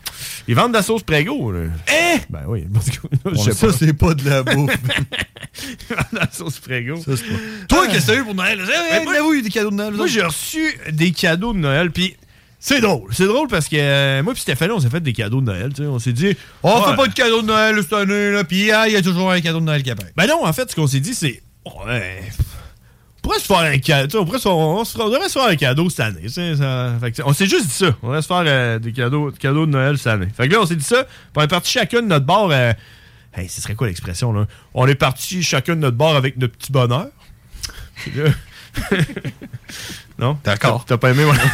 Ils vendent de la sauce Prego, là. Eh! Ben oui, parce que je sais
ça,
pas.
c'est pas de la bouffe.
Ils vendent de la sauce Prego.
Toi, qu'est-ce que t'as eu pour Noël?
Euh. Ben, moi-
Vous, des cadeaux de Noël? vous
Moi,
autres?
j'ai reçu des cadeaux de Noël, puis c'est drôle. C'est drôle parce que euh, moi puis Stéphanie, on s'est fait des cadeaux de Noël. tu sais. On s'est dit...
On
Ah,
fait pas de cadeaux de Noël cette année, là, pis ah, il y a toujours un cadeau de Noël qui apparaît.
Ben non, en fait, ce qu'on s'est dit, c'est... oh, ben, on pourrait se faire un cadeau. tu sais, On, pourrait se faire- on se- on devrait se faire un cadeau cette année. tu sais, ça- fait que, on s'est juste dit ça. On devrait se faire euh, des cadeaux, des cadeaux de Noël cette année. Fait que là, on s'est dit ça. Puis on est parti chacun de notre bord. euh, hey, ce serait quoi l'expression, là? On est parti chacun de notre bord avec notre petit bonheur. Puis là- non? D'accord. T'as pas aimé, moi?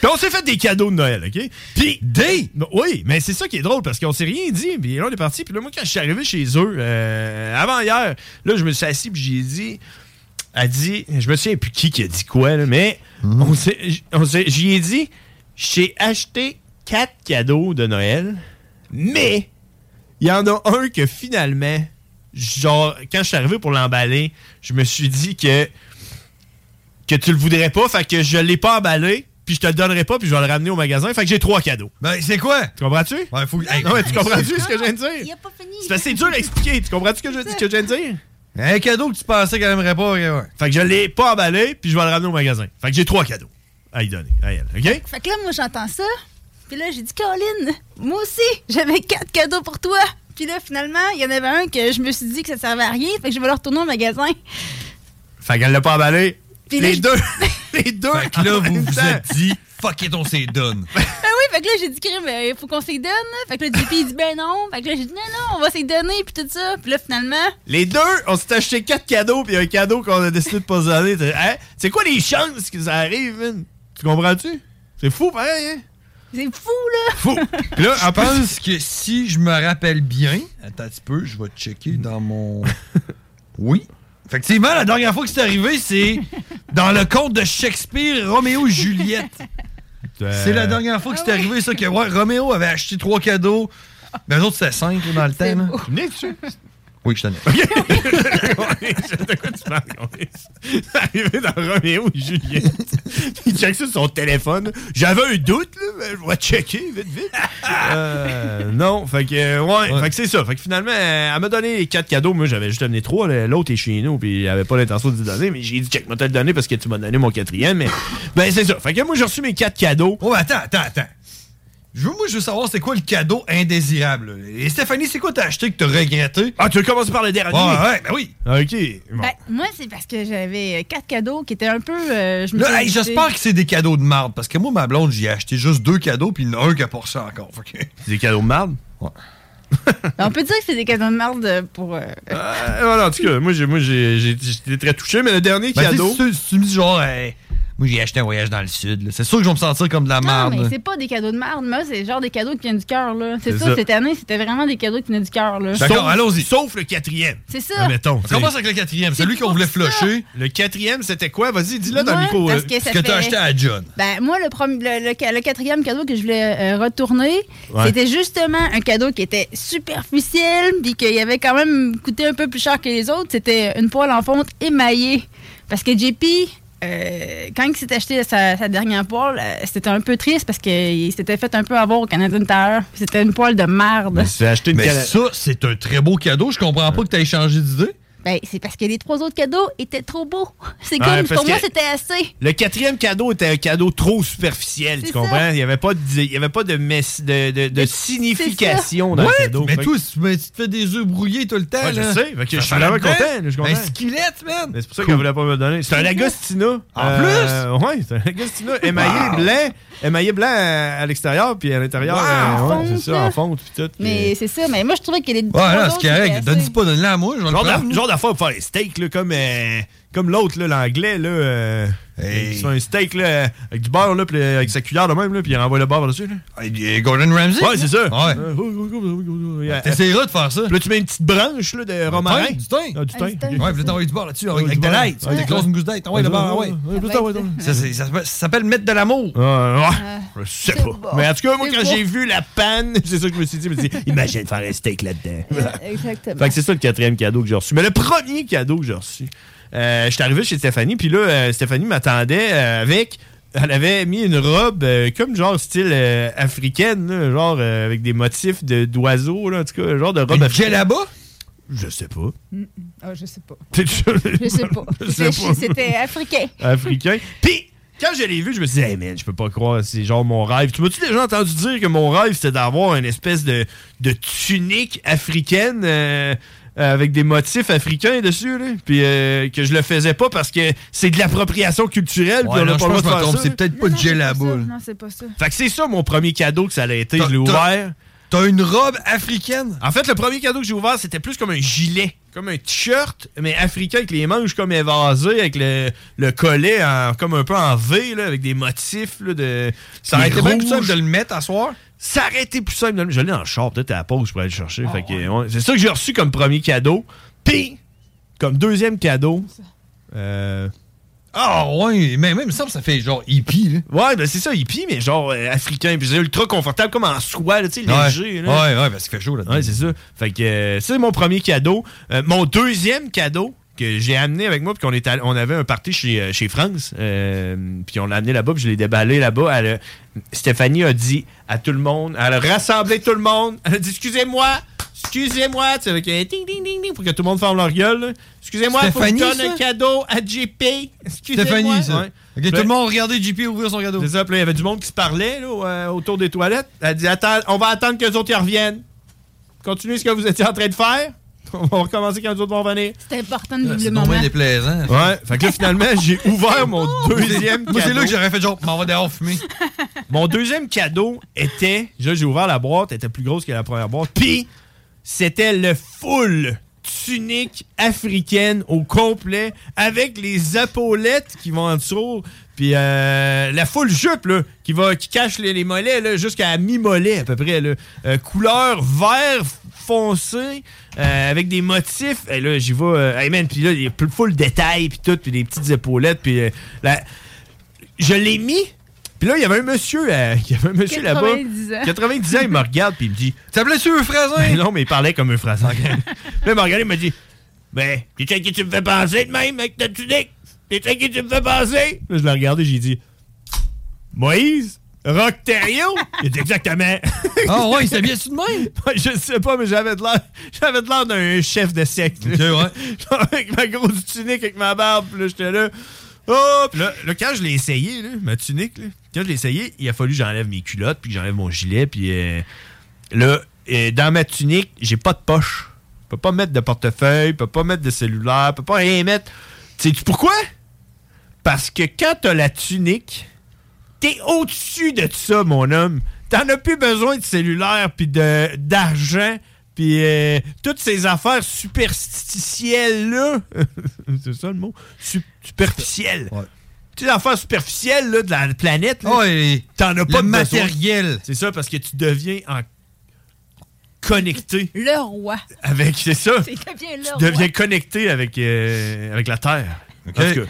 Puis on s'est fait des cadeaux de Noël, OK? Puis. Des! Oui, mais c'est ça qui est drôle parce qu'on s'est rien dit. Puis là, on est parti. Puis là, moi, quand je suis arrivé chez eux, euh, avant hier, là, je me suis assis. Puis j'ai dit. Elle dit. Je me souviens plus
Mhm.
qui qui a dit quoi, là, mais. on s'est- j- on s'est- J'y ai dit. J'ai acheté quatre cadeaux de Noël, mais il y en a un que finalement, genre, quand je suis arrivé pour l'emballer, je me suis dit que que tu le voudrais pas, fait que je l'ai pas emballé, puis je te le donnerai pas, puis je vais le ramener au magasin, fait que j'ai trois cadeaux.
Ben, c'est quoi?
Tu comprends-tu?
Ouais, faut... Hey,
Non, mais tu comprends-tu ce que je viens de dire? Il pas fini. C'est parce que c'est dur à expliquer. Tu comprends-tu ce que je- ce que je viens de dire?
Un cadeau que tu pensais qu'elle aimerait pas. ouais, ouais.
Fait que je l'ai pas emballé, puis je vais le ramener au magasin. Fait que j'ai trois cadeaux à lui donner, à elle, OK?
Fait que là, moi, j'entends ça. Puis là, j'ai dit, Caroline, moi aussi, j'avais quatre cadeaux pour toi. Puis là, finalement, il y en avait un que je me suis dit que ça servait à rien. Fait que je vais le retourner au magasin. Ben
Fait qu'elle l'a pas emballé.
Puis là,
les
je-
deux. les deux.
Fait que là, vous vous êtes dit, fuck it, on s'est donne.
Ben oui, fait que là, j'ai dit, crime, il faut qu'on s'y donne. là. Fait que là, JP, il dit, ben non. Fait que là, j'ai dit, non, non, on va s'y donner, puis tout ça. Puis là, finalement,
Les deux, on s'est acheté quatre cadeaux, puis un cadeau qu'on a décidé de pas se donner. T'es- Hein? C'est quoi les chances que ça arrive, man? Tu comprends-tu? C'est fou, pareil, hein?
c'est fou, là.
Fou.
Puis là, je pense que si je me rappelle bien, attends un petit peu, je vais checker dans mon. Oui. Effectivement, la dernière fois que c'est arrivé, c'est dans le conte de Shakespeare, Roméo et Juliette.
Euh,
C'est la dernière fois que
Ah
c'est arrivé, ça, que ouais, Roméo avait acheté trois cadeaux. Mais eux autres, c'était cinq là, dans le thème. là. Oui, je t'en ai.
de quoi tu parles? On est- C'est arrivé dans Roméo et Juliette. Il check ça sur son téléphone. J'avais un doute, là, mais je vais checker vite, vite. Euh, non, fait que, euh, ouais, fait que c'est ça. Fait que finalement, euh, elle m'a donné les quatre cadeaux. Moi, j'avais juste amené trois. là. L'autre est chez nous, puis j'avais pas l'intention de lui donner. Mais j'ai dit, check, moi, te le donné parce que tu m'as donné mon quatrième. Mais, ben, c'est ça. Fait que moi, j'ai reçu mes quatre cadeaux.
Oh, attends, attends, attends. Je veux, moi, je veux savoir c'est quoi le cadeau indésirable. là. Et Stéphanie, c'est quoi t'as acheté que t'as regretté?
Ah, tu veux commencer par le dernier? Ah,
Ouais, ouais, ben oui.
OK.
Ben, moi, c'est parce que j'avais euh, quatre cadeaux qui étaient un peu. euh, je me
Là,
suis
hey,
invitée.
j'espère que c'est des cadeaux de marde, parce que moi, ma blonde, j'ai acheté juste deux cadeaux, puis il y en a un qui a pour ça encore.
Des cadeaux de marde?
Ouais.
Ben, On peut dire que c'est des cadeaux de merde euh, pour. euh,
Euh, voilà, en tout cas, moi, j'ai- moi, j'ai- j'ai- j'étais très touché, mais le dernier
Ben,
cadeau.
tu sais, Si tu, si tu me dis genre, hey, moi, j'ai acheté un voyage dans le sud, là, c'est sûr que je vais me sentir comme de la
Non,
Ah, marde.
mais
là.
c'est pas des cadeaux de merde, moi, c'est genre des cadeaux qui viennent du cœur, là. C'est
C'est
ça,
ça.
cette année, c'était vraiment des cadeaux qui venaient du cœur, là.
D'accord,
Sauf-
allons-y.
Sauf le quatrième.
C'est ça.
Admettons.
On commence avec le quatrième, celui qu'on voulait flusher.
Le quatrième, c'était quoi? Vas-y, dis-le dans
Moi,
le micro. euh, hein?
parce que ça Ce que t'as fait- acheté à
John.
Ben, moi, le, premier, le, le ca- le quatrième cadeau que je voulais euh, retourner,
Ouais.
c'était justement un cadeau qui était superficiel, puis qu'il avait quand même coûté un peu plus cher que les autres. C'était une poêle en fonte émaillée. Parce que JP, euh, quand il s'est acheté sa, sa dernière poêle, euh, c'était un peu triste parce qu'il s'était fait un peu avoir au Canadian Tire. C'était une poêle de merde.
Ben, acheté
Mais
cana-
ça, c'est un très beau cadeau. Je comprends pas que t'aies changé d'idée.
Ben, c'est parce que les trois autres cadeaux étaient trop beaux. C'est
Ouais,
comme,
parce
pour moi,
que-
c'était assez.
Le quatrième cadeau était un cadeau trop superficiel, tu
C'est
comprends?
ça.
Il n'y avait pas de, il y avait pas de, mess- de, de- de signification dans
Ouais,
le cadeau.
Mais
Fait que-
toi, si tu, mais tu te fais des œufs brouillés tout le temps.
Ouais, je
là.
sais, fait que
Ça
je suis
fait Ben,
vraiment
là-dedans.
content, là, je suis
Un
content.
squelette, man.
Mais c'est pour ça qu'elle voulait pas me le donner. C'est un Lagostina.
En
plus? Oui, c'est un Lagostina émaillé blanc. Émaillé blanc à, à l'extérieur, puis à l'intérieur.
Wow,
euh,
en
ouais,
fonte,
c'est
là.
ça, en fonte, puis tout.
Mais c'est ça, mais moi, je trouvais que les trois
Ouais, là,
autres,
c'est correct.
c'était
Donne-y
assez.
Pas donné à moi, je vais le
Genre
prendre.
d'a- genre d'affaire pour faire les steaks, là, comme, euh, comme l'autre, là, l'anglais, là. euh, Ils font un steak, là, avec du beurre, là, puis euh, avec sa cuillère, de même, là, puis il renvoie le beurre par-dessus, là.
euh, Gordon Ramsay?
Ouais, c'est ça.
Ouais.
Euh, euh,
T'essaieras de faire ça.
Puis là, tu mets une petite branche, là, de romarin.
thym, du thym.
Ah, du thym.
Ouais, puis là, t'envoies du beurre là-dessus, avec
du
avec de
beurre.
l'ail. Tu
Ouais.
mets des grosses mousses d'ail, t'envoies le beurre, ouais. Ça, c'est- ça s'appelle- ça s'appelle mettre de l'amour.
Je sais pas. Mais en tout cas, moi, quand j'ai vu la panne, c'est ça que je me suis dit. Je me suis dit, imagine faire un steak là-dedans.
Exactement.
Fait que c'est ça le quatrième cadeau que j'ai reçu. Mais le premier cadeau que j'ai reçu, euh, je suis arrivé chez Stéphanie, puis là, euh, Stéphanie m'attendait euh, avec. Elle avait mis une robe euh, comme genre style euh, africaine, là, genre euh, avec des motifs de- d'oiseaux, là, en tout cas, genre de robe
Une
africaine.
djellaba?
Je sais pas.
Ah, je sais pas.
T'es sûr?
Je sais pas.
Je sais
C'était-
pas.
C'était africain.
africain. Puis, quand je l'ai vu, je me suis dit, hey man, je peux pas croire, c'est genre mon rêve. Tu m'as-tu déjà entendu dire que mon rêve, c'était d'avoir une espèce de, de tunique africaine euh, euh, avec des motifs africains dessus, là? Puis euh, que je le faisais pas parce que c'est de l'appropriation culturelle, puis
Ouais,
on
non,
a
je
pas le
pense
droit de faire
que je me trompe,
ça.
c'est peut-être pas de gel à boule.
Non, c'est pas ça.
Fait que c'est ça mon premier cadeau que ça a été. Je l'ai
T'as-
ouvert.
T'as une robe africaine?
En fait, le premier cadeau que j'ai ouvert, c'était plus comme un gilet. Comme un t-shirt, mais africain, avec les manches comme évasées, avec le, le collet en- comme un peu en V, là, avec des motifs. là, de... Ça
Il
aurait
est
été bien
rouge.
plus simple de le mettre à soir. Ça aurait été plus simple de le mettre. Je l'ai en char, peut-être à la pause, je pourrais aller le chercher. Fait que, Ah ouais, C'est ça que j'ai reçu comme premier cadeau. Puis, comme deuxième cadeau, euh,
Ah ouais, mais même ça, ça fait genre hippie.
Ouais, ben c'est ça, hippie, mais genre euh, africain. Puis c'est ultra confortable, comme en soie, là, tu sais, léger.
Ouais, ouais, ouais, parce qu'il fait chaud là
Ouais, c'est ça. Fait que euh, c'est mon premier cadeau. Euh, mon deuxième cadeau que j'ai amené avec moi, puis qu'on est allé- on avait un party chez, euh, chez France, euh, puis on l'a amené là-bas, puis je l'ai déballé là-bas. Elle a- Stéphanie a dit à tout le monde, elle a rassemblé tout le monde, elle a dit « Excusez-moi, excusez-moi », tu sais, avec un ding ding ding ding pour que tout le monde ferme leur gueule. là. Excusez-moi, faut que je
Stéphanie,
donne
ça?
un cadeau à JP. Excusez-moi.
Stéphanie, ça.
Ouais.
Ok, tout le monde regardait JP ouvrir son cadeau.
C'est ça, puis là, il y avait du monde qui se parlait là, au- euh, autour des toilettes. Elle dit Attends, on va attendre que les autres y reviennent. Continuez ce que vous étiez en train de faire. On va recommencer quand les autres vont venir.
C'est important de vivre le
Non,
moment.
mais déplaisant. Oh!
Ouais, fait que là, finalement, j'ai ouvert mon deuxième
Moi, c'est
cadeau.
là que j'aurais fait genre, m'en va dehors fumer.
Mon deuxième cadeau était. Là, j'ai ouvert la boîte, elle était plus grosse que la première boîte. Puis, c'était le full tunique africaine au complet avec les épaulettes qui vont en dessous. Puis euh, la full jupe là, qui va qui cache les, les mollets là, jusqu'à mi-mollet à peu près. là. Euh, couleur vert foncé euh, avec des motifs. Et là, j'y vais. euh, hey man, puis là, il y a full détail puis tout, puis des petites épaulettes. Puis euh, la- je l'ai mis. Puis là, il y avait un monsieur, euh, il y avait un monsieur là-bas.
90 ans.
90 ans, il me regarde puis il me dit T'appelais-tu Euphrasin Ben Non, mais il parlait comme Euphrasin. là, il m'a regardé, il m'a dit Ben, t'es ça qui tu me fais penser de même avec ta tunique T'es ça qui tu me fais penser Là, je l'ai regardé, j'ai dit Moïse Rock Terrio Il dit exactement.
Ah ouais, il s'habillait-tu
de même Je sais pas, mais j'avais de l'air j'avais de l'air d'un chef de secte. là. Genre, avec ma grosse tunique, avec ma barbe, puis là, j'étais là. Oh, puis là, là, quand je l'ai essayé, là, ma tunique, là, quand je l'ai essayé, il a fallu que j'enlève mes culottes, puis que j'enlève mon gilet, puis euh, là, euh, dans ma tunique, j'ai pas de poche. Je peux pas mettre de portefeuille, je peux pas mettre de cellulaire, je peux pas rien mettre. Sais-tu pourquoi? Parce que quand t'as la tunique, t'es au-dessus de ça, mon homme. T'en as plus besoin de cellulaire, puis de- d'argent, puis euh, toutes ces affaires superstitielles-là. C'est ça le mot? Sup- superficielles. Toutes les affaires superficielles là, de la planète, là, t'en as pas de matériel. C'est ça, parce que tu deviens en connecté
Le roi.
avec... C'est ça.
C'est devient le
Tu deviens
roi.
connecté avec, euh, avec la Terre. Parce que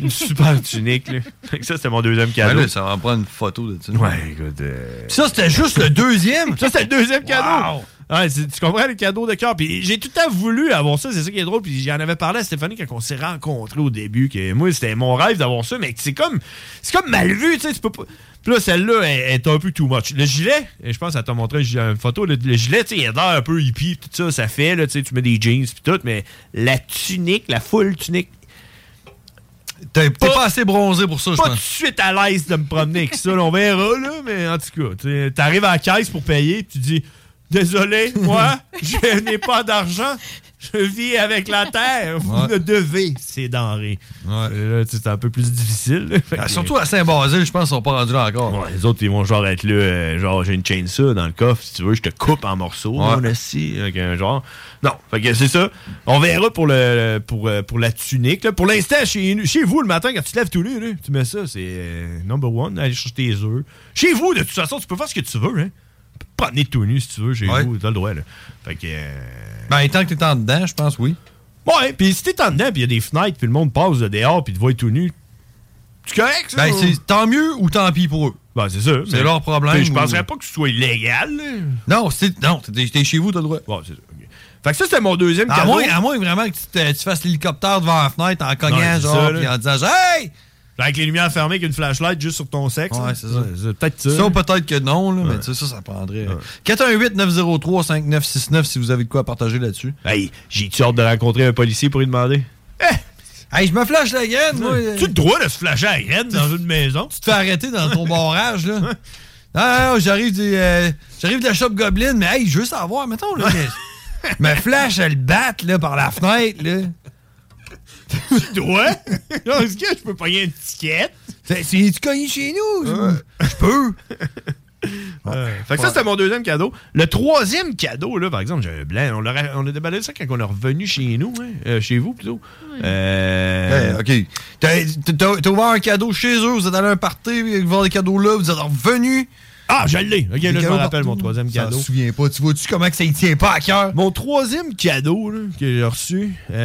une super tunique. Là. Fait que Ça, c'était mon deuxième cadeau.
Ben là, ça va en prendre une photo de ça.
Ouais, écoute. euh,
Ça, c'était juste le deuxième.
Ça, c'était le deuxième cadeau. Ouais, c'est- tu comprends le cadeau de cœur. Puis j'ai tout le temps voulu avoir ça. C'est ça qui est drôle. Puis j'en avais parlé à Stéphanie quand on s'est rencontrés au début. Que moi, c'était mon rêve d'avoir ça. Mais que c'est comme, c'est comme mal vu. Tu sais, tu peux pas. Puis là, celle-là elle- elle est un peu too much. Le gilet, et je pense à t'a montré une photo. Le, le gilet, tu sais, il a l'air un peu hippie. Tout ça, ça fait. Là, tu sais, tu mets des jeans. Puis tout. Mais la tunique, la full tunique. T'es pas, assez bronzé pour ça, je pense. Pas tout de suite à l'aise de me promener avec ça. là. on verra, là, mais en tout cas, tu- t'arrives à la caisse pour payer, puis tu dis Désolé, moi, je n'ai pas d'argent. Je vis avec la terre. Vous
Ouais.
me devez ces denrées. Euh, là, tu sais, c'est un peu plus difficile. là. Fait
Ah,
que-
surtout à Saint-Basile, je pense qu'ils sont pas rendus là encore.
Ouais, les autres, ils vont genre être là, euh, genre, j'ai une chainsaw dans le coffre, si tu veux, je te coupe en morceaux,
Ouais.
mon assis, avec un genre. Non, fait que c'est ça. On verra pour le pour, euh, pour la tunique. là. Pour l'instant, chez, nous- chez vous, le matin, quand tu te lèves tout nu, là, tu mets ça, c'est euh, number one, aller chercher tes œufs. Chez vous, de toute façon, tu peux faire ce que tu veux, hein. Tu peux te promener tout nu si tu veux, chez vous, t'as le droit, là. Fait que... euh,
Ben, tant que t'es en dedans, je pense, oui.
Ouais, puis si t'es en dedans, puis il y a des fenêtres, puis le monde passe de dehors, puis te voit tout nu, c'est correct, ça?
Ben, c'est tant mieux ou tant pis pour eux.
Ben, c'est ça.
C'est
mais-
leur problème.
Je
ou-
penserais pas que ce soit illégal, là.
Non, c'est. Non, t'es t'es chez vous, t'as le droit.
Bon, c'est ça. Fait que ça, c'était mon deuxième
à
cadeau.
Moins, à moins vraiment que tu, te- tu fasses l'hélicoptère devant la fenêtre en cognant,
Ouais, c'est
genre,
ça, là.
puis en disant Hey!
Avec les lumières fermées, avec une flashlight juste sur ton sexe.
Ouais,
là.
c'est ça.
Peut-être ça.
Ça, peut-être que non, là, mais tu sais, ça, ça prendrait. 418-903-5969 si vous avez de quoi à partager là-dessus.
Hey, j'ai-tu hâte de rencontrer un policier pour lui demander?
Hey, je me flash la graine, moi.
Tu as le droit de se flasher à la graine dans une maison.
Tu te fais arrêter dans ton barrage, là. Ah, ah, j'arrive du, euh, j'arrive de la shop Goblin, mais hey, je veux savoir, mettons, là. mais- Me flash, elle batte, là, par la fenêtre, là.
Tu dois? Non, Est-ce que je peux pogner une ticket?
C'est tu cogné chez nous? Je peux.
Euh, Fait que ça, c'était mon deuxième cadeau. Le troisième cadeau, là, par exemple, j'ai un blanc. On, l'a on a déballé ça quand on est revenu chez nous, hein, euh, chez vous plutôt. Euh,
Eh, OK. T'as- T'as t'as ouvert un cadeau chez eux, vous êtes allé à un party, vous avez ouvert des cadeaux là, vous êtes revenu.
Ah, je l'ai. Ok, là, je me rappelle mon troisième cadeau.
Je me souviens pas. Tu vois-tu comment que ça y tient pas à cœur?
Mon troisième cadeau là, que j'ai reçu. euh,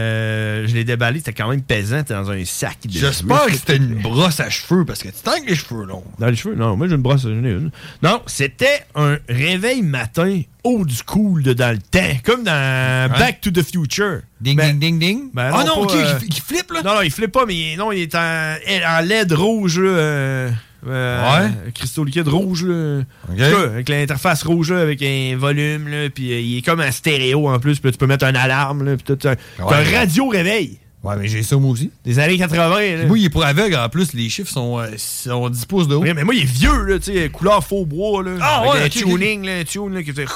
Euh, je l'ai déballé, c'était quand même pesant, c'était dans un sac. de
J'espère
cheveux.
que c'était une brosse à cheveux parce que tu tangues les cheveux longs.
Dans les cheveux? Non, moi j'ai une brosse, j'en ai une. Non, c'était un réveil matin old school de dans le temps, comme dans Back to the Future.
Ding, ding, ding, ding.
Ben
Ah non,
pas,
ok,
euh,
il- il flippe là?
Non, non, il flippe pas, mais il- non, il est en, en LED rouge, là, euh, euh, cristaux liquides rouge, là. En tout cas, avec l'interface rouge, là, avec un volume, là, puis euh, il est comme en stéréo en plus, puis là, tu peux mettre un alarme, là, puis tout. ça. C'est
Ah Ouais.
un radio réveil.
Ouais, mais j'ai ça moi aussi.
Des années 80, là.
Moi, il est pour aveugle en plus, les chiffres sont, euh, sont 10 pouces de haut.
mais moi, il est vieux, là, tu sais, couleur faux bois, là.
Ah ouais,
Avec
ok,
le tuning, là, le tune, là, qui fait.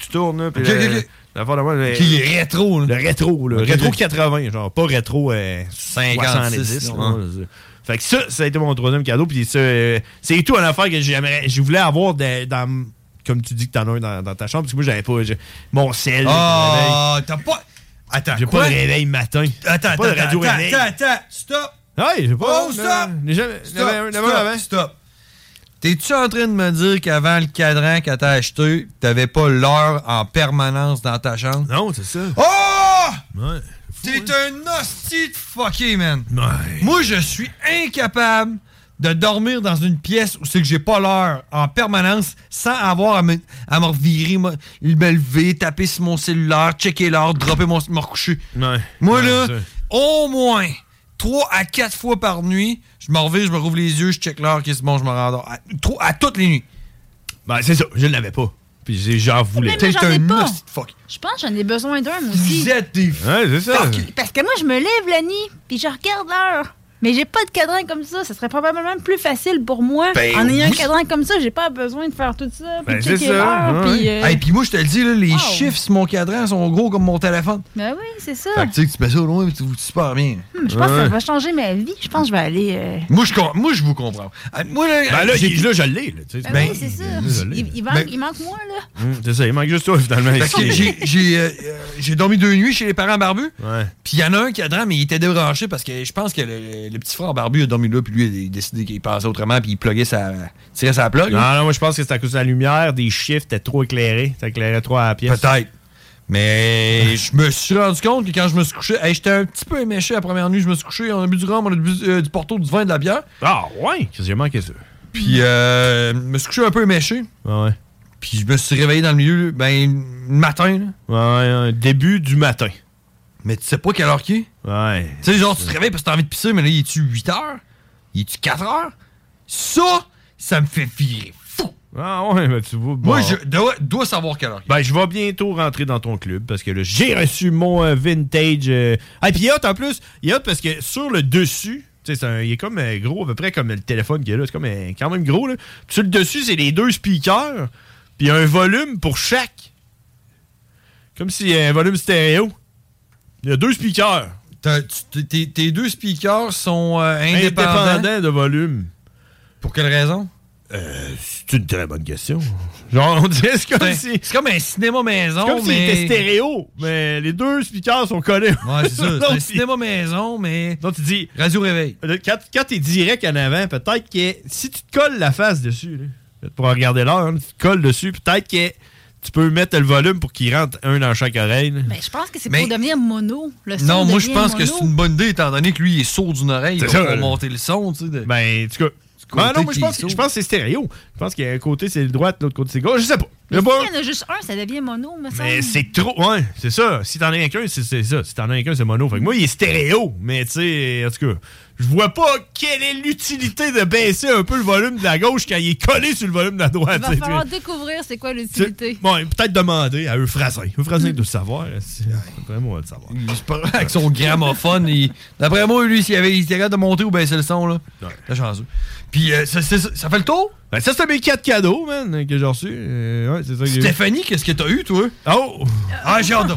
Tu tournes, là, puis.
Ok,
là,
ok, ok.
l'affaire de moi, là,
Qui est rétro, là.
Le rétro, là.
Ok,
rétro
ok.
80, genre, pas rétro euh,
56,
70. là,
ouais.
là. Fait que ça, ça a été mon troisième cadeau, puis ça, euh, c'est tout une affaire que j'aimerais- je voulais avoir dans. dans- comme tu dis que t'en as un dans, dans ta chambre, parce que moi, j'avais pas. j'ai- Mon sel.
Ah, t'as pas. Attends,
J'ai
quoi?
pas de réveil matin. J'ai
Attends, attends,
pas de radio
attends,
réveil.
attends, attends, stop.
Ouais, j'ai pas.
Oh, stop!
non, les gens-
Stop,
n'avait- n'avait
stop,
avant.
stop. T'es-tu en train de me dire qu'avant le cadran que t'as acheté, t'avais pas l'heure en permanence dans ta chambre?
Non, c'est ça.
Oh!
Ouais.
T'es un hostie de fucké, man. Moi, je suis incapable de dormir dans une pièce où c'est que j'ai pas l'heure en permanence sans avoir à me, à me revirer, me, me lever, taper sur mon cellulaire, checker l'heure, dropper mon... me recoucher. Moi,
Ouais,
là,
ça.
au moins 3 à 4 fois par nuit, je me revire, je me rouvre les yeux, je check l'heure, qu'est-ce bon, je me rendors. À, trois- à toutes les nuits.
Ben, c'est ça, je l'avais pas. Puis j'ai- j'en voulais.
Mais moi, j'en ai pas.
hostie de fuck.
Je pense que j'en ai besoin d'un, moi aussi.
Vous êtes des
Ouais, c'est ça.
Parce que moi, je me lève la nuit, puis je regarde l'heure. Mais j'ai pas de cadran comme ça. Ça serait probablement plus facile pour moi.
Ben
en ayant
oui.
un cadran comme ça, j'ai pas besoin de faire tout ça, puis
Ben,
checker l'heure,
ouais.
puis... euh, Oh.
Hey, puis moi, je te le dis, là, les chiffres sur mon cadran sont gros comme mon téléphone.
Ben oui, c'est ça.
Fait que tu sais que tu mets ça au loin et tu tu super bien.
Hum, je pense que ça va changer ma vie. Je pense que je vais aller... euh,
Moi, je, com- moi, je vous comprends. Ah, Moi, là,
Ben là,
j'ai-
il- là, je l'ai. là, tu sais.
Ben, oui, c'est ça.
je l'ai.
Il, il manque,
Ben-
il manque moi, là.
Hum, C'est ça, il manque juste toi, finalement.
Parce que j'ai- j'ai euh, euh, j'ai dormi deux nuits chez les parents barbus.
Ouais.
Puis il y en a un cadran, mais il était débranché parce que je pense que le, le petit frère barbu a dormi là, puis lui, il a décidé qu'il passait autrement, puis il pluguait sa, tirait sa plug. hein?
Non,
là.
non, moi, je pense que c'est à cause de la lumière, des chiffres, t'es trop éclairé. T'éclairais trop à la pièce.
Peut-être. Mais je me suis rendu compte que quand je me suis couché, hey, j'étais un petit peu éméché la première nuit. Je me suis couché, on a bu du rhum, on a bu euh, du porto, du vin, de la bière.
Ah, ouais, qu'est-ce que j'ai manqué ça. Ah,
Puis euh, je me suis couché un peu éméché.
Ouais.
Puis je me suis réveillé dans le milieu, ben, le matin. là.
Ouais, ouais, début du matin.
Mais tu sais pas quelle heure qu'il est.
Ouais.
Tu sais, genre, tu te réveilles parce que t'as envie de pisser, mais là, il est-tu 8 heures? Il est-tu 4 heures? Ça, ça me fait virer.
Ah, ouais, mais tu vois.
Moi,
bon.
je dois, dois savoir quelle heure.
Ben, je vais bientôt rentrer dans ton club parce que là, j'ai reçu mon euh, vintage. euh. Ah, puis il y a hot, en plus, il y a hot parce que sur le dessus, tu sais, c'est un- il est comme euh, gros, à peu près comme le téléphone qu'il y a là. C'est comme, euh, quand même gros, là. Puis sur le dessus, c'est les deux speakers. Puis il y a un volume pour chaque. Comme s'il y a un volume stéréo. Il y a deux speakers.
T'as- tu- Tes tes deux speakers sont euh, indépendants.
Indépendants de volume.
Pour quelle raison?
Euh, c'est une très bonne question. Genre, on dirait c'est comme
Ben,
si.
C'est comme un cinéma maison,
C'est comme s'il
mais...
était stéréo, mais les deux speakers sont collés.
Ouais, c'est ça. C'est un cinéma maison, mais...
Donc, tu dis... Euh,
Radio Réveil.
Quand, quand t'es direct en avant, peut-être que si tu te colles la face dessus, là, pour regarder l'heure, hein, tu te colles dessus, peut-être que tu peux mettre le volume pour qu'il rentre un dans chaque oreille. là.
Mais Ben, je pense que c'est
Mais-
pour devenir mono. Le son
Non, moi, je
devient
pense que
mono.
c'est une bonne idée, étant donné que lui, il est sourd d'une oreille.
C'est
donc
ça,
pour
là.
monter le son, tu sais. de-
Ben, en tout cas...
côté
Ah non, moi, je
qui
pense,
saute.
je pense que c'est stéréo. Je pense qu'il y a un côté, c'est le droite, l'autre côté, c'est le gauche. Je sais pas. Mais
Mais s'il
bon.
y en a juste un, ça devient mono, me semble.
Mais c'est trop. Ouais, c'est ça. Si t'en as qu'un, c'est c'est ça. Si t'en as qu'un, c'est mono. Fait que moi, il est stéréo. Mais tu sais, en tout cas, je vois pas quelle est l'utilité de baisser un peu le volume de la gauche quand il est collé sur le volume de la droite.
Il va
tu sais.
falloir découvrir c'est quoi
Tu-
l'utilité.
Bon, et peut-être demander à Euphrasin.
Hmm.
Euphrasin doit le savoir. là. C'est- Après moi, on va le savoir.
Avec son gramophone, il- d'après moi, lui, s'il avait il était capable de monter ou baisser le son, là. T'as chanceux. Puis, euh, ça, c'est- ça fait le tour?
Ben, ça, c'était mes quatre cadeaux, man, que j'ai reçus. Euh, ouais, c'est ça que j'ai eu.
Stéphanie, qu'est-ce que t'as eu, toi?
Oh!
Ah, j'ai hâte de-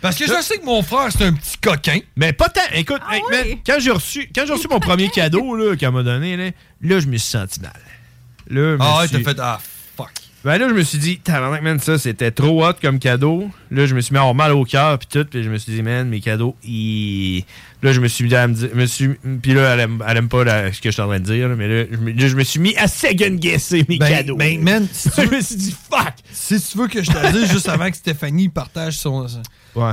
Parce que je sais que mon frère, c'est un petit coquin.
Mais pas tant. Écoute, hey, man, quand j'ai reçu, quand j'ai reçu mon premier cadeau là, qu'elle m'a donné, là, là, je me suis senti mal. Là, je me
Ah, ouais,
suis-
t'as fait. Ah, fuck.
Ben là, je me suis dit, tabarnak, man, ça, c'était trop hot comme cadeau. Là, je me suis mis à avoir mal au cœur, puis tout, puis je me suis dit, man, mes cadeaux, ils... Là, je me suis mis à me dire... me suis- Puis là, elle aime, elle aime pas la- ce que je suis en train de dire, là, mais là je, me, là, je me suis mis à second-guesser mes
Ben,
cadeaux.
ben, man, si tu
je me suis dit, fuck!
Si tu veux que je te le dise juste avant que Stéphanie partage son.
Ouais.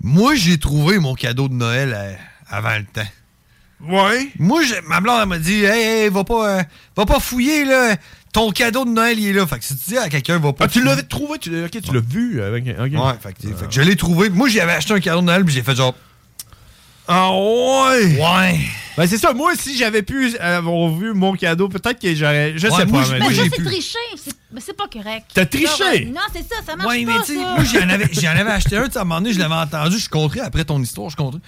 Moi, j'ai trouvé mon cadeau de Noël euh, avant le temps.
Ouais.
Moi, j'ai- ma blonde, elle m'a dit, hey, hey, va pas, euh, va pas fouiller, là. Ton cadeau de Noël, il est là. Fait que si tu dis à quelqu'un, va pas.
Ah, tu l'avais trouvé, tu l'as ok, tu l'as
euh,
vu. Avec, ok.
Ouais, fait que, fait que je l'ai trouvé. Moi, j'avais acheté un cadeau de Noël, puis j'ai fait genre.
Ah ouais!
Ouais!
Ben c'est ça, moi si j'avais pu avoir vu mon cadeau, peut-être que j'aurais. Je
Ouais,
sais
moi,
pas,
j'ai-
man.
Mais
moi,
Ben, ça,
j'ai
c'est
pu.
triché. C'est- Mais c'est pas correct.
T'as triché?
Non, c'est ça, ça marche
Ouais, mais
pas,
tu sais,
ça.
moi, j'en avais, j'en avais acheté un, tu sais, à un moment donné, je l'avais entendu, je suis contré après ton histoire, je suis contré.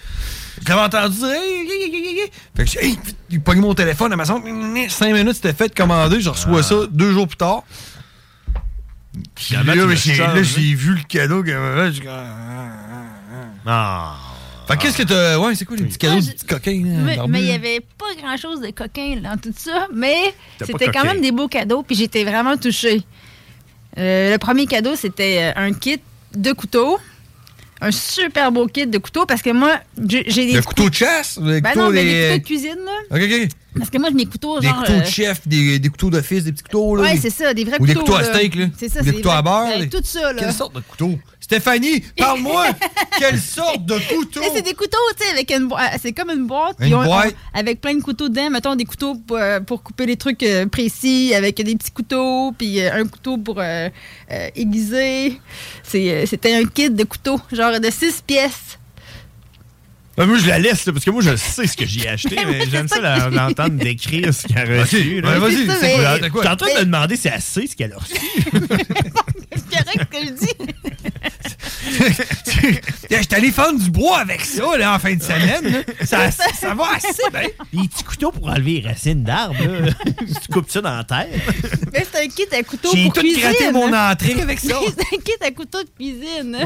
Je l'avais entendu dire, hey, yeah, yeah, yeah, yeah, yeah. Fait que j'ai, hey, il pogne mon téléphone, Amazon, 5 minutes, c'était fait de commander, je reçois ça deux jours plus tard. Ah. Puis là,
Finalement, tu l'as
j'ai,
changé.
là, j'ai vu le cadeau qu'elle m'avait fait, j'ai comme, ah, ah,
ah.
Fait que qu'est-ce que t'as. Ouais, c'est quoi les petits cadeaux,
Moi,
des
je-
petits coquins? hein,
Mais
barbus?
mais il n'y avait pas grand-chose de coquin dans tout ça, mais
T'as pas
c'était quand
coquin.
même des beaux cadeaux, puis j'étais vraiment touchée. Euh, le premier cadeau, c'était euh, un kit de couteaux. Un super beau kit de couteaux, parce que moi, j'ai j'ai des...
Le couteau de chasse? Le
Ben
couteau
non, mais
des-
des couteaux de cuisine, là.
Ok, ok.
Parce que moi, j'ai mes couteaux,
Des
genre...
couteaux de
euh,
chef, des, des couteaux d'office, des petits couteaux. Là,
Ouais,
des-
c'est ça, des vrais
Ou des
couteaux,
couteaux à
là.
steak, là.
C'est ça,
Ou
c'est
des
des
couteaux à
vrais-
beurre.
Ouais,
des-
tout ça, là.
Quelle sorte de couteau? Stéphanie, parle-moi! quelle sorte de couteau?
Mais C'est des couteaux, tu sais, avec une boi- euh, C'est comme une boîte.
Une
puis on-
boîte.
on- avec plein de couteaux dedans. Mettons des couteaux pour, euh, pour couper les trucs euh, précis, avec des petits couteaux, puis euh, un couteau pour euh, euh, aiguiser. C'est, euh, C'était un kit de couteaux, genre de six pièces.
Ben, moi, je la laisse, là, parce que moi, je sais ce que j'ai acheté,
Ben oui,
mais j'aime
c'est
ça
ça
la-
que-
l'entendre décrire ce qu'elle a reçu.
Ok, ben, vas-y, C'est ça, c'est mais-
T'es
quoi?
en train de me demander si elle sait ce qu'elle a reçu.
C'est correct ce que je dis.
Je suis allé fendre du bois avec ça là, en fin de semaine. là. Ça,
C'est
ça va assez bien.
Les petits couteaux pour enlever les racines d'arbres, là. tu coupes ça dans la terre.
Mais c'est un kit à couteaux
J'ai
pour
tout
cuisine.
gratté mon entrée avec ça.
C'est un kit à couteaux de cuisine.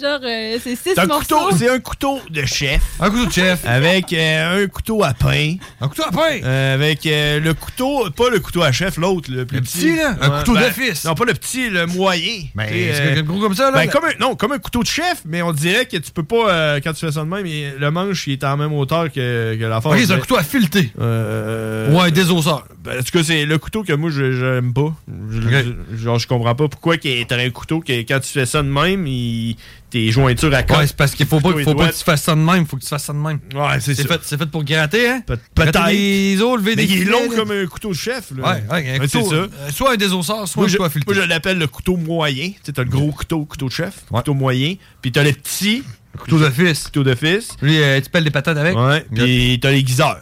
Genre, euh, c'est six
C'est un
morceaux.
couteau, c'est un couteau de chef.
Un couteau de chef.
Avec euh, un couteau à pain.
Un couteau à pain?
avec euh, le couteau, pas le couteau à chef, l'autre, le plus
Le
petit.
petit, là? Un couteau
d'office. ben, Non, pas le petit, le moyen.
Ben,
Tu sais,
c'est quelque- gros comme ça, là,
ben,
là.
comme un- non, comme un couteau de chef, mais on dirait que tu peux pas, euh, quand tu fais ça de même, il- le manche, il est en même hauteur que, que la force.
Ok, c'est un couteau à fileter.
Euh,
Ou un désosseur.
Ben, en tout cas, c'est le couteau que moi, je j'aime pas. Je, je- genre, je comprends pas pourquoi que t'as un couteau que quand tu fais ça de même, il- tes jointures à
Ouais, c'est parce qu'il faut pas, faut pas que tu fasses ça de même. Faut que tu fasses ça de même.
Ouais, Ah, c'est
C'est
ça.
fait, c'est fait pour gratter, hein?
Peut-être.
Gratter des os, lever
Mais
des
il est long
filets, là.
comme un couteau de chef. Là.
Ouais, ouais, un
Ben, c'est
couteau,
ça.
euh, Soit un désosseur, soit
moi,
un
je,
couteau à fileter.
moi, je l'appelle le couteau moyen. Tu sais, t'as le gros couteau, couteau de chef, couteau moyen. Puis t'as le petit.
Couteau d'office.
Couteau d'office.
Lui, euh, tu pèles des patates avec.
Ouais. Puis t'as l'aiguiseur.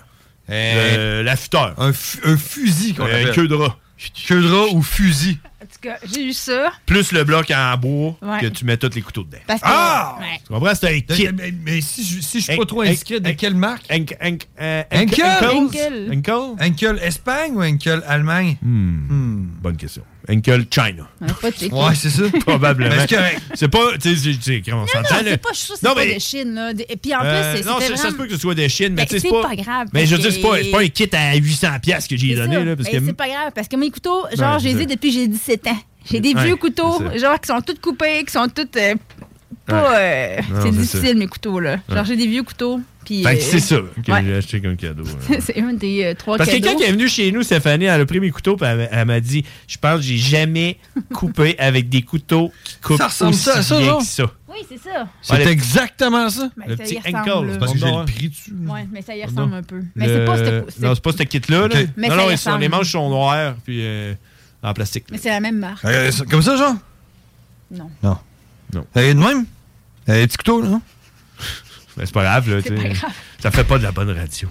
Euh, L'affûteur. Euh,
Un, fusil qu'on
Un
appelle.
queue de rat.
Queue de rat ou fusil.
En tout cas, j'ai eu ça.
Plus le bloc en bois
Ouais.
que tu mets tous les couteaux dedans.
Parce que,
ah!
Ouais.
Tu comprends? C'est un kit.
Mais, mais si je si je suis
Hey,
pas trop
hey,
inscrit, de quelle marque?
Enk- enk- euh, enk-
Enkel!
Enkels? Enkel?
Enkel Espagne ou Enkel Allemagne?
Hmm.
Hmm.
Bonne question. Enkel China.
Pas de chicken.
Ouais, c'est ça.
Probablement.
Mais c'est correct.
C'est pas. Tu sais, c'est- c'est- comment on
Ah Non,
s'entend,
non,
là?
c'est pas, je suis sûre que c'est
Non,
pas
mais-
de Chine, là. Et puis en
Euh,
plus, c'est
non, ça,
c'était
ça se
vraiment-
peut que ce soit des Chines, mais
Ben,
tu sais, c'est
c'est
pas.
pas grave,
Mais je veux
parce
dire, c'est pas,
que-
c'est pas un kit à 800$ piastres que j'ai
C'est
donné,
ça.
là. Parce
Ben,
que.
c'est pas grave, parce que mes couteaux, genre,
Ouais,
je
c'est
les ai
ça.
depuis que j'ai 17 ans. J'ai des
Ouais,
vieux couteaux,
c'est ça.
genre, qui sont tous coupés, qui sont tous. euh, pas. euh,
Non,
c'est
c'est
difficile,
ça.
mes couteaux, là. Genre,
Ouais.
j'ai des vieux couteaux, puis.
Fait
euh,
que c'est ça que
ouais.
j'ai acheté comme cadeau. hein.
c'est un des euh, trois
Parce que
cadeaux.
quand elle est venue chez nous, Stéphanie, elle a pris mes couteaux et elle, elle m'a dit Je pense que j'ai jamais coupé avec des couteaux qui coupent
Ça ressemble
aussi
ça à ça,
bien
genre?
que ça.
Oui, c'est ça.
C'est exactement ça. hein.
Ben,
Le
ça
petit
y ressemble,
ankle.
là.
Parce que j'ai le
Ouais.
prix dessus.
Ouais, mais ça y ressemble un peu. Mais
Le-
c'est pas ce.
Non, c'est pas ce kit-là. là.
Mais
Non, non, ils
ça y
sont-
ressemble.
les manches sont noires. Puis, euh, en plastique.
Mais c'est la même marque.
Euh, c'est comme ça, genre?
Non.
Non. Non. Elle est de même? Elle est petit couteau, non?
Mais Ben, c'est pas grave, là.
C'est
tu sais.
pas grave.
Ça fait pas de la bonne radio.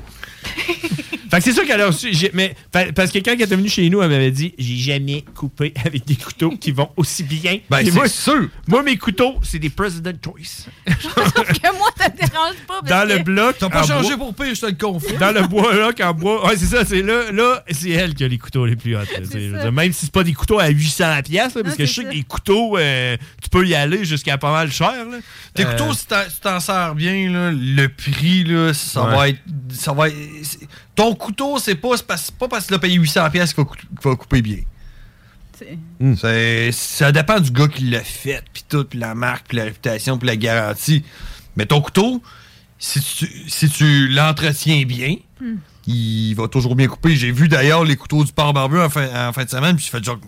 fait que c'est sûr qu'elle a reçu. j'ai- Mais, fa- parce que quand elle était venue chez nous, elle m'avait dit J'ai jamais coupé avec des couteaux qui vont aussi bien.
Ben,
Et
c'est
moi,
sûr.
Moi, mes couteaux, c'est des President Choice.
que moi, ça te dérange pas. parce
Dans le
que-
bloc.
Ah,
en bois-
pour pire, je te le confie.
Dans le bois, là, qu'en bois. Ouais, c'est ça, c'est là, là, c'est elle qui a les couteaux les plus hauts.
ça.
Même si c'est pas des couteaux à 800$, pièce,
Non,
parce que je
c'est
sais que
ça.
les couteaux, euh, tu peux y aller jusqu'à pas mal cher. Là.
Tes
Euh,
couteaux, si t'en- si t'en sers bien, là, le prix, là, ça,
Ouais.
va être, ça va être- c'est- Ton couteau, c'est pas, c'est pas, c'est pas parce que tu payé 800$ qu'il va, cou- qu'il va couper bien. C'est- Ça dépend du gars qui l'a fait, puis tout, puis la marque, puis la réputation, puis la garantie. Mais ton couteau, si tu, si tu l'entretiens bien,
Hmm.
il va toujours bien couper. J'ai vu d'ailleurs les couteaux du port barbu en fin, en fin de semaine, puis je fais genre.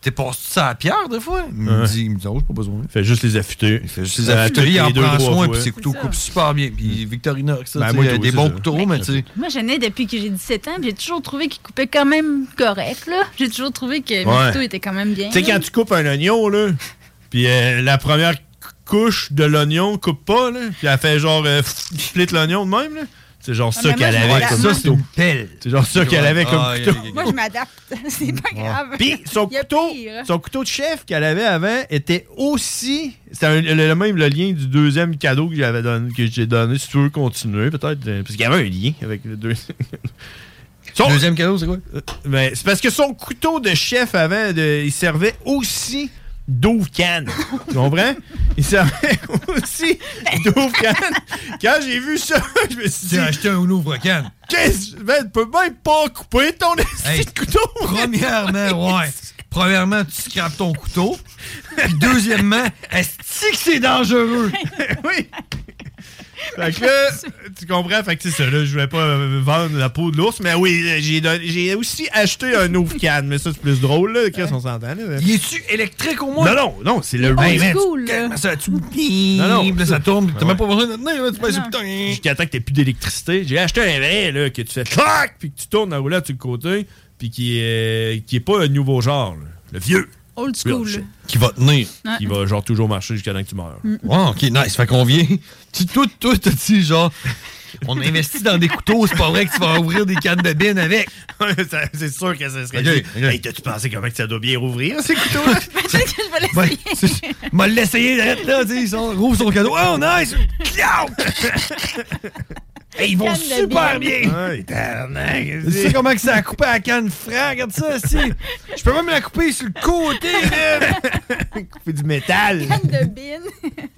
T'es passé ça à la pierre des fois? Il me
Ouais.
dit, il me dit, oh, j'ai pas besoin.
Fait juste les affûter. Il fait
Juste les affûter, il en prend soin, puis ses couteaux coupent super bien. Puis Victorinox, ça,
Ben,
tu sais,
moi,
il y a
toi
des
aussi,
bons
ça.
couteaux, mais tu sais.
Moi, j'en ai depuis que j'ai 17 ans, puis j'ai toujours trouvé qu'il coupait quand même correct, là. J'ai toujours trouvé que
Ouais.
mes couteaux étaient quand même bien.
Tu sais, quand tu coupes un oignon, là, puis euh, la première cou- couche de l'oignon coupe pas, là, puis elle fait genre euh, pff, split l'oignon de même, là. C'est genre
Ah,
ça
mais moi,
qu'elle
je
avait
m'adapte.
comme
Ça,
c'est une pelle.
C'est genre ça qu'elle avait comme
Ah,
couteau.
Moi, je m'adapte. C'est pas grave.
Puis son
Il y a
couteau,
pire.
son couteau de chef qu'elle avait avant était aussi. C'était un- le, le même le lien du deuxième cadeau que j'avais donné, que j'ai donné. Si tu veux continuer, peut-être. euh, Parce qu'il y avait un lien avec le deuxième.
Deuxième cadeau, c'est quoi?
Ben, c'est parce que son couteau de chef avant, de- il servait aussi d'ouvre canne. tu comprends? Il servait aussi d'ouvre canne. Quand j'ai vu ça, je me suis dit.
J'ai acheté un ouvre canne.
Qu'est-ce ben, tu peux même pas couper ton
Hey,
couteau.
Premièrement, ouais. Premièrement, tu scrapes ton couteau. Puis deuxièmement, est-ce que c'est dangereux?
oui. Fait que là, tu comprends, fait que c'est ça, là, je voulais pas euh, vendre la peau de l'ours, mais oui, là, j'ai don- j'ai aussi acheté un ouvre canne, mais ça c'est plus drôle, là, qu'est-ce qu'on s'entend, là.
Il est-tu électrique au moins?
Non, non, non, c'est le
Hey, man,
remix.
tu- Ça, tu...
Non, non.
Puis là, ça tourne. puis T'as
Ah
même pas
ouais.
besoin de tenir. là, Tu passes
Jusqu'à temps que t'aies plus d'électricité, j'ai acheté un vrai, là, que tu fais clac, puis que tu tournes la roulette sur le côté, puis qui est, euh, qui est pas un nouveau genre, là. le vieux.
Old school.
Qui va tenir.
Ouais.
Qui va genre toujours marcher jusqu'à temps que tu meurs.
Mm.
Wow, ok, nice. Fait qu'on vient. Tu, toi, toi, t'as dit genre. On investit dans des couteaux, c'est pas vrai que tu vas ouvrir des cannes de bine avec.
Ça- c'est sûr que ça serait.
Ok,
dit,
ok.
Hey, t'as-tu pensé comment que ça doit bien rouvrir, ces couteaux
Peut-être que je vais l'essayer.
M'a l'essayé d'arrêter là, tu sais, son- rouvre son cadeau. Oh, nice! Clac! Hey, ils vont
Canne de
super
bine.
bien!
Ouais, tabarnak,
Tu sais comment que ça a coupé à la canne franc? Regarde ça, si! Je peux même la couper sur le côté, là!
couper du métal!
Canne de bine.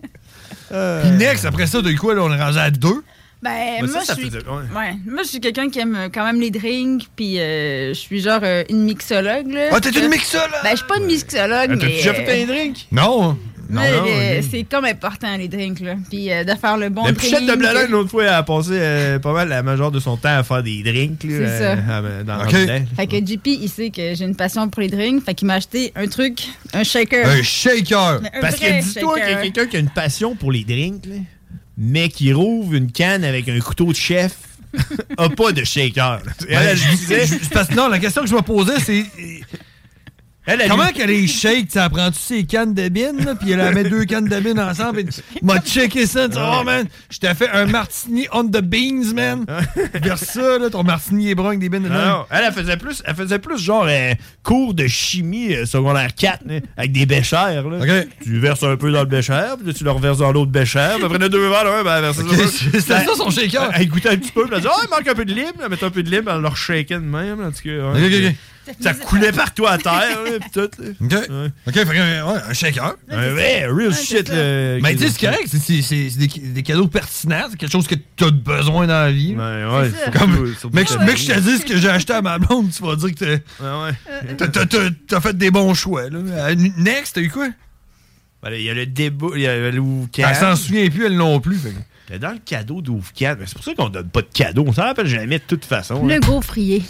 Puis
next, après ça, de quoi, là, on est rendu à deux?
Ben,
Ben, ça,
moi,
ça
je suis,
faisait- ouais.
ouais. moi, je suis quelqu'un qui aime euh, quand même les drinks, puis euh, je suis genre euh, une mixologue. Là.
Ah, t'es une mixologue?
Ben, je suis pas une
Ah,
mixologue, mais... euh,
drinks?
Non! Non,
mais,
non,
euh,
non.
c'est comme important, les drinks, là. Puis euh, de faire le bon
La
drink.
pichette de Blalan, l'autre fois, elle a passé euh, pas mal la majeure de son temps à faire des drinks. là,
C'est
euh,
ça.
euh, dans
Ok.
le temps.
Fait que JP, il sait que j'ai une passion pour les drinks, fait qu'il m'a acheté un truc, un shaker.
Un shaker!
Mais un
Parce
vrai
que dis-toi qu'il y
shaker.
a quelqu'un qui a une passion pour les drinks, là, mais qui rouvre une canne avec un couteau de chef, a pas de shaker. là. Elle,
Ben,
elle
je-
disait-
je- parce que non, la question que je me posais, c'est.
Elle, elle-
Comment qu'elle est shake? Tu apprends-tu ses cannes de bine, là, puis elle met deux cannes de bine ensemble, et m'a checké ça, tu vois, oh man, je t'ai fait un martini on the beans, man. Vers ça, là, ton martini est brun avec des bines
Non,
dedans.
non, elle, elle faisait plus, elle faisait plus genre euh, cours de chimie euh, secondaire 4 là, avec des béchères. là. Tu verses un peu dans le béchère, puis là, tu le reverses dans l'autre béchère. Puis après, le deux verres, là, ben, elle versait
Ok, c'est- c'est
Ben,
ça, son shaker.
Elle goûtait un petit peu, puis elle disait Ah, il manque un peu de lime. Elle mettait un peu de lime, elle le reshakait de même. En tout cas, ouais.
Ok, ok,
Ça coulait partout à terre, là, puis tout. là.
OK. OK, fait que, euh, ouais, un shaker.
Ouais, ouais, real shit. là, qu'ils ont
Mais dis, Ben, c'est
fait.
correct, c'est- c'est c'est des, des cadeaux pertinents, c'est quelque chose que t'as besoin dans la vie.
ouais, C'est ça. surtout-
Comme,
surtout
mec,
dans
mec,
la
je te dis ce que j'ai acheté à ma blonde, tu vas dire que t'es-
Euh,
t'as- t'as- t'as- t'as fait des bons choix. Là. Euh, Next, t'as eu quoi?
Ben, là, Il y a le débat, il y a le
Elle s'en
Ouvcan.
souvient plus, elle non plus. fait que-
Mais Dans le cadeau d'Ouvcan, ben, c'est pour ça qu'on donne pas de cadeau. On s'en rappelle jamais de toute façon. là.
Le gaufrier.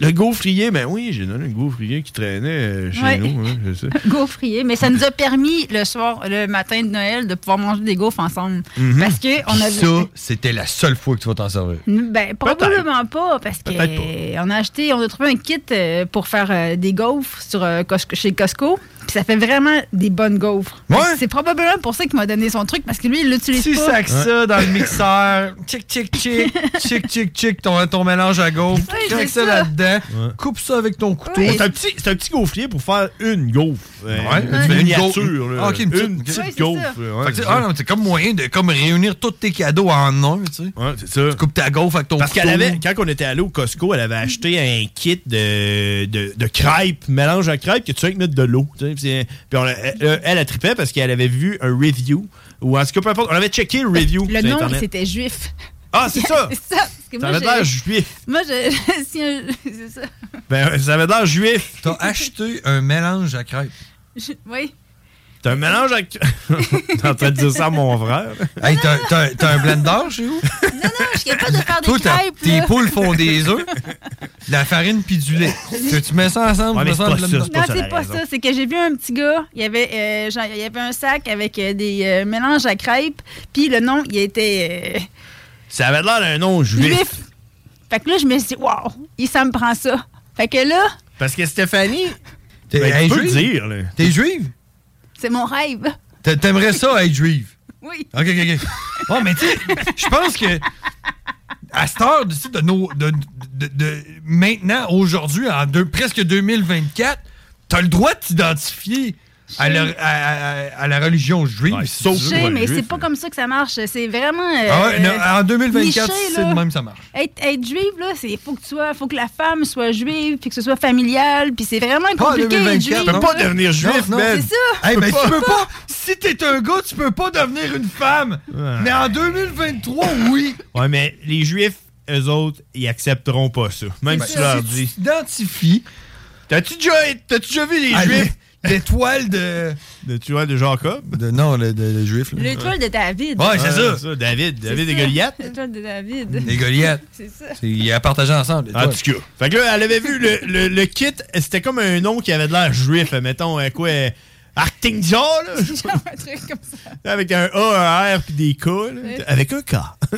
Le gaufrier, ben oui, j'ai donné le gaufrier qui traînait euh, chez
Ouais.
nous. hein, c'est ça.
Gaufrier, mais ça nous a permis le soir, le matin de Noël, de pouvoir manger des gaufres ensemble.
Mm-hmm.
Mhm.
Parce que on avait.
Ça, c'était la seule fois que tu vas t'en servir.
Ben, probablement pas, parce que on a acheté, on a trouvé un kit euh, pour faire euh, des gaufres sur, euh, Cos- chez Costco. Puis ça fait vraiment des bonnes gaufres. Fait que C'est probablement pour ça qu'il m'a donné son truc, parce que lui, il l'utilise
Tu
pas.
sacs ça dans le mixeur. Tchic, tchic, tchic. Tchic, tchic, tchic. Ton, ton mélange à gauche.
Oui,
Craque
c'est
ça
ça.
là-dedans. Coupe ça avec ton couteau.
C'est un, petit- c'est un petit gaufrier pour faire une gaufre. euh,
tu fais
une
gaufre.
miniature. là.
Ah, ok, une petite,
Une
ok.
petite gaufre. euh, ouais,
Fait que,
c'est ça.
ah, non, c'est comme moyen de comme réunir tous tes cadeaux en un, tu sais.
Ouais, c'est ça.
Tu coupes ta gaufre avec ton
Parce qu'elle
couteau.
avait, quand on était allé au Costco, elle avait acheté un kit de, de, de crêpes, mélange à crêpes que tu fais avec mettre de l'eau. tu sais, Puis puis on a- elle, euh, elle, elle trippait parce qu'elle avait vu un review. Ou en tout cas, peu importe, on avait checké le review.
Le
sur
nom,
Internet.
c'était juif.
Ah, c'est ça!
c'est ça. parce que
Ça
moi,
avait l'air
j'ai-
juif.
Moi, je. si un- c'est ça.
Ben, ça avait l'air juif.
T'as acheté un mélange à crêpes.
Je- oui.
T'as un mélange à. T'es en train de dire ça à mon frère.
Hey, t'as- t'as t'as un blender chez vous?
Non, je suis capable de faire des
Toi, t'as-
crêpes.
tes
là.
poules font des œufs, de la farine puis du lait. Que tu mets ça ensemble,
Ouais,
tu
mais
mets ça
c'est
en
pas
blender.
ça, Ben,
Non, c'est pas ça. C'est que j'ai vu un petit gars, il y avait, euh, genre, il y avait un sac avec euh, des euh, mélanges à crêpes, puis le nom, il était euh,
Ça avait l'air d'un nom juif.
juif. Fait que là, je me suis dit, waouh, il ça me prend ça. Fait que là,
Parce que Stéphanie. T'es
Hey,
tu peux le
juive?
dire, là.
T'es juive?
c'est mon rêve.
T'a- T'aimerais ça être juive?
Oui.
OK, OK, OK. Bon, mais tu sais, je pense que à cette heure tu sais, de nos. De, de- de- maintenant, aujourd'hui, en deux- presque 2024, t'as le droit de t'identifier à, la- à- à- à la religion juive. sauf
Je sais, mais c'est pas comme ça que ça marche. C'est vraiment. euh,
hein. Ah ouais, non, en 2024,
niché,
c'est
là.
de même ça marche.
Être, être juive, là, c'est faut que tu sois, faut que la femme soit juive, puis que ce soit familial, puis c'est vraiment
Pas en
compliqué. être juive,
Tu peux pas
là.
devenir juif,
Non, non,
man.
C'est ça.
Hey, ben, tu peux pas. Si t'es un gars, tu peux pas devenir une femme. Mais en 2023, oui.
Ouais, mais les juifs, eux autres, ils accepteront pas ça. Même
Ben,
si tu leur
si
dis.
Tu t'identifies.
T'as-tu déjà, t'as-tu déjà vu les
Ah,
juifs?
L'étoile de.
De, tu vois, de Jacob?
non, le, de- le juif. là.
L'étoile de David.
Ouais, c'est ça. Mm.
David,
C'est
David et
ça,
Goliath.
L'étoile de David.
Les Goliaths.
C'est ça.
C'est- Ils la partageaient ensemble.
En tout cas. Fait que là, elle avait vu le, le- le kit, c'était comme un nom qui avait de l'air juif, euh, mettons, euh, quoi, euh, Artingja, Oh, là? je sais pas.
Un truc comme ça.
Avec un A, un R, puis des K, là.
Ouais.
Avec un K.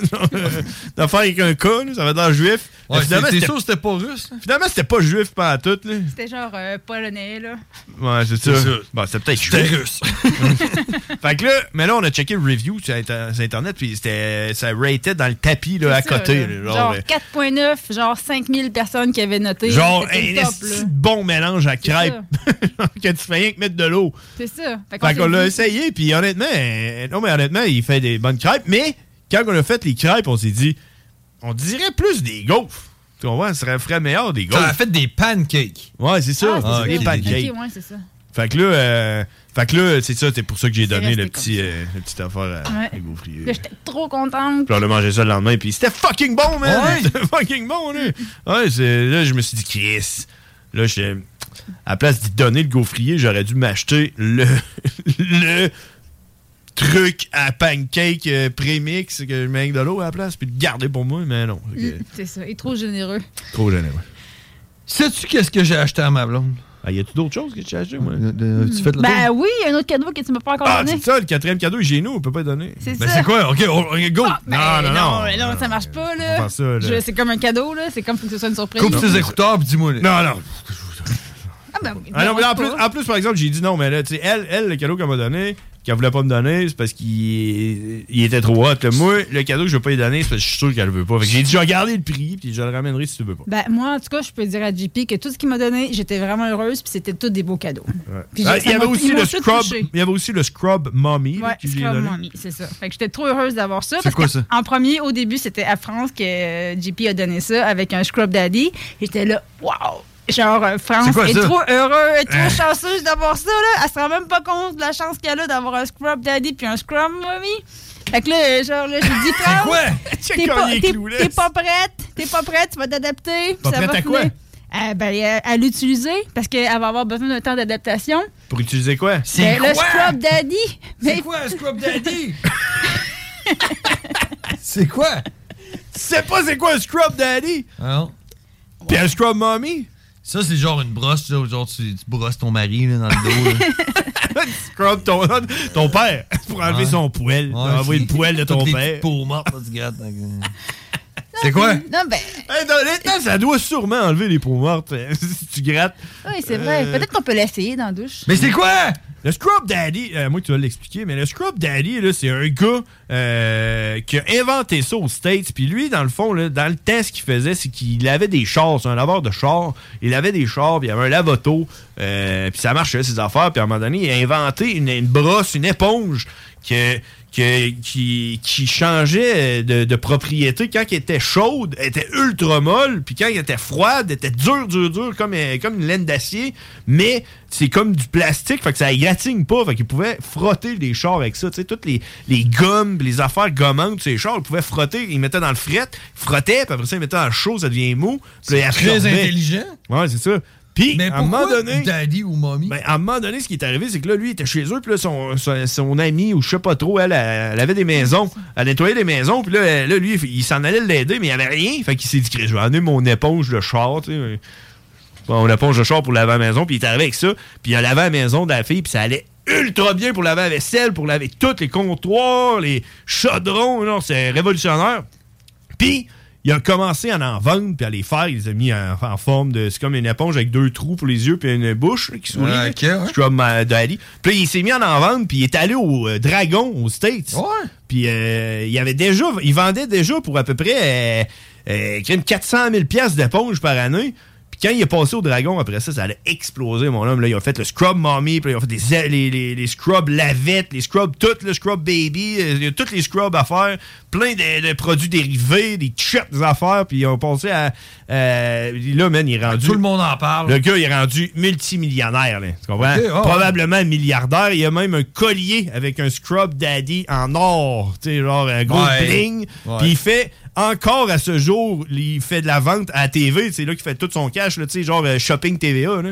D'affaire avec un K, là, ça avait de l'air juif.
Ouais,
Mais
c'est- c'est sûr que c'était pas russe. là?
Finalement, c'était pas juif, pas à tout, là.
C'était genre euh, polonais, là.
Ouais, c'est
C'est
ça.
ça.
Bon, c'est peut-être
C'était
juif.
russe.
Fait que là, mais là, on a checké le review sur, inter- sur Internet, puis c'était, ça rated dans le tapis, là, à
C'est ça,
côté.
là.
là, genre,
Genre,
euh,
4.9, genre 5000 personnes qui avaient noté.
genre,
C'était
un
le top,
esti
là.
de bon mélange à crêpes. que tu fais rien que mettre de l'eau.
C'est ça. Fait qu'on
Fait qu'on
s'est
l'a
dit-
essayé, puis honnêtement, euh, non, mais honnêtement, il fait des bonnes crêpes. Mais quand on a fait les crêpes, on s'est dit, on dirait plus des gaufres. Tu comprends? Ce serait ferait meilleur des gaufres.
T'as fait des pancakes.
Ouais, c'est ça.
Ah, c'est
des
ça.
pancakes.
Ok, ouais, c'est ça.
Fait que là, euh, fait que là c'est ça, c'est pour ça que j'ai donné
resté
le petit, euh, le petit affaire
Ah,
à
Ouais.
les gaufriers.
Là, J'étais trop contente.
Puis on a mangé ça le lendemain, puis c'était fucking bon, man!
Ouais.
C'était fucking bon, là! Ouais, c'est- là, je me suis dit, Chris, là, je, à la place d'y donner le gaufrier, j'aurais dû m'acheter le, le truc à pancake euh, prémix que je mets avec de l'eau à la place, puis le garder pour moi, mais non. c'est que-
Mm, C'est ça. Il est trop généreux.
Trop généreux.
Sais-tu qu'est-ce que j'ai acheté à ma blonde?
Ah, y a-tu d'autres choses que tu as acheté, moi?
tu fais de
Ben oui, il y a un autre cadeau que tu m'as pas encore
Ah,
donné.
c'est ça, le quatrième cadeau est chez nous, on peut pas le donner.
C'est Ben, ça. c'est
quoi? Ok, go!
Ben, là, non, ça marche pas,
On va
là.
faire ça, là.
Je- C'est comme un cadeau, là. C'est comme faut que ce soit une surprise.
Coupe tes écouteurs, puis dis-moi.
Non, non.
Ah, ben,
Ah non, mais là, en, plus,
pas.
en plus, par exemple, j'ai dit non, mais là, tu sais, elle, elle, le cadeau qu'elle m'a donné, qu'elle voulait pas me donner, c'est parce qu'il il était trop hot. là. Moi, le cadeau que je vais pas lui donner, c'est parce que je suis sûr qu'elle le veut pas. Fait que j'ai dit, je vais garder le prix, puis je le ramènerai si tu veux pas.
Ben, moi, en tout cas, je peux dire à JP que tout ce qu'il m'a donné, j'étais vraiment heureuse, puis c'était tous des beaux cadeaux.
Ouais.
Puis
Ah,
j'ai-
il,
ça
y
m'a-
avait aussi
ils
le
m'ont tout
scrub,
touché.
il y avait aussi le Scrub Mommy. là,
Ouais,
que je lui ai
Scrub
donné.
Mommy, c'est ça. Fait que j'étais trop heureuse d'avoir ça.
C'est
parce
quoi
que
ça?
En premier, au début, c'était à France que euh, JP a donné ça avec un Scrub Daddy. J'étais là, waouh! Genre, euh, France
C'est quoi,
est
ça?
trop heureux, est trop
Hein?
chanceuse d'avoir ça, là. Elle se rend même pas compte de la chance qu'elle a d'avoir un Scrub Daddy puis un Scrub Mommy. Fait que là, euh, genre, là, j'ai dit, France,
quoi?
t'es
Check
pas,
on les
t'es-
clous, là.
t'es pas prête, t'es pas prête, tu vas t'adapter. puis
Pas
ça
prête
va
à quoi?
finir. Euh, ben, euh, à l'utiliser, parce qu'elle va avoir besoin d'un temps d'adaptation.
Pour utiliser quoi?
Ben, Le Scrub Daddy.
C'est quoi un Scrub Daddy? c'est quoi?
Tu sais pas c'est quoi un Scrub Daddy?
Ah Non.
Puis un scrub mommy?
Ça, c'est genre une brosse, là, où genre tu, tu brosses ton mari là, dans le dos. là.
Scrub ton, ton père pour enlever
Ouais.
son poêle.
Ouais,
T'as enlevé
c'est-
le poêle de
toutes
ton
les
père.
petites peaux mortes, là, tu grattes. donc, euh. C'est quoi?
Non, ben.
Hey, dans les temps, ça doit sûrement enlever les peaux mortes euh, si tu grattes.
Oui, c'est vrai.
Euh,
Peut-être qu'on peut l'essayer dans la douche.
Mais c'est quoi? Le Scrub Daddy, euh, moi tu vas l'expliquer, mais le Scrub Daddy, là, c'est un gars euh, qui a inventé ça aux States. Puis lui, dans le fond, là, dans le test qu'il faisait, c'est qu'il avait des chars, c'est un laveur de chars. Il avait des chars, puis il avait un lavoto, euh, puis ça marchait, ses affaires. Puis à un moment donné, il a inventé une, une brosse, une éponge que, que- qui, qui changeait de, de propriété. Quand elle était chaude, elle était ultra molle, puis quand elle était froide, elle était dure, dure, dure, comme, euh, comme une laine d'acier, mais c'est comme du plastique, fait que ça gratigne pas, fait qu'ils pouvaient frotter les chars avec ça. Tu sais, toutes les, les gommes, les affaires gommantes, ces chars, ils pouvaient frotter, ils mettaient dans le fret, ils frottaient, puis après ça, ils mettaient dans le chaud, ça devient mou. Puis là, ils
très
absorbaient.
intelligent.
Ouais, c'est ça. Puis,
Mais
à un moment
pourquoi
donné.
Daddy ou mommy?
Ben, à un moment donné, ce qui est arrivé, c'est que là, lui, il était chez eux, puis là, son, son, son ami, ou je sais pas trop, elle, elle, elle avait des maisons, elle nettoyait des maisons, puis là, elle- là, lui, il- il s'en allait l'aider, mais il n'y avait rien. Fait qu'il s'est dit, Chris, je vais amener mon éponge de char, tu sais. Bon, on éponge de char pour laver à la maison, puis il est arrivé avec ça, puis il a lavé à la maison de la fille, puis ça allait ultra bien pour laver la vaisselle, pour laver tous les comptoirs, les chaudrons, non, c'est révolutionnaire. Puis, il a commencé à en vendre, puis à les faire. Il les a mis en, en forme de. C'est comme une éponge avec deux trous pour les yeux, puis une bouche là, qui sourit. là.
Ouais, ok, ouais.
Scrum euh, Daddy. Puis là, il s'est mis à en vendre, puis il est allé au euh, Dragon, aux States. Puis euh, il avait déjà. Il vendait déjà pour à peu près euh, euh, crème 400 000 pièces d'éponge par année. Puis quand il est passé au dragon, après ça, ça allait exploser, mon homme. Là, ils ont fait le scrub mommy, puis là, ils ont fait des, a- les, les, les scrubs lavettes, les scrubs tout, le scrub baby, euh, il y a tous les scrubs à faire, plein de, de produits dérivés, des t-shirts, des affaires, puis ils ont passé à... euh, là, man, il est rendu... Tout le monde en parle. Le gars, il est rendu multimillionnaire, là, tu comprends?
Ok, ah,
Probablement milliardaire. Il a même un collier avec un scrub daddy en or, tu sais, genre un gros
Ouais.
bling.
Ouais.
Puis il fait encore à ce jour, il fait de la vente à TV. C'est là qu'il fait tout son cash, là, tu sais, genre euh, shopping TVA. là.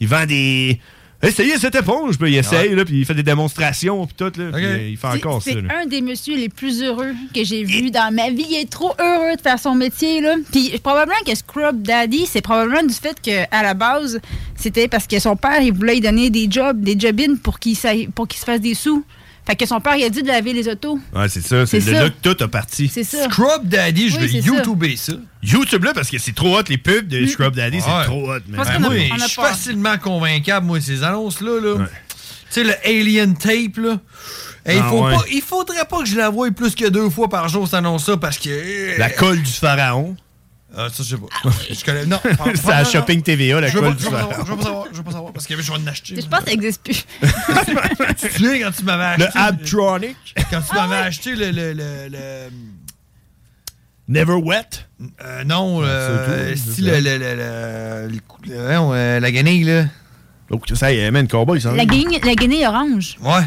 Il vend des. Eh, Essayez cette éponge, puis il essaye, là, puis il fait des démonstrations, puis tout. Là, puis, euh, il fait encore ça.
C'est
là.
un des messieurs les plus heureux que j'ai vu dans ma vie. Il est trop heureux de faire son métier. Là. Puis probablement que Scrub Daddy, c'est probablement du fait que à la base, c'était parce que son père, il voulait lui donner des jobs, des jobines pour qu'il s'aille- pour qu'il se fasse des sous. Fait que son père, il a dit de laver les autos.
Ouais, c'est ça. C'est
C'est
de
ça.
là que tout a parti.
C'est ça.
Scrub Daddy,
je Oui, vais c'est ça. Mm. YouTuber
ça. YouTube là, parce que c'est trop hot, les pubs de Scrub Daddy,
Ouais.
c'est trop hot. man.
Ben, moi, je suis facilement convaincable, moi, ces annonces-là. Là. Tu sais, le Alien Tape, là. Eh, il,
Ah,
faut
ouais.
pas, il faudrait pas que je la voie plus que deux fois par jour, cette annonce-là, parce que. euh,
La colle du pharaon.
Ah, ça, je sais pas. Je connais. Non.
C'est à Shopping TVA, la
Je veux
colle
pas-
du
je veux pas
pharaon.
savoir, Je veux pas savoir, je veux pas savoir, parce que je vais en acheter.
Je pense que ça n'existe plus.
tu te souviens quand tu m'avais acheté.
Le Abtronic.
Quand tu m'avais acheté le. le, le, le-
Never Wet.
Euh, non, euh,
c'est tout,
si
c'est
le,
ça.
le, le, le- le cou- le- voyons, euh, la guenille, là.
Donc, ça y est, man, cowboy, ça.
La guenille, la guenille orange.
Ouais.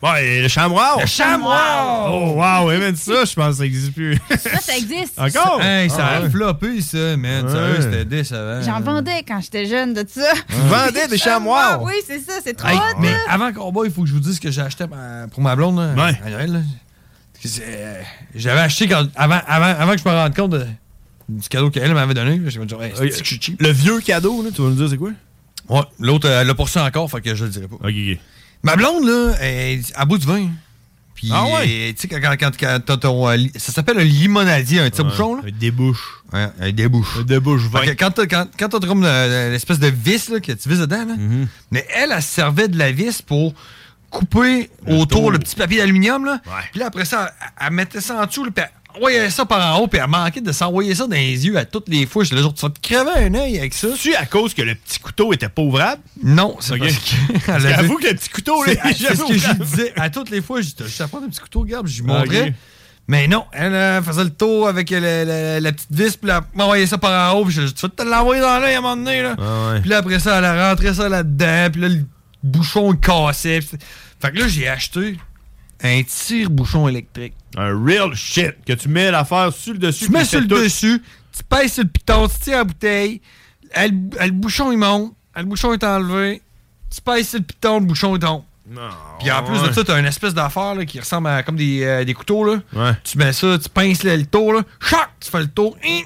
Ouais, et le chamois.
Le chamois!
Oh, wow, ouais, man, ça, je pense que ça n'existe plus.
Ça, ça existe.
Encore?
Hey, ça
Ah,
a
ouais.
floppé, ça, man.
Ouais.
Sérieux, c'était décevant.
J'en vendais quand j'étais jeune de ça. Tu
vendais Euh. des chamois?
Oui, c'est ça, c'est trop
Hey,
hot,
mais
là.
avant Combat, il faut que je vous dise ce que j'ai acheté ma- pour ma blonde là, à Noël. là. C'est- euh, J'avais acheté quand- avant, avant, avant que je me rende compte de- du cadeau qu'elle m'avait donné. J'ai fait genre,
Ah,
hey, c'est-tu que je suis cheap?
Le vieux cadeau, là, tu vas nous dire c'est quoi?
Ouais, l'autre, euh, elle l'a poursuivi encore, fait que je le dirai pas. Ma blonde, là, elle est à bout du vin. hein. Puis,
Ah ouais?
euh, tu sais, quand, quand, quand- quand t'as ton, euh, li- ça s'appelle un limonadier, un petit
Ouais,
bouchon, là.
Un débouche.
Ouais, un débouche.
Un débouche vin.
Fait que quand t'as quand, quand t'as comme euh, l'espèce de vis là, que tu vises dedans, là,
Mhm.
mais elle, elle se servait de la vis pour couper autour
tour.
le petit papier d'aluminium. là. Puis là, après ça, elle, elle mettait ça en dessous, là, puis elle envoyait ça par en haut, puis elle manquait de s'envoyer ça dans les yeux à toutes les fois. J'étais là, genre, tu vas te crever un œil avec ça.
Tu à cause que le petit couteau était pas ouvrable?
Non, c'est
Ok.
parce
Parce
que.
qu'avoue que le petit couteau, là,
C'est
il est
c'est ce
jamais
que je
ouvrable.
disais à toutes les fois. Je disais, je t'apprends un petit couteau, regarde, je lui
Ah, ok.
montrais. Mais non, elle euh, faisait le tour avec euh, la, la- la petite vis, puis elle m'envoyait ça par en haut, puis je tu vas te l'envoyer dans l'œil à un moment donné, là. Puis là, après ça, elle a rentré ça là-dedans, puis là, le bouchon il cassait. puis c'est- Fait que là, j'ai acheté un tire-bouchon électrique.
Un real shit que tu mets l'affaire sur le dessus.
Tu mets
puis
sur le
fait tout.
dessus, tu pèses sur le piton, tu tires la bouteille, elle, elle- le bouchon, il monte, elle- le bouchon est enlevé, tu pèses sur le piton, le bouchon, il tombe. Puis en
Ah,
plus de ça, t'as une espèce d'affaire là, qui ressemble à comme des, euh, des couteaux. Là. Tu mets ça, tu pinces le, le tour, là. choc, tu fais le tour, hein.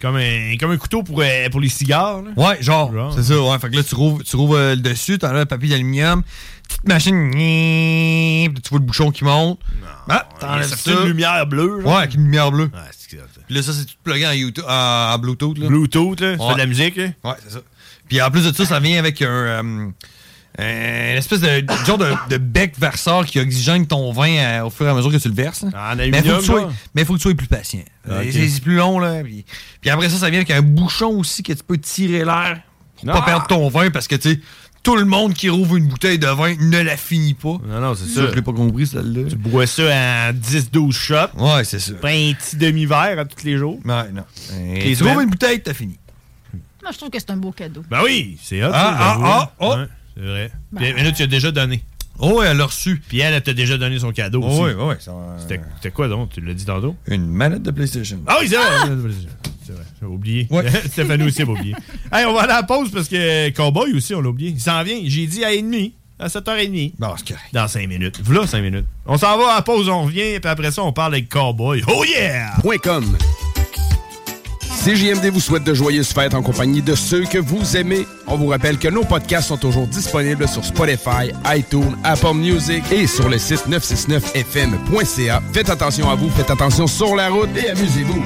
Comme un, comme un couteau pour, euh, pour les cigares. là.
Ouais, genre. C'est ça, ouais. Fait que là, tu rouvres, tu rouvres euh, le dessus, t'enlèves le papier d'aluminium, petite machine, puis tu vois le bouchon qui monte. Ah, t'enlèves
ça
ça.
fait une lumière bleue, genre.
Ouais, avec une lumière bleue. Puis là, ça, c'est tout plugué en, YouTube- à- à Bluetooth. Là. Bluetooth, là.
ça fait de la musique, hein. là.
Ouais, c'est ça. Puis en plus de ça, ça vient avec un. euh, euh, une espèce de genre de, de bec verseur qui oxygène ton vin euh, au fur et à mesure que tu le verses. là. mais faut
aluminium,
que tu sois,
là.
mais faut que tu sois plus patient.
Ah, ok.
C'est c'est Euh, plus long, là. Puis, puis après ça, ça vient avec un bouchon aussi que tu peux tirer l'air pour
Ah!
pas perdre ton vin parce que, tu sais, tout le monde qui rouvre une bouteille de vin ne la finit pas.
Non, non, c'est
Ça,
ça.
je l'ai pas compris, celle-là.
Tu bois ça en 10-12 shots.
Ouais, c'est ça.
Pas un petit demi-verre à tous les jours.
Ouais, non. Et
Puis
tu
semaines.
ouvres une bouteille, t'as fini.
Moi, je trouve que c'est un beau cadeau.
Ben oui, c'est hot.
Ah, ah, ah,
oh. c'est vrai. Puis, mais là, tu as déjà donné.
Oh, elle l'a reçu.
Puis elle, elle t'a déjà donné son cadeau
Oh,
aussi.
oui, oui, oui,
C'était c'était quoi donc? Tu l'as dit tantôt?
Une manette de PlayStation.
Ah oui, c'est vrai. C'est vrai, j'avais oublié. Stéphanie aussi avait oublié. Hey, on va aller à la pause parce que Cowboy aussi, on l'a oublié. Il s'en vient. J'ai dit à 1h30, à 7h30. Dans 5 minutes. Voilà 5 minutes. On s'en va à la pause, on revient, puis après ça, on parle avec Cowboy. Oh yeah!
Point .com. CJMD vous souhaite de joyeuses fêtes en compagnie de ceux que vous aimez. On vous rappelle que nos podcasts sont toujours disponibles sur Spotify, iTunes, Apple Music et sur le site 969fm.ca. Faites attention à vous, faites attention sur la route et amusez-vous.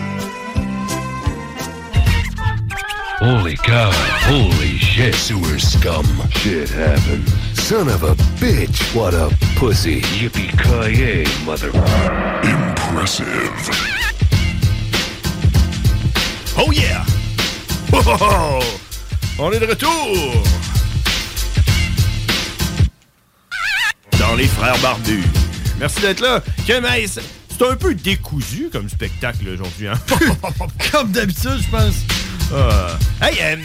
Holy cow. Holy shit. Sewer scum. Shit happened. Son of a bitch. What a pussy. Yippee-ki-yay, mother... Impressive.
Oh yeah! Oh, oh, oh! On est de retour! Dans les frères barbus. Merci d'être là. Que mais c'est un peu décousu comme spectacle aujourd'hui, hein?
comme d'habitude, je pense.
Ah. Hey, euh,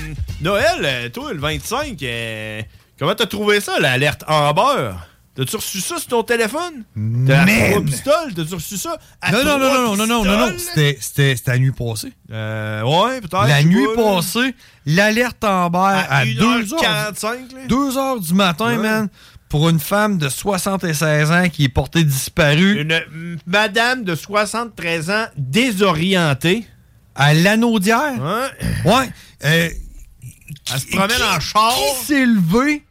Noël, euh, toi, le 25, euh, comment t'as trouvé ça, l'alerte Amber? T'as-tu reçu ça sur ton téléphone? T'as à
Man!
trois pistoles? T'as-tu reçu ça? à
Non, non,
trois
non, non, non, non, non, non.
pistoles?
C'était c'était- c'était la nuit passée.
Euh, ouais, peut-être.
La
je sais
nuit
pas, là.
passée, l'alerte Amber à, 2h45.
1h45, là.
2h du matin, man, pour une femme de 76 ans qui est portée disparue.
Une m- madame de 73 ans désorientée.
À l'anaudière.
Ouais.
Ouais. euh,
Elle se promène en char.
Qui s'est levé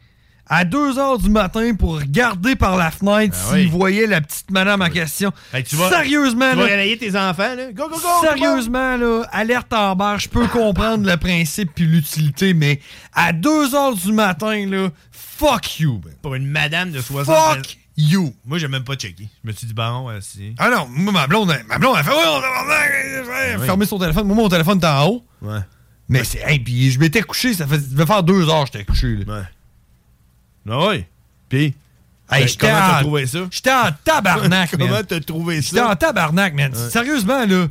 à 2h du matin pour regarder par la fenêtre
Ah oui.
s'il voyait la petite madame en question?
Fait que tu vas-
Sérieusement,
Tu vas
là.
réveiller tes enfants, là. Go, go, go!
Sérieusement, là, alerte en barre, je peux comprendre le principe puis l'utilité, mais à 2h du matin, là, fuck you, man.
Pour une madame de 73
Fuck you.
Moi, j'ai même pas checké. Je me suis dit, bon, ouais, si.
Ah non, moi, ma blonde, elle- ma blonde, elle fait, ouais, on
Ah
a
oui.
fermé son téléphone. Moi, mon téléphone était en haut.
Ouais.
Mais c'est, hey, puis je m'étais couché, ça fait, ça devait faire deux heures que j'étais couché, là.
Ah ouais. Puis.
Hey,
Ben,
j'étais
comment t'as
en-
trouvé ça?
J'étais en tabarnak, man.
Comment t'as trouvé ça?
J'étais en tabarnak, man.
Ouais.
Sérieusement, là.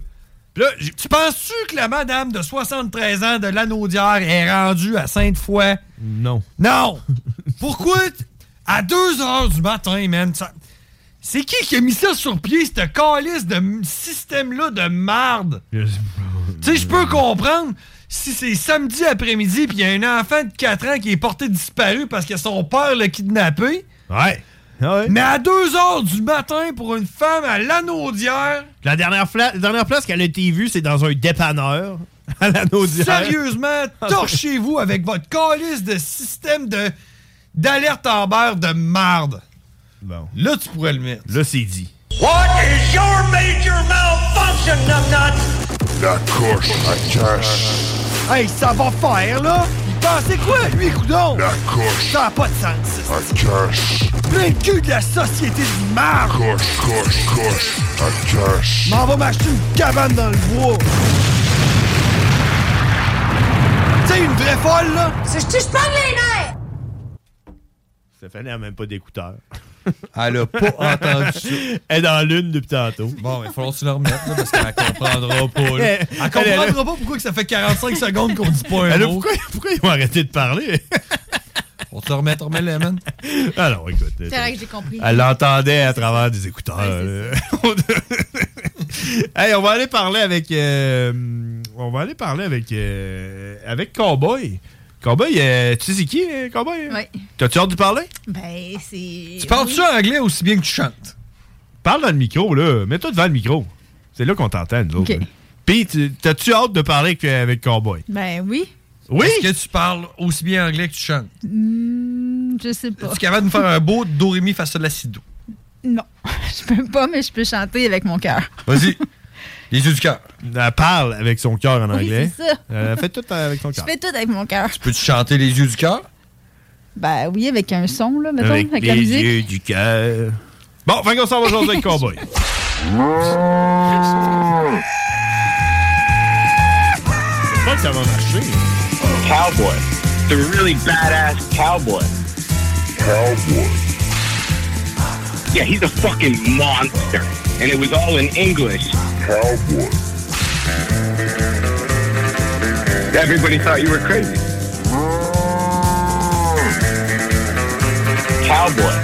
Puis là, j'ai-
Tu penses-tu que la madame de 73 ans de l'Anaudière est rendue à Sainte-Foy?
Non.
Non! Pourquoi? t- À 2 h du matin, man. ça- C'est qui qui a mis ça sur pied, ce calice de m- système-là de marde?
Je sais
Tu sais, je peux comprendre si c'est samedi après-midi puis il y a un enfant de 4 ans qui est porté disparu parce que son père l'a kidnappé.
Ouais. Ah ouais.
Mais à 2 h du matin pour une femme à l'anaudière,
La dernière, fla- la dernière place qu'elle a été vue, c'est dans un dépanneur. À l'anneau d'hier.
sérieusement,
Ah
torchez-vous avec votre calice de système de d'alerte Amber de marde.
Bon.
Là, tu pourrais le mettre.
Là, c'est dit.
What is your major malfunction, numbnut?
D'accord, ça cache.
Hey, ça va faire, là! Il pensait quoi, lui, coudon?
La coche.
Ça a pas de sens.
Ça cache.
Plein de cul de la société de marde!
Coche, coche, coche. Ça cache.
M'en va m'acheter une cabane dans le bois! T'sais, une vraie folle, là!
C'est je te parle les nerfs!
Stéphanie n'a même pas d'écouteurs.
Elle a pas entendu ça.
Elle est dans l'une depuis tantôt.
Bon, il faut que tu la remettes, là, parce qu'elle comprendra pas, là. Elle comprendra pas pourquoi que ça fait 45 secondes qu'on dit pas un
Elle a-
mot.
pourquoi, pourquoi ils ont arrêté de parler?
On te remet, on remet le man.
Alors, écoute. euh,
C'est vrai que j'ai compris.
Elle l'entendait à travers des écouteurs. là. hey, on va aller parler avec. euh, on va aller parler avec. euh, avec Cowboy. Cowboy, euh, tu sais c'est qui, hein, Cowboy?
Ouais.
T'as-tu hâte de parler?
Ben, c'est.
anglais aussi bien que tu chantes?
Parle dans le micro, là. Mets-toi devant le micro. C'est là qu'on t'entend, nous autres.
OK.
là. Puis, tu- t'as-tu hâte de parler avec, euh, avec Cowboy?
Ben oui.
Oui?
Est-ce que tu parles aussi bien anglais que tu chantes?
Hmm, je sais pas.
Tu es capable de me faire un beau Doremi face à la Sido?
Non, je peux pas, mais je peux chanter avec mon cœur.
Vas-y.
Les yeux du cœur. Elle parle avec son cœur en
Oui,
anglais.
c'est ça.
Euh, fais tout avec ton
Je
cœur.
fais tout avec mon cœur.
Peux-tu chanter les yeux du cœur?
Ben oui, avec un son, là, mettons, avec, la musique.
yeux du cœur. Bon, fait qu'on s'en va jaser avec Cowboy. Pas que ça va marcher.
Cowboy. The really badass cowboy. Cowboy. Yeah, he's a fucking monster. And it was all in English. Cowboy. Everybody thought you were crazy. Cowboy.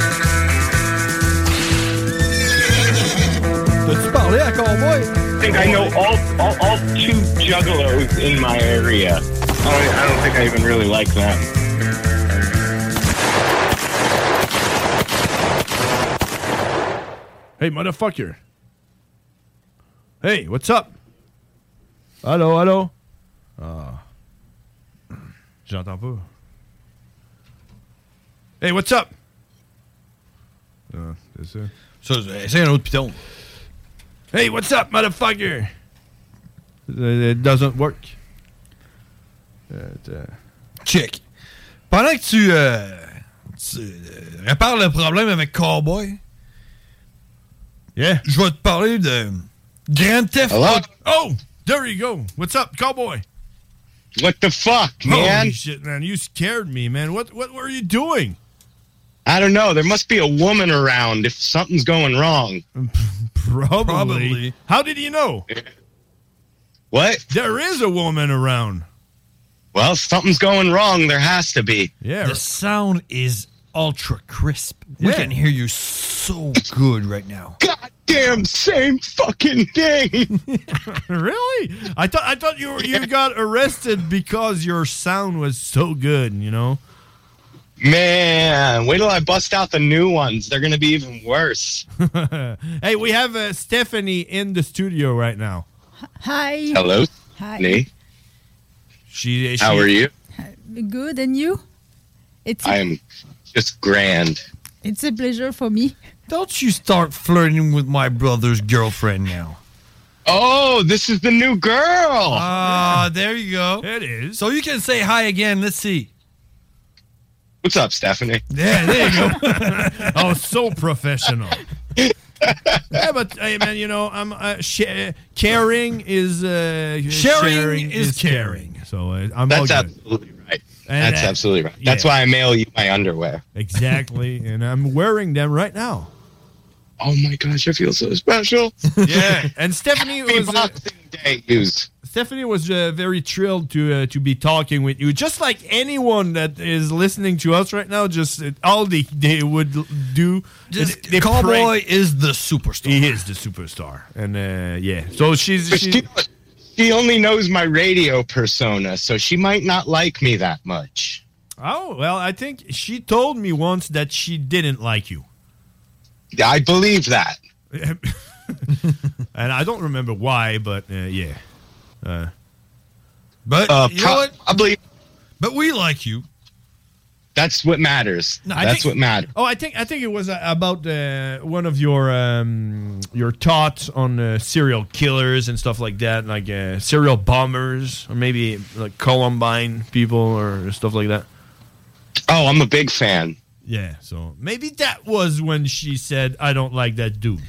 T'as-tu parlé à Cowboy?
I think I know all, all, all two juggalos in my area. I don't, I don't think I even really like them.
Hey, motherfucker. Hey, what's up? Allô, allô? Ah. J'entends pas. Hey, what's up? Ah, c'est ça.
Ça, c'est- essaye un autre piton.
Hey, what's up, motherfucker? Euh, It doesn't work.
Check. Pendant que tu, euh, tu, euh, répares le problème avec Cowboy,
yeah.
je vais te parler de Grand Theft
Hello?
Auto.
Oh, there you go. What's up, cowboy?
What the fuck, man?
Holy shit, man. You scared me, man. What what were you doing?
I don't know. There must be a woman around if something's going wrong.
Probably. How did you know?
What?
There is a woman around.
Well, something's going wrong. There has to be.
Yeah.
The sound is ultra crisp. We
Yeah.
can hear you so good right now.
Damn, same fucking thing.
really? I thought I thought you were, you got arrested because your sound was so good, you know?
Man, wait till I bust out the new ones. They're going to be even worse.
hey, we have uh, Stephanie in the studio right now.
Hi.
Hello,
Hi.
Stephanie.
She,
How are you?
Good, and you? It's
I am just grand.
it's a pleasure for me.
Don't you start flirting with my brother's girlfriend now.
Oh, this is the new girl.
Ah, there you go.
It is.
So you can say hi again. Let's see.
What's up, Stephanie?
Yeah, there you go.
oh, so professional. yeah, but hey, man, you know, I'm uh, sh- uh, caring is uh,
Sharing is
caring. So uh, I'm
That's
all good.
absolutely right.
And,
That's
uh,
absolutely right. That's
yeah.
why I mail you my underwear.
exactly, and I'm wearing them right now.
Oh my gosh, I feel so special.
Yeah, and Stephanie was uh,
Hey, used.
Stephanie was uh, very thrilled to uh, to be talking with you. Just like anyone that is listening to us right now, just uh, all they, they would l- do.
Just
they
Cowboy
is the superstar. He is the superstar, and uh, yeah. So she's,
But
she's
she, she only knows my radio persona, so she might not like me that much.
oh well. I think she told me once that she didn't like you,
I believe that.
and I don't remember why, but uh, yeah. Uh,
but
Uh,
you know what?
probably.
But we like you.
That's what matters.
No, I
That's
think-
what matters.
Oh, I think I think it was uh, about uh, one of your um, your thoughts on uh, serial killers and stuff like that, like uh, serial bombers or maybe like Columbine people or stuff like that.
Oh, I'm a big fan.
Yeah, so maybe that was when she said, "I don't like that dude."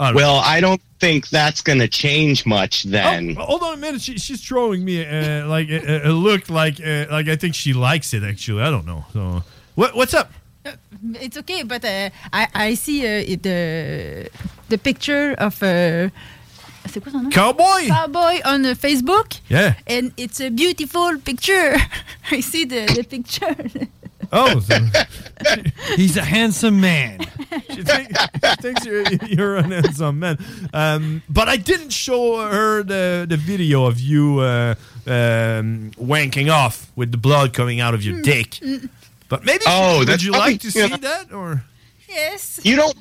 I don't
well, I don't think that's going to change much then.
Oh, hold on a minute. She, she's throwing me uh, like a, a a look, like uh, like I think she likes it. Actually, I don't know. So what what's up?
It's okay, but uh, I I see uh, it, the the picture of uh, c'est quoi son nom?
Cowboy.
Cowboy on uh, Facebook,
Yeah.
and it's a beautiful picture. I see the, the picture.
Oh, so
he's a handsome man.
she, think, she thinks you're, you're an handsome man. Um, but I didn't show her the, the video of you uh, um, wanking off with the blood coming out of your dick. But maybe
Oh,
would
that's
you
probably-
like to see
yeah.
that or
yes.
You don't.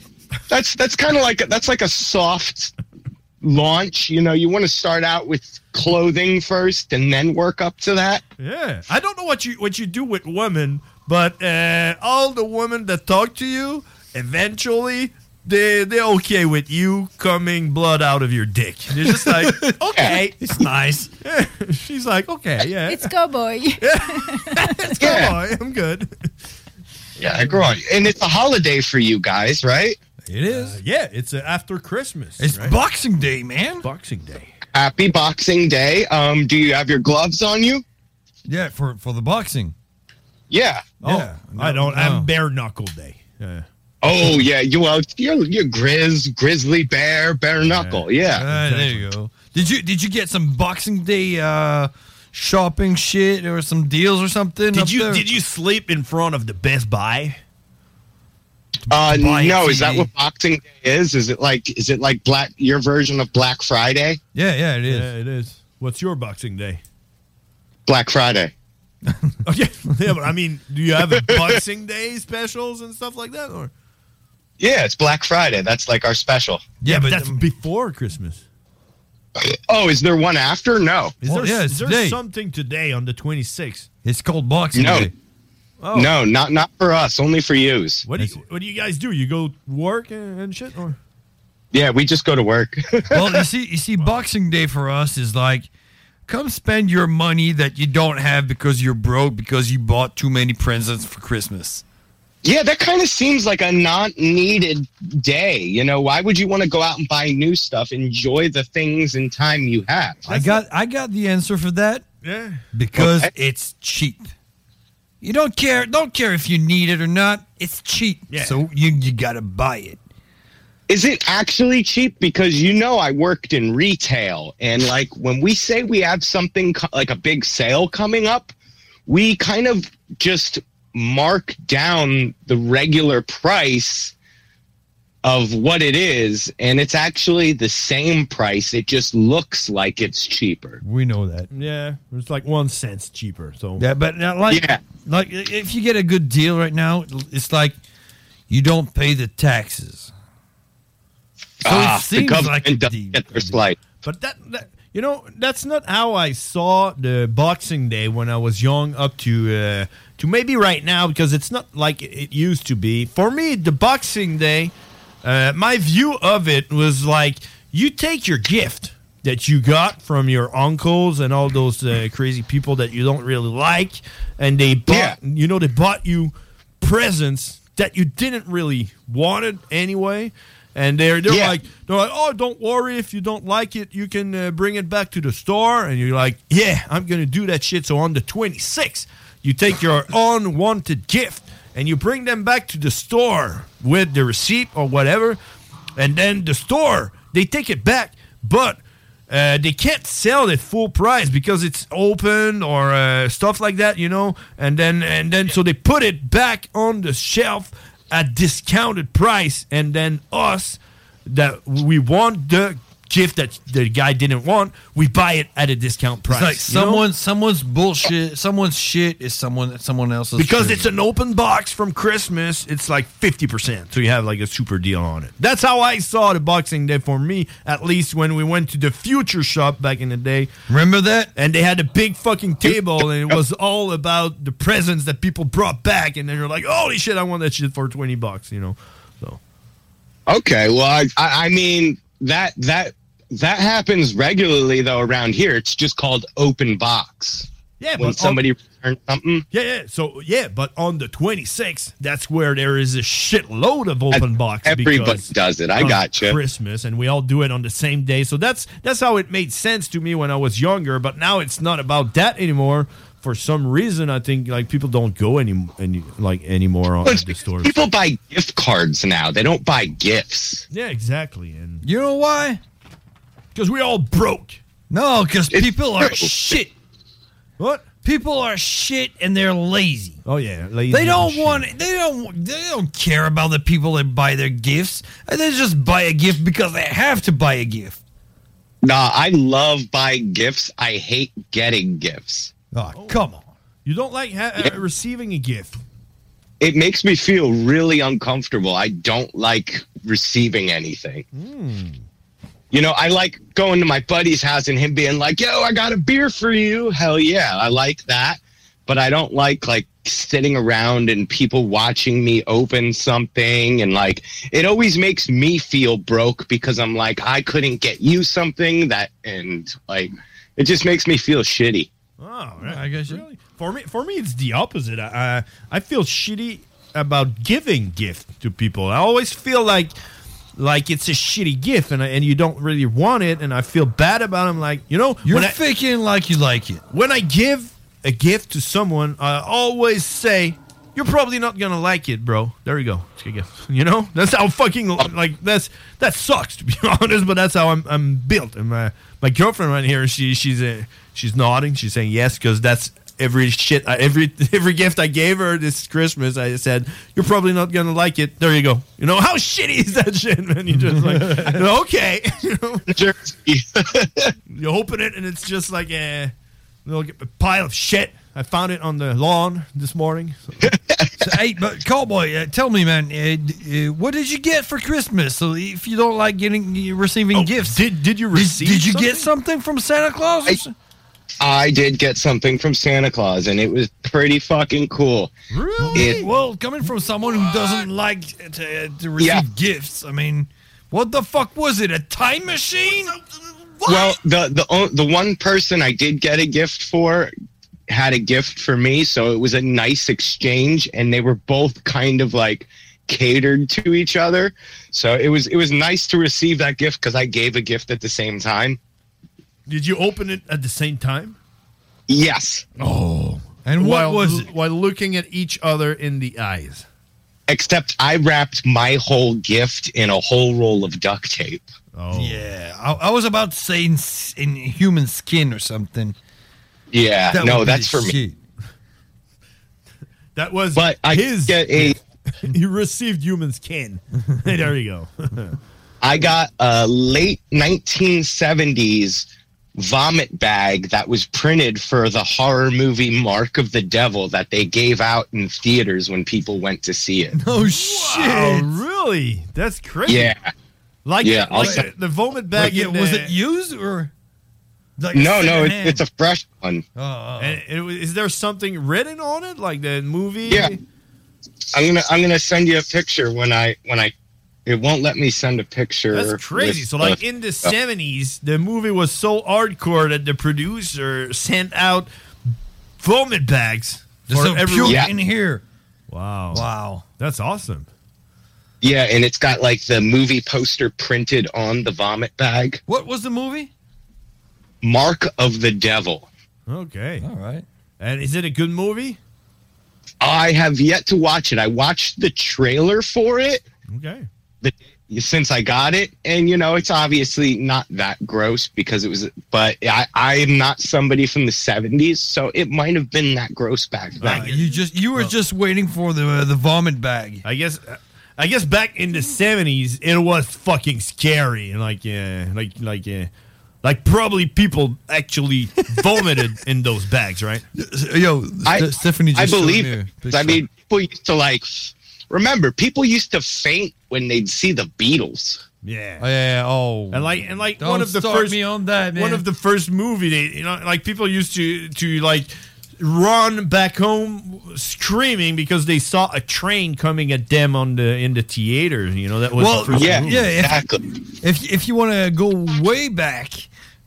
That's that's kind of like that's like a soft launch. You know, you want to start out with clothing first and then work up to that.
Yeah, I don't know what you what you do with women, but uh, all the women that talk to you, eventually they they're okay with you coming blood out of your dick. They're just like, okay, it's nice. She's like, okay, yeah,
It's cowboy.
it's cowboy. I'm good.
Yeah, I agree. And it's a holiday for you guys, right?
It is. yeah, it's uh, after Christmas.
It's
Boxing Day, man. Boxing Day.
Happy Boxing Day. Um, do you have your gloves on you?
Yeah, for, for the boxing.
Yeah.
Yeah.
I don't.
No.
I'm bare knuckle day. Yeah.
Oh yeah, you well, you're you're Grizz, Grizzly Bear, Bare Knuckle. Yeah.
Uh,
Ah, there you go. Did you did you get some Boxing Day uh, shopping shit or some deals or something?
Did you did you sleep in front of the Best Buy?
Uh,
Buy a
no, is that
TV.
what Boxing Day is? Is it like is it like black your version of Black Friday?
Yeah, yeah, it is.
Yeah, it is. What's your Boxing Day?
Black Friday.
yeah, but I mean, do you have a Boxing Day specials and stuff like that? Or
Yeah, it's Black Friday. That's like our special.
Yeah, but
that's before Christmas.
Oh, is there one after? No.
Is there, is there something today on the 26th?
It's called Boxing
No.
Day.
Oh.
No, not not for us. Only for yous.
What do you What do you guys do? You go work and, and shit, or
Yeah, we just go to work.
well, you see, you see, Boxing Day for us is like, come spend your money that you don't have because you're broke because you bought too many presents for Christmas.
Yeah, that kind of seems like a not needed day. You know, why would you want to go out and buy new stuff? Enjoy the things and time you have.
I got, I got the answer for that
yeah.
because it's cheap. You don't care, don't care if you need it or not. It's cheap,
Yeah.
so you you gotta buy it.
Is it actually cheap? Because you know, I worked in retail, and like when we say we have something co- like a big sale coming up, we kind of just mark down the regular price of what it is, and it's actually the same price. It just looks like it's cheaper.
We know that.
Yeah, it's like one cent cheaper. So
Yeah, but now, like, like i- if you get a good deal right now, it's like you don't pay the taxes. So
Ah,
it
the
seems
government
like a
doesn't
deal.
get their slight.
But that, that you know, that's not how I saw the Boxing Day when I was young, up to uh, to maybe right now because it's not like it used to be. For me, the Boxing Day, uh, my view of it was like you take your gift that you got from your uncles and all those uh, crazy people that you don't really like, and they bought, you know, they bought you presents that you didn't really wanted anyway. And they're they're like they're like oh don't worry if you don't like it you can uh, bring it back to the store and you're like yeah I'm gonna do that shit so on the 26th you take your unwanted gift and you bring them back to the store with the receipt or whatever and then the store they take it back but uh, they can't sell it full price because it's open or uh, stuff like that, you know. And then and then so they put it back on the shelf at discounted price, and then us that we want the gift that the guy didn't want, we buy it at a discount price.
It's
you
like
know?
someone, someone's bullshit, someone's shit is someone, someone else's.
because
shit.
it's an open box from Christmas, it's like fifty percent. So you have like a super deal on it. That's how I saw the Boxing Day for me, at least when we went to the Future Shop back in the day.
Remember that?
And they had a big fucking table, and it was all about the presents that people brought back. And then you're like, holy shit, I want that shit for twenty bucks, you know? So
Okay, well, I, I I mean that that that happens regularly though around here. It's just called open box.
Yeah,
when
but-
somebody returns something.
yeah, yeah. So yeah, but on the twenty sixth, that's where there is a shitload of open box.
everybody
because
does it. I
of
gotcha.
Christmas, and we all do it on the same day. So that's that's how it made sense to me when I was younger. But now it's not about that anymore. For some reason, I think like people don't go any, any like anymore on
Well, it's
the stores.
People buy gift cards now. They don't buy gifts.
Yeah, exactly. And
you know why?
Because we all broke.
No, because people are shit.
What?
People are shit and they're lazy.
Oh yeah, lazy
They don't
shit.
want. They don't. They don't care about the people that buy their gifts. They just buy a gift because they have to buy a gift.
Nah, I love buying gifts. I hate getting gifts.
Oh, come on.
You don't like ha- uh, receiving a gift.
It makes me feel really uncomfortable. I don't like receiving anything. You know, I like going to my buddy's house and him being like, "Yo, I got a beer for you." Hell yeah, I like that. But I don't like like sitting around and people watching me open something and like it always makes me feel broke because I'm like I couldn't get you something that and like it just makes me feel shitty.
Oh, I guess really. For me, for me, it's the opposite. I, I I feel shitty about giving gift to people. I always feel like like it's a shitty gift, and I, and you don't really want it, and I feel bad about. it. I'm like, you know,
You're
when I-
faking like you like it.
when I give a gift to someone, I always say, "You're probably not gonna like it, bro." There you go. It's a gift. You know, that's how fucking like that's that sucks to be honest, but that's how I'm I'm built. And my my girlfriend right here, she she's uh she's nodding. She's saying yes because that's every shit I, every every gift I gave her this Christmas. I said, "You're probably not gonna like it." There you go. You know how shitty is that shit, man? You just like okay, you know? you open it and it's just like a little g- pile of shit. I found it on the lawn this morning.
So, hey, but Cowboy, uh, tell me, man, uh, d- uh, what did you get for Christmas? So if you don't like getting receiving gifts,
Oh, did did you
receive? Did, you get something from Santa Claus? or so-
I did get something from Santa Claus and it was pretty fucking cool.
really?
It-
well, coming from someone who doesn't like to, uh, to receive
Yeah.
gifts, I mean, what the fuck was it? A time machine?
Well, the the o- the one person I did get a gift for had a gift for me, so it was a nice exchange, and they were both kind of like catered to each other. So it was it was nice to receive that gift because I gave a gift at the same time.
Did you open it at the same time?
Yes.
Oh,
and
what
while,
was it?
While looking at each other in the eyes.
Except I wrapped my whole gift in a whole roll of duct tape.
Oh.
Yeah, I, I was about to say in, s- in human skin or something.
Yeah,
That would
no,
be
that's for me.
shit.
That was
But I his get a
you received human skin. there you go.
I got a late 1970s vomit bag that was printed for the horror movie Mark of the Devil that they gave out in theaters when people went to see it.
Oh shit!
really? That's crazy.
Yeah.
Like,
Yeah,
yeah, like
also-
the, the vomit bag.
Like,
in
was
the-
it used or? like,
no, no, it,
secondhand?
it's a fresh one.
Uh-uh.
And it was- is there something written on it, like the movie?
Yeah. I'm gonna I'm gonna send you a picture when I when I it won't let me send a picture.
That's crazy.
with
So, like
the-
in the seventies, the movie was so hardcore that the producer sent out vomit bags
Just
for
so
everyone.
pure in here.
Wow!
Wow!
That's awesome.
Yeah, and it's got like the movie poster printed on the vomit bag.
What was the movie?
Mark of the Devil.
Okay. All
right.
And is it a good movie?
I have yet to watch it. I watched the trailer for it
Okay.
the, since I got it, and you know it's obviously not that gross because it was. But I, I am not somebody from the '70s, so it might have been that gross back then.
Uh, you just you were just waiting for the uh, the vomit bag.
Oh. I guess. uh, I guess back in the seventies, it was fucking scary, and like, yeah, like, like, yeah, like probably people actually vomited in those bags, right?
Yo,
I,
Stephanie
I
just showed
believe.
me a
it, 'cause I
picture.
mean, people used to like. Remember, people used to faint when they'd see the Beatles.
Yeah.
Oh, yeah. Oh.
And like and like
Don't
one of the
start
first
me on that, man.
one of the first movie they you know like people used to to like run back home screaming because they saw a train coming at them on the in the theater. You know that was
well,
the first
yeah,
movie.
yeah. If, if if you want to go way back,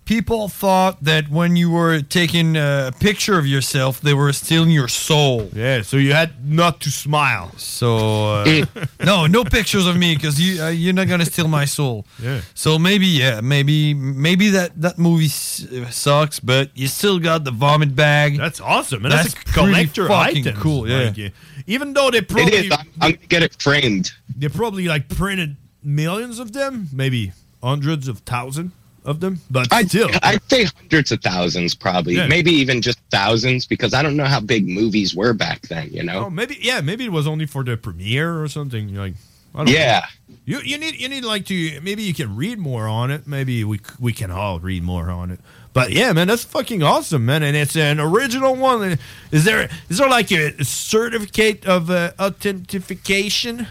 people thought that when you were taking a picture of yourself, they were stealing your soul.
Yeah, so you had not to smile.
So uh, no, no pictures of me because you uh, you're not gonna steal my soul.
Yeah.
So maybe yeah, maybe maybe that that movie s- uh, sucks, but you still got the vomit bag.
That's awesome. And that's, a
pretty
collector
fucking
item.
Cool, yeah.
Like, even though they probably
it is. I'm, I'm gonna get it framed.
they probably like printed millions of them, maybe hundreds of thousands of them, but still.
I'd say hundreds of thousands, probably,
Yeah.
maybe even just thousands, because I don't know how big movies were back then. You know,
Oh, maybe yeah, maybe it was only for the premiere or something. You're like, I don't
Yeah.
know. You you need you need like to maybe you can read more on it. Maybe we c- we can all read more on it. But yeah, man, that's fucking awesome, man, and it's an original one. Is there is there like a certificate of uh, authentication?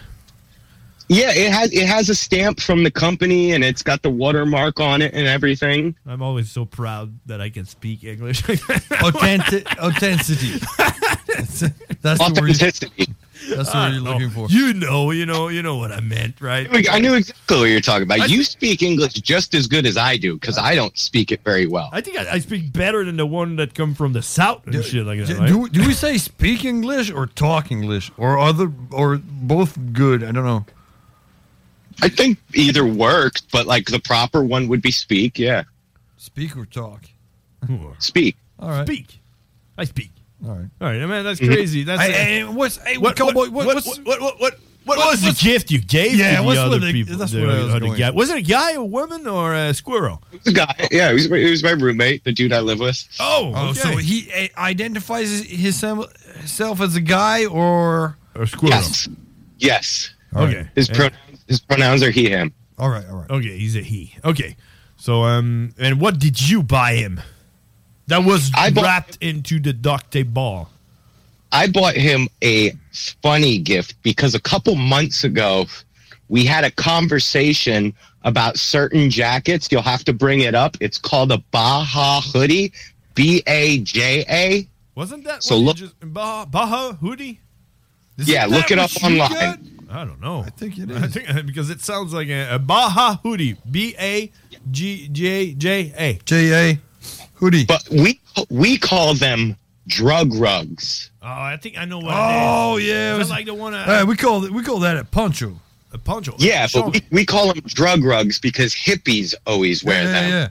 Yeah, it has it has a stamp from the company and it's got the watermark on it and everything.
I'm always so proud that I can speak English.
Authentic, authenticity. That's the word.
Authenticity.
That's the word you're looking for.
Ah, You know, you know, you know what I meant, right?
I knew exactly what you're talking about. you speak English just as good as I do because I don't speak it very well.
I think I, I speak better than the one that come from the south and shit like that.
Do,
Right?
do, do we say speak English or talk English or other or both good? I don't know.
I think either works, but like the proper one would be speak. Yeah,
Speak or talk.
speak.
All right.
Speak. I speak.
All right.
All right, man, that's
Mhm.
crazy. That's
Hey, hey, what's- hey,
what,
Cowboy,
what,
what-
what,
what's-
what, what, what, what
what-
was the
what's-
gift you gave
Yeah,
to the
what's
other
with the-
people?
that's
the
what I was
other
going
guy?
for.
Was it a guy, a woman, or a squirrel?
The guy. Yeah, he was, my- he was my roommate, the dude I live with.
Oh,
Oh, so he eh, identifies his- his sem- himself as a guy or
or squirrel.
Yes. Yes.
Okay.
His pronouns, his pronouns are he him.
All right, all right.
Okay, he's a he. Okay, so um, and what did you buy him? That was wrapped into the duct tape ball.
I bought him a funny gift because a couple months ago we had a conversation about certain jackets. You'll have to bring it up. It's called a Baja hoodie, B A J A.
Wasn't that
So
what you
look-
just, Baja, Baja hoodie?
Yeah,
Isn't
look
that
it
what
up
you
online.
got? I don't know. I think
it
is. I think, because it sounds like a, a Baja hoodie. B A G J J A.
J A hoodie.
But we we call them drug rugs.
Oh, I think I know what
Oh,
it is.
yeah, it
Is
was-
it like the one
All
I,
right, we call th- we call that a poncho.
a poncho.
Yeah,
Show
but
me.
we, we call them drug rugs because hippies always wear
Yeah,
them.
yeah.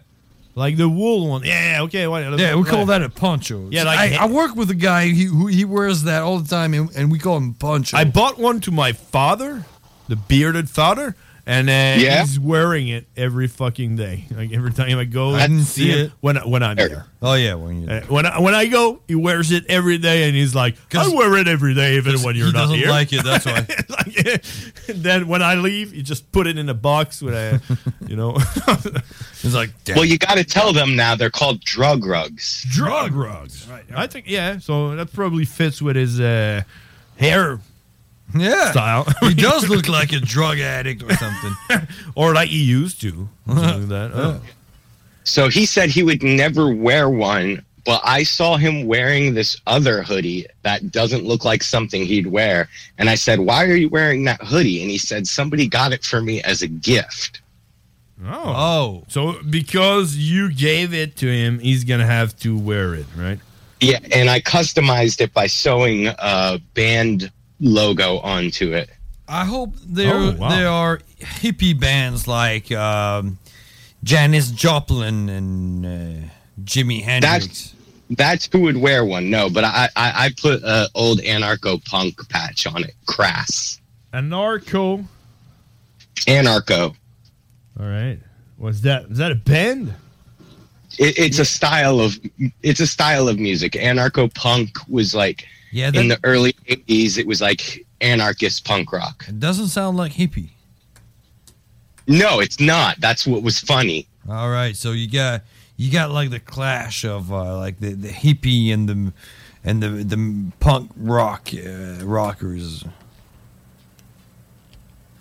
Like the wool one. Yeah, okay. What,
Yeah, we call
what-
that a poncho.
Yeah, like-
I, I work with a guy he, who he wears that all the time, and, and we call him poncho.
I bought one to my father, the bearded father, and uh,
Yeah?
he's wearing it every fucking day. Like every time I go,
I didn't
and
see
him
it.
when I, when I'm there.
Oh yeah, when
Uh, when I, when I go, he wears it every day, and he's like, "I wear it every day, even when you're
he
not
doesn't
here."
like it, that's why.
Like, then when I leave, you just put it in a box with a, you know,
it's like
Well, you got to tell them now they're called drug rugs.
drug rugs. Right. I think yeah. So that probably fits with his uh, hair
yeah
style.
he does look like a drug addict or something.
or like he used to. something like that. I don't know.
So he said he would never wear one, but I saw him wearing this other hoodie that doesn't look like something he'd wear. And I said, Why are you wearing that hoodie? And he said, Somebody got it for me as a gift.
Oh. So because you gave it to him, he's going to have to wear it, right?
Yeah. And I customized it by sewing a band logo onto it.
I hope there
Oh, wow.
there are hippie bands like um, Janis Joplin and uh, Jimi Hendrix.
That's, that's who would wear one. No, but I, I, I put an old anarcho punk patch on it. Crass.
Anarcho.
Anarcho.
All right. What's that? Is that a band?
It, it's a style of it's a style of music. Anarcho punk was like
Yeah,
in the
that-
early eighties. It was like anarchist punk rock.
It doesn't sound like hippie.
No, it's not. That's what was funny.
All right, so you got you got like the clash of uh, like the, the hippie and the and the the punk rock uh, rockers,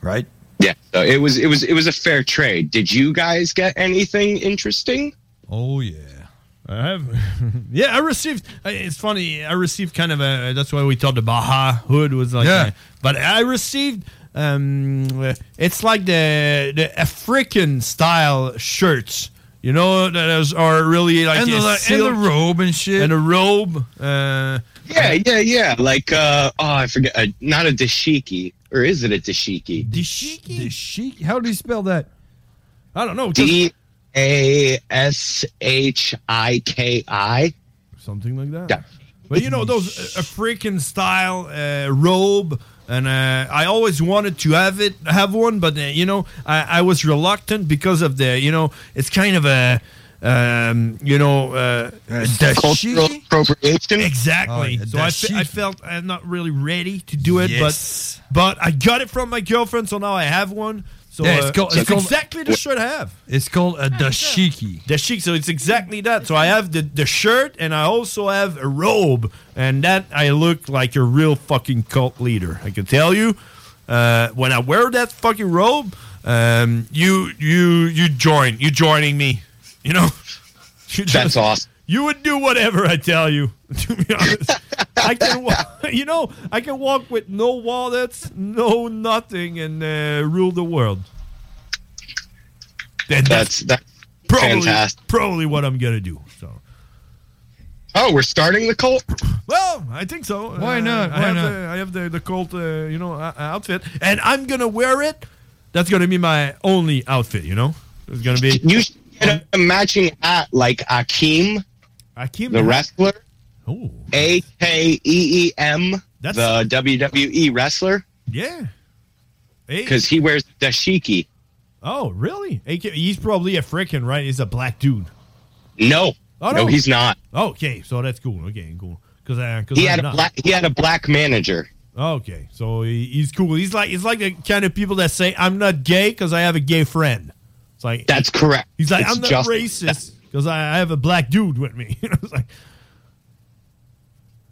right?
Yeah. So it was it was it was a fair trade. Did you guys get anything interesting?
Oh yeah.
I have. yeah, I received. I- It's funny. I received kind of a. That's why we thought the Baja hood was like.
Yeah.
a- but I received. Um, uh, it's like the the African style shirts. You know that is, are really like
And the-
a
and the robe and shit
and a robe. Uh,
Yeah, yeah, yeah. Like uh oh, I forget. Uh, not a dashiki, or is it a dashiki?
Dashiki.
Dashiki. How do you spell that?
I don't know.
D a s h i k i.
Something like that.
Yeah.
But you know those uh, African style uh, robe, and uh, I always wanted to have it, have one, but uh, you know I, I was reluctant because of the you know it's kind of a um, you know uh,
Cultural appropriation.
Exactly.
Oh,
so I,
dashiki.
fe- I felt I'm not really ready to do it,
Yes.
but but I got it from my girlfriend, so now I have one. So
Yeah, it's
uh,
called- it's called-
exactly the shirt I have. uh,
It's called a dashiki.
The chic, so it's exactly that. So I have the, the shirt and I also have a robe, and that I look like a real fucking cult leader. I can tell you, uh, when I wear that fucking robe, um, you you you join. You joining me. You know? You
That's awesome.
You would do whatever I tell you. To be honest, I can, wa- you know, I can walk with no wallets, no nothing, and uh, rule the world.
that's that's
Probably,
fantastic.
probably what I'm gonna do. So,
Oh, we're starting the cult.
well, oh, I think so. uh,
Why not?
I
Why
have,
not?
The, I have the the Colt, uh, you know, uh, outfit, and I'm gonna wear it. That's gonna be my only outfit. You know, it's gonna be
you should get a matching hat uh, like Akeem,
Akeem
the wrestler.
Oh,
A K E E M, the WWE wrestler,
yeah. Hey.
because he wears dashiki.
Oh, really? AK He's probably a frickin' right. He's a black dude.
No,
Oh,
no, he's not.
Okay, so that's cool. Okay, cool. Because uh, 'cause
He
I'm
had a
not.
black. He had a black manager.
Okay, so he, he's cool. He's like he's like the kind of people that say I'm not gay because I have a gay friend. It's like
that's correct.
He's like
It's
I'm not
just-
racist because I, I have a black dude with me. You know, it's like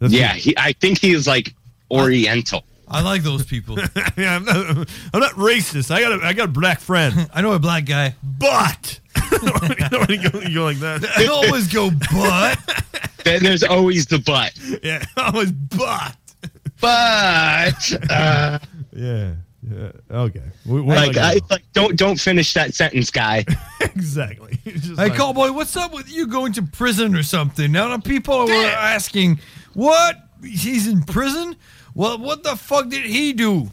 yeah, he, I think he is like
Uh.
Oriental.
I like those people. yeah, I'm not, I'm not racist. I got a I got a black friend. I know a black guy, but you know, when you go, you go like that.
They always
go but.
then there's always the butt.
Yeah, always but.
But uh,
Yeah. Yeah. Okay.
like, I, like, don't don't finish that sentence, guy.
exactly. Hey,
like-
cowboy, what's up with you going to prison or something? Now the people were asking, what? He's in prison?
Uh,
Well, what the fuck did he do?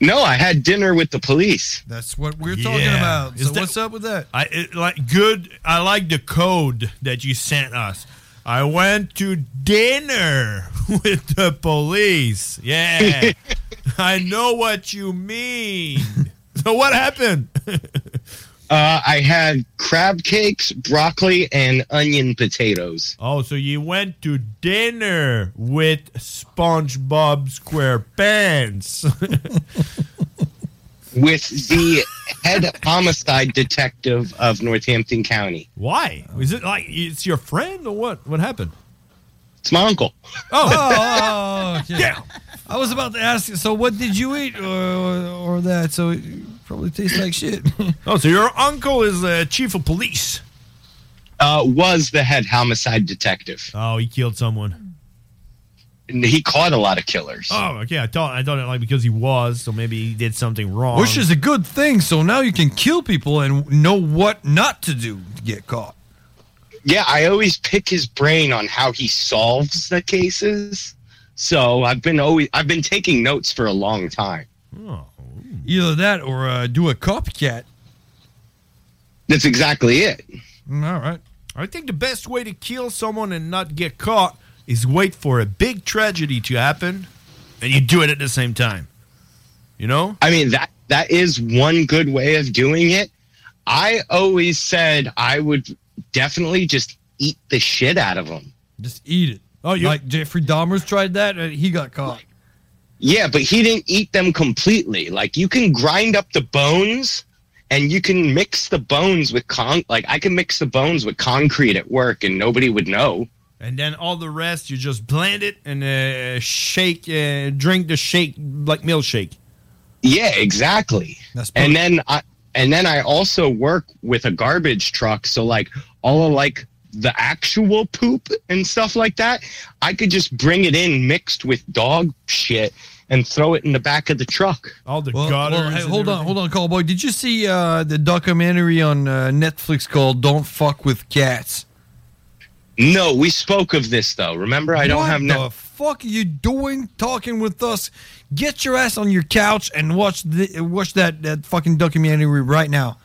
No, I had dinner with the police.
That's what we're talking
Yeah.
about.
Is
So
that-
what's up with that?
I it, like good. I like the code that you sent us. I went to dinner with the police. Yeah, I know what you mean. So what happened?
Uh, I had crab cakes, broccoli, and onion potatoes.
Oh, so you went to dinner with SpongeBob SquarePants.
with the head homicide detective of Northampton County.
Why? Is it like it's your friend or what? What happened?
It's my uncle.
Oh,
oh, okay. I was about to ask. So, what did you eat, or, or, or that? So, it probably tastes like shit.
oh, so your uncle is uh, chief of police.
Uh, was the head homicide detective.
Oh, he killed someone.
And he caught a lot of killers.
Oh, okay. I thought I thought it like because he was, so maybe he did something wrong.
Which is a good thing. So now you can kill people and know what not to do to get caught.
Yeah, I always pick his brain on how he solves the cases. So I've been always I've been taking notes for a long time.
Either that or uh, do a copycat.
That's exactly it.
Mm,
All right.
I think the best way to kill someone and not get caught is wait for a big tragedy to happen, and you do it at the same time. You know?
I mean that that is one good way of doing it. I always said I would definitely just eat the shit out of them.
Just eat it.
Oh,
you like Jeffrey Dahmer's tried that and he got caught.
Yeah, but he didn't eat them completely. Like you can grind up the bones and you can mix the bones with con like I can mix the bones with concrete at work and nobody would know.
And then all the rest, you just blend it and uh, shake, uh, drink the shake like milkshake.
Yeah, exactly. and then I and then I also work with a garbage truck, so like all of like the actual poop and stuff like that, I could just bring it in mixed with dog shit and throw it in the back of the truck.
All the
Well, well, hey, hold on, hold on, cowboy. Did you see uh, the documentary on uh, Netflix called "Don't Fuck with Cats"?
No, we spoke of this though. Remember, I don't
what
have
the
no.
fuck are you doing talking with us? Get your ass on your couch and watch the, watch that, that fucking documentary right now.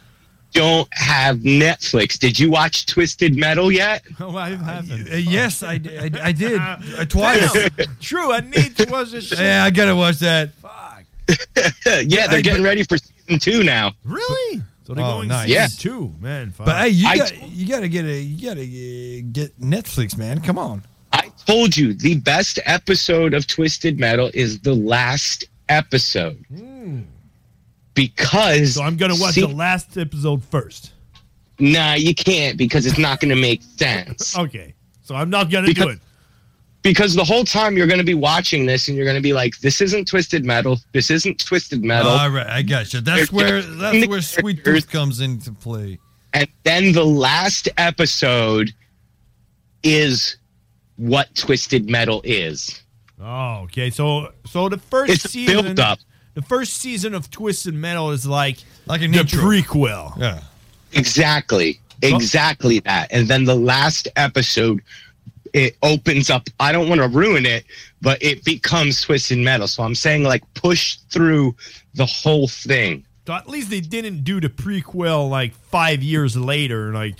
don't have Netflix. Did you watch Twisted Metal yet?
Oh, I haven't.
Uh, yes, I, d- I d- I did uh, twice.
True, I need to watch this shit.
yeah, I gotta watch that.
yeah, they're getting ready for season two now.
Really? So they're
Oh,
going
nice.
season
Yeah.
two, man. fuck.
But hey, you
I
got you gotta get a you gotta uh, get Netflix, man. Come on.
I told you the best episode of Twisted Metal is the last episode because.
so I'm gonna watch
see-
the last episode first.
Nah, you can't because it's not gonna make sense.
Okay, so I'm not gonna do it.
because the whole time you're going to be watching this and you're going to be like, this isn't twisted metal. This isn't twisted metal.
All right, I got you. That's where that's where Sweet Tooth comes into play.
And then the last episode is what twisted metal is.
Oh, okay. So so the first
It's a
season
build-up.
The first season of Twisted Metal is like
like
the
intro.
prequel.
Yeah.
Exactly. Exactly that. And then the last episode, it opens up. I don't want to ruin it, but it becomes twisted metal. So I'm saying like push through the whole thing.
So at least they didn't do the prequel like five years later, like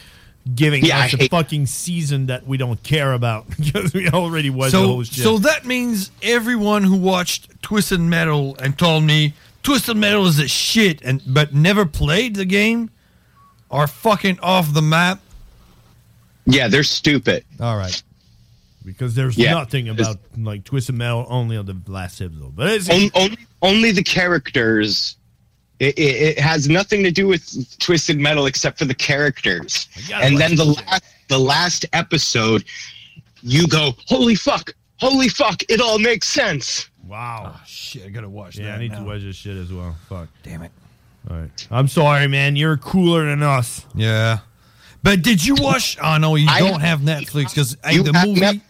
giving
Yeah, I
us a
hate-
fucking season that we don't care about because we already was the
so
whole shit.
so that means everyone who watched Twisted Metal and told me Twisted Metal is a shit and but never played the game are fucking off the map.
Yeah, they're stupid.
All right.
because there's
Yeah.
nothing about like Twisted Metal only on the last episode. But it's,
On- only, only the characters. It, it, it has nothing to do with twisted metal except for the characters.
gotta
And
like
then the last, the last episode, you go, holy fuck, holy fuck, it all makes sense.
wow,
Ah, shit, I gotta watch
yeah,
that
I need
now.
to watch this shit as well. Fuck,
damn it.
All right, I'm sorry, man. You're cooler than us.
Yeah, but did you watch? Oh no, you don't have Netflix because
you
the
have
movie,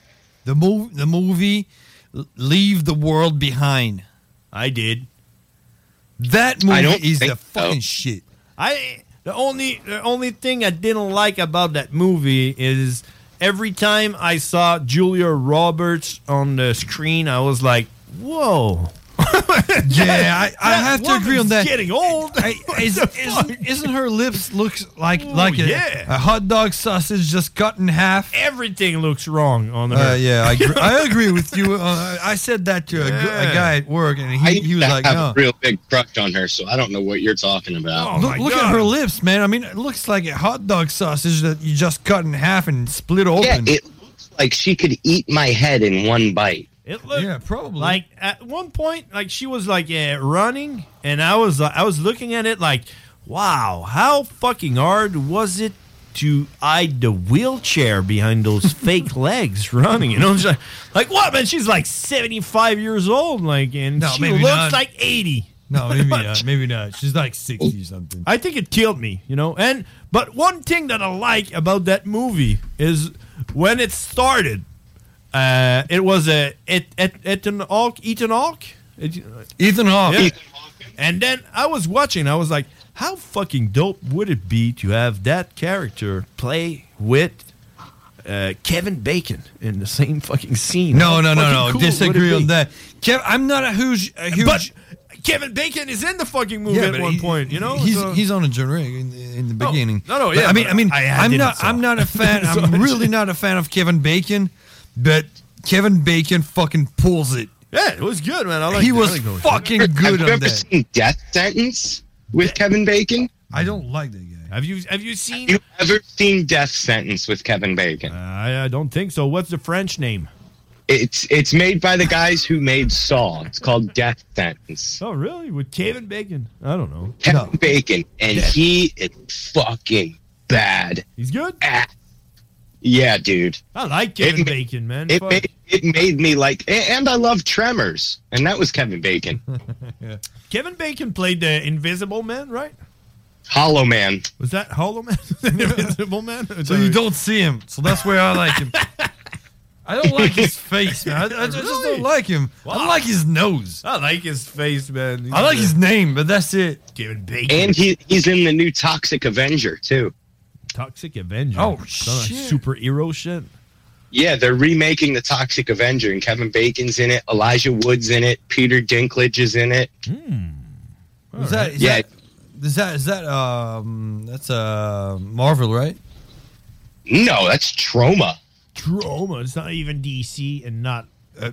the movie, the movie, L- Leave the World Behind.
I did.
That
I
movie
don't
is
think
the fucking shit.
I the only the only thing I didn't like about that movie is every time I saw Julia Roberts on the screen, I was like, "Whoa,
Yeah, I, I
That
have to agree
woman's
on that.
getting old.
I, is, isn't, isn't her lips looks like like a,
yeah.
a hot dog sausage just cut in half?
everything looks wrong on her."
Uh, yeah, I, agree, I agree with you. Uh, I said that to a, gu- a
Yeah.
guy at work, and
I
he, he was
used to
like,
have
"No,
a real big crush on her, so I don't know what you're talking
Oh
about.
look, look at her lips, man. I mean, it looks like a hot dog sausage that you just cut in half and split open.
Yeah, it looks like she could eat my head in one bite.
It looked
yeah, probably
like at one point, like she was like uh, running, and I was I was looking at it like, wow, how fucking hard was it to hide the wheelchair behind those fake legs running? You know, It's like, like what man? She's like seventy five years old, like, and
No,
she
maybe
looks
not.
like eighty.
no, maybe not. Maybe not. She's like sixty something.
Mm-hmm. I think it killed me, you know. And but one thing that I like about that movie is when it started, uh, it was a it it Ethan Hawke, Ethan Hawke, It- uh,
Ethan Hawke.
Yeah. And then I was watching, I was like, how fucking dope would it be to have that character play with uh, Kevin Bacon in the same fucking scene?
No,
How
no, no,
fucking
no.
cool would it
Disagree
be?
on that. Kev, I'm not a huge, a huge.
But Kevin Bacon is in the fucking movie
Yeah,
at
but
one
he-
point, you know?
he's
So-
he's on a generic in, in the beginning.
no, no,
But
yeah,
I mean,
but
I mean,
I- I
am
didn't
not,
saw
I'm
it.
not a fan.
So
I'm
I
really
just-
not a fan of Kevin Bacon, but Kevin Bacon fucking pulls it.
yeah, it was good, man. I liked
he
it. I
was
liked it.
fucking
Have
good
you
on
ever
that.
seen Death Sentence with Kevin Bacon?
I don't like that guy.
Have you have you seen? Uh,
You ever seen Death Sentence with Kevin Bacon?
I, I don't think so. What's the French name?
It's it's made by the guys who made Saw. It's called Death Sentence.
Oh, really? With Kevin Bacon? I don't know.
Kevin Bacon, and he is fucking bad.
He's good.
Yeah, dude.
I like Kevin
It ma-
Bacon, man.
It
Fuck.
made, it made me like, a- and I love Tremors, and that was Kevin Bacon.
Kevin Bacon played the Invisible Man, right?
Hollow Man.
Was that Hollow Man? Invisible Man?
So you don't see him. So that's where I like him. I don't like his face, man. I, I just, I just
Really?
don't like him. I like his nose.
I like his face, man. He's
I like
a-
his name, but that's it.
Kevin Bacon.
And he he's in the new Toxic Avenger too.
Toxic Avenger.
Oh,
Some, like,
shit.
superhero shit.
Yeah, they're remaking the Toxic Avenger, and Kevin Bacon's in it. Elijah Wood's in it. Peter Dinklage is in it.
Is that, is
Yeah.
that is that is that um that's uh Marvel, right?
No, that's Trauma.
Trauma. It's not even DC and not.
Uh,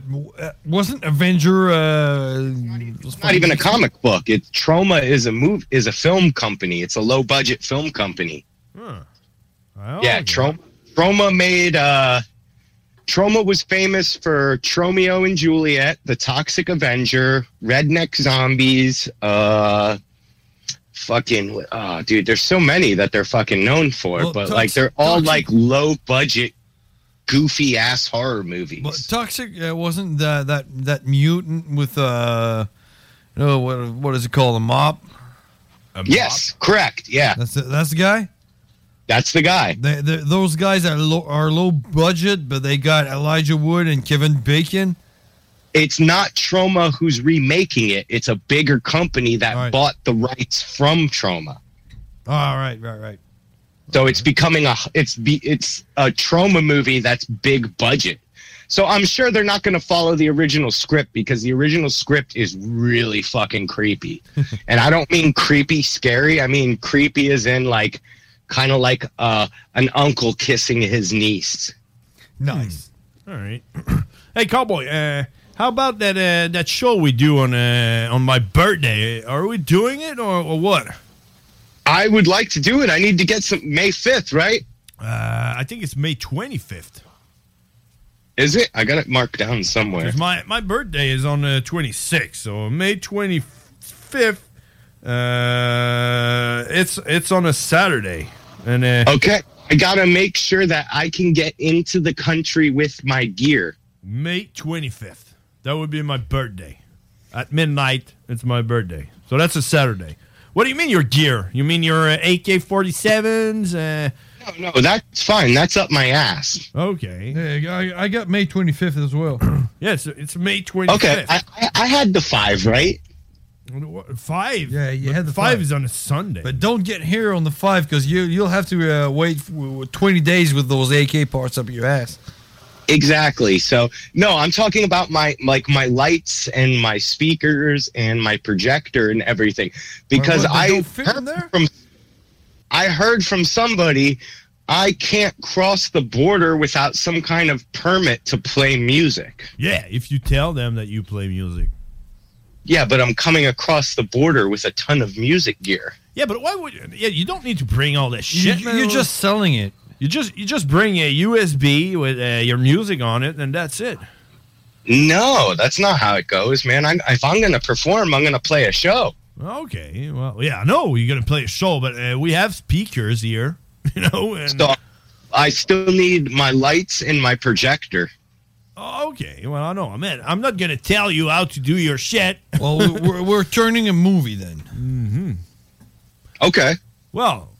wasn't Avenger uh
It's not even a comic book. It's Trauma is a move is a film company. It's a low budget film company.
Huh.
yeah, Trauma. Trauma made. uh Trauma was famous for Tromeo and Juliet, The Toxic Avenger, Redneck Zombies. uh Fucking, oh, dude, there's so many that they're fucking known for,
Well,
but
Tox-
like they're all
Toxic-
like low budget goofy ass horror movies.
But Toxic uh, wasn't the, that that mutant with uh, oh, what what is it called? A mop.
yes, correct. Yeah,
that's the, that's the guy.
That's the guy.
They, they, those guys are low, are low budget, but they got Elijah Wood and Kevin Bacon.
It's not Trauma who's remaking it. It's a bigger company that bought the rights from Trauma.
All right, right, right.
So it's becoming a it's be, it's a trauma movie that's big budget. So I'm sure they're not going to follow the original script because the original script is really fucking creepy. and I don't mean creepy scary. I mean creepy as in like kind of like uh, an uncle kissing his niece.
Nice.
Hmm. All right. hey, cowboy. Uh, how about that uh, that show we do on uh, on my birthday? Are we doing it or, or what?
I would like to do it. I need to get some May fifth, right?
Uh, I think it's May twenty fifth.
Is it? I got it marked down somewhere.
My my birthday is on the twenty sixth, so May twenty fifth. Uh, it's it's on a Saturday, and uh,
Okay. I got to make sure that I can get into the country with my gear.
May twenty fifth. That would be my birthday. At midnight, it's my birthday, so that's a Saturday. What do you mean your gear? You mean your uh, AK forty sevens? No,
no, that's fine. That's up my ass.
Okay.
Yeah, I, I got May 25th as well.
Yes, it's May twenty fifth.
Okay. I, I, I had the five, right?
Five.
Yeah, you had the
five, is on a Sunday.
But don't get here on the five because you you'll have to uh, wait for twenty days with those AK parts up your ass.
Exactly. So no, I'm talking about my like my lights and my speakers and my projector and everything because
Why, what, they
I
don't fit in
heard
there?
from I heard from somebody I can't cross the border without some kind of permit to play music.
Yeah, if you tell them that you play music.
Yeah, but I'm coming across the border with a ton of music gear.
Yeah, but why would? Yeah, you don't need to bring all that shit.
you- you're just
selling it. You just you just bring a USB with uh, your music on it, and that's it.
No, that's not how it goes, man. I, if I'm going to perform, I'm going to play a show.
Okay. Well, yeah, no, you're gonna play a show, but uh, we have speakers here, you know. And,
So I still need my lights and my projector.
Oh, okay. Well, I know, man. I'm not gonna tell you how to do your shit.
Well, we're, we're, we're turning a movie then.
Mm-hmm.
Okay.
Well,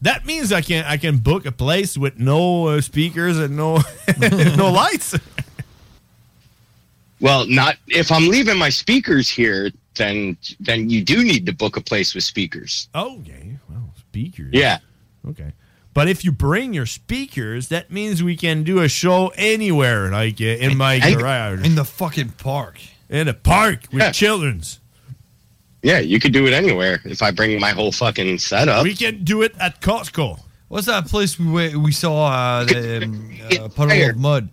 that means I can I can book a place with no uh, speakers and no no lights.
Well, not if I'm leaving my speakers here, then then you do need to book a place with speakers.
Okay. Well, speakers.
Yeah.
Okay. But if you bring your speakers, that means we can do a show anywhere, like uh, in my
And-
garage,
in the fucking park,
in a park with childrens.
Yeah, you could do it anywhere if I bring my whole fucking setup.
We can do it at Costco.
What's that place we went, we saw uh, the um, uh, puddle of mud?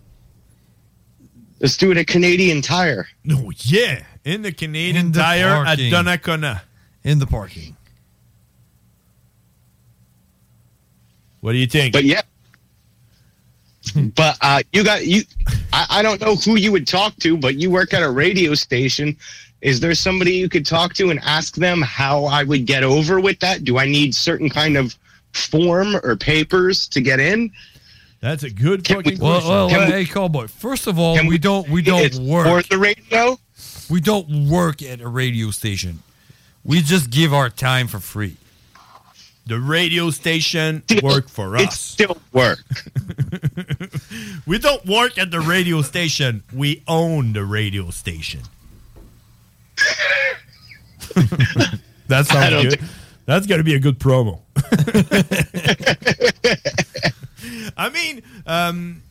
Let's do it at Canadian Tire.
No, yeah, in the Canadian
In the
Tire
parking.
at Donnacona.
In the parking.
What do you think?
But yeah. but uh, you got you. I, I don't know who you would talk to, but you work at a radio station. Is there somebody you could talk to and ask them how I would get over with that? Do I need certain kind of form or papers to get in?
That's a good fucking
Well,
question.
well, well, hey, cowboy. First of all, we don't we don't work
for the radio.
We don't work at a radio station. We just give our time for free.
the radio station work for us.
it's
still work.
we don't work at the radio station. We own the radio station. that
I
sounds
don't
good. That's got to be a good promo. I mean, um,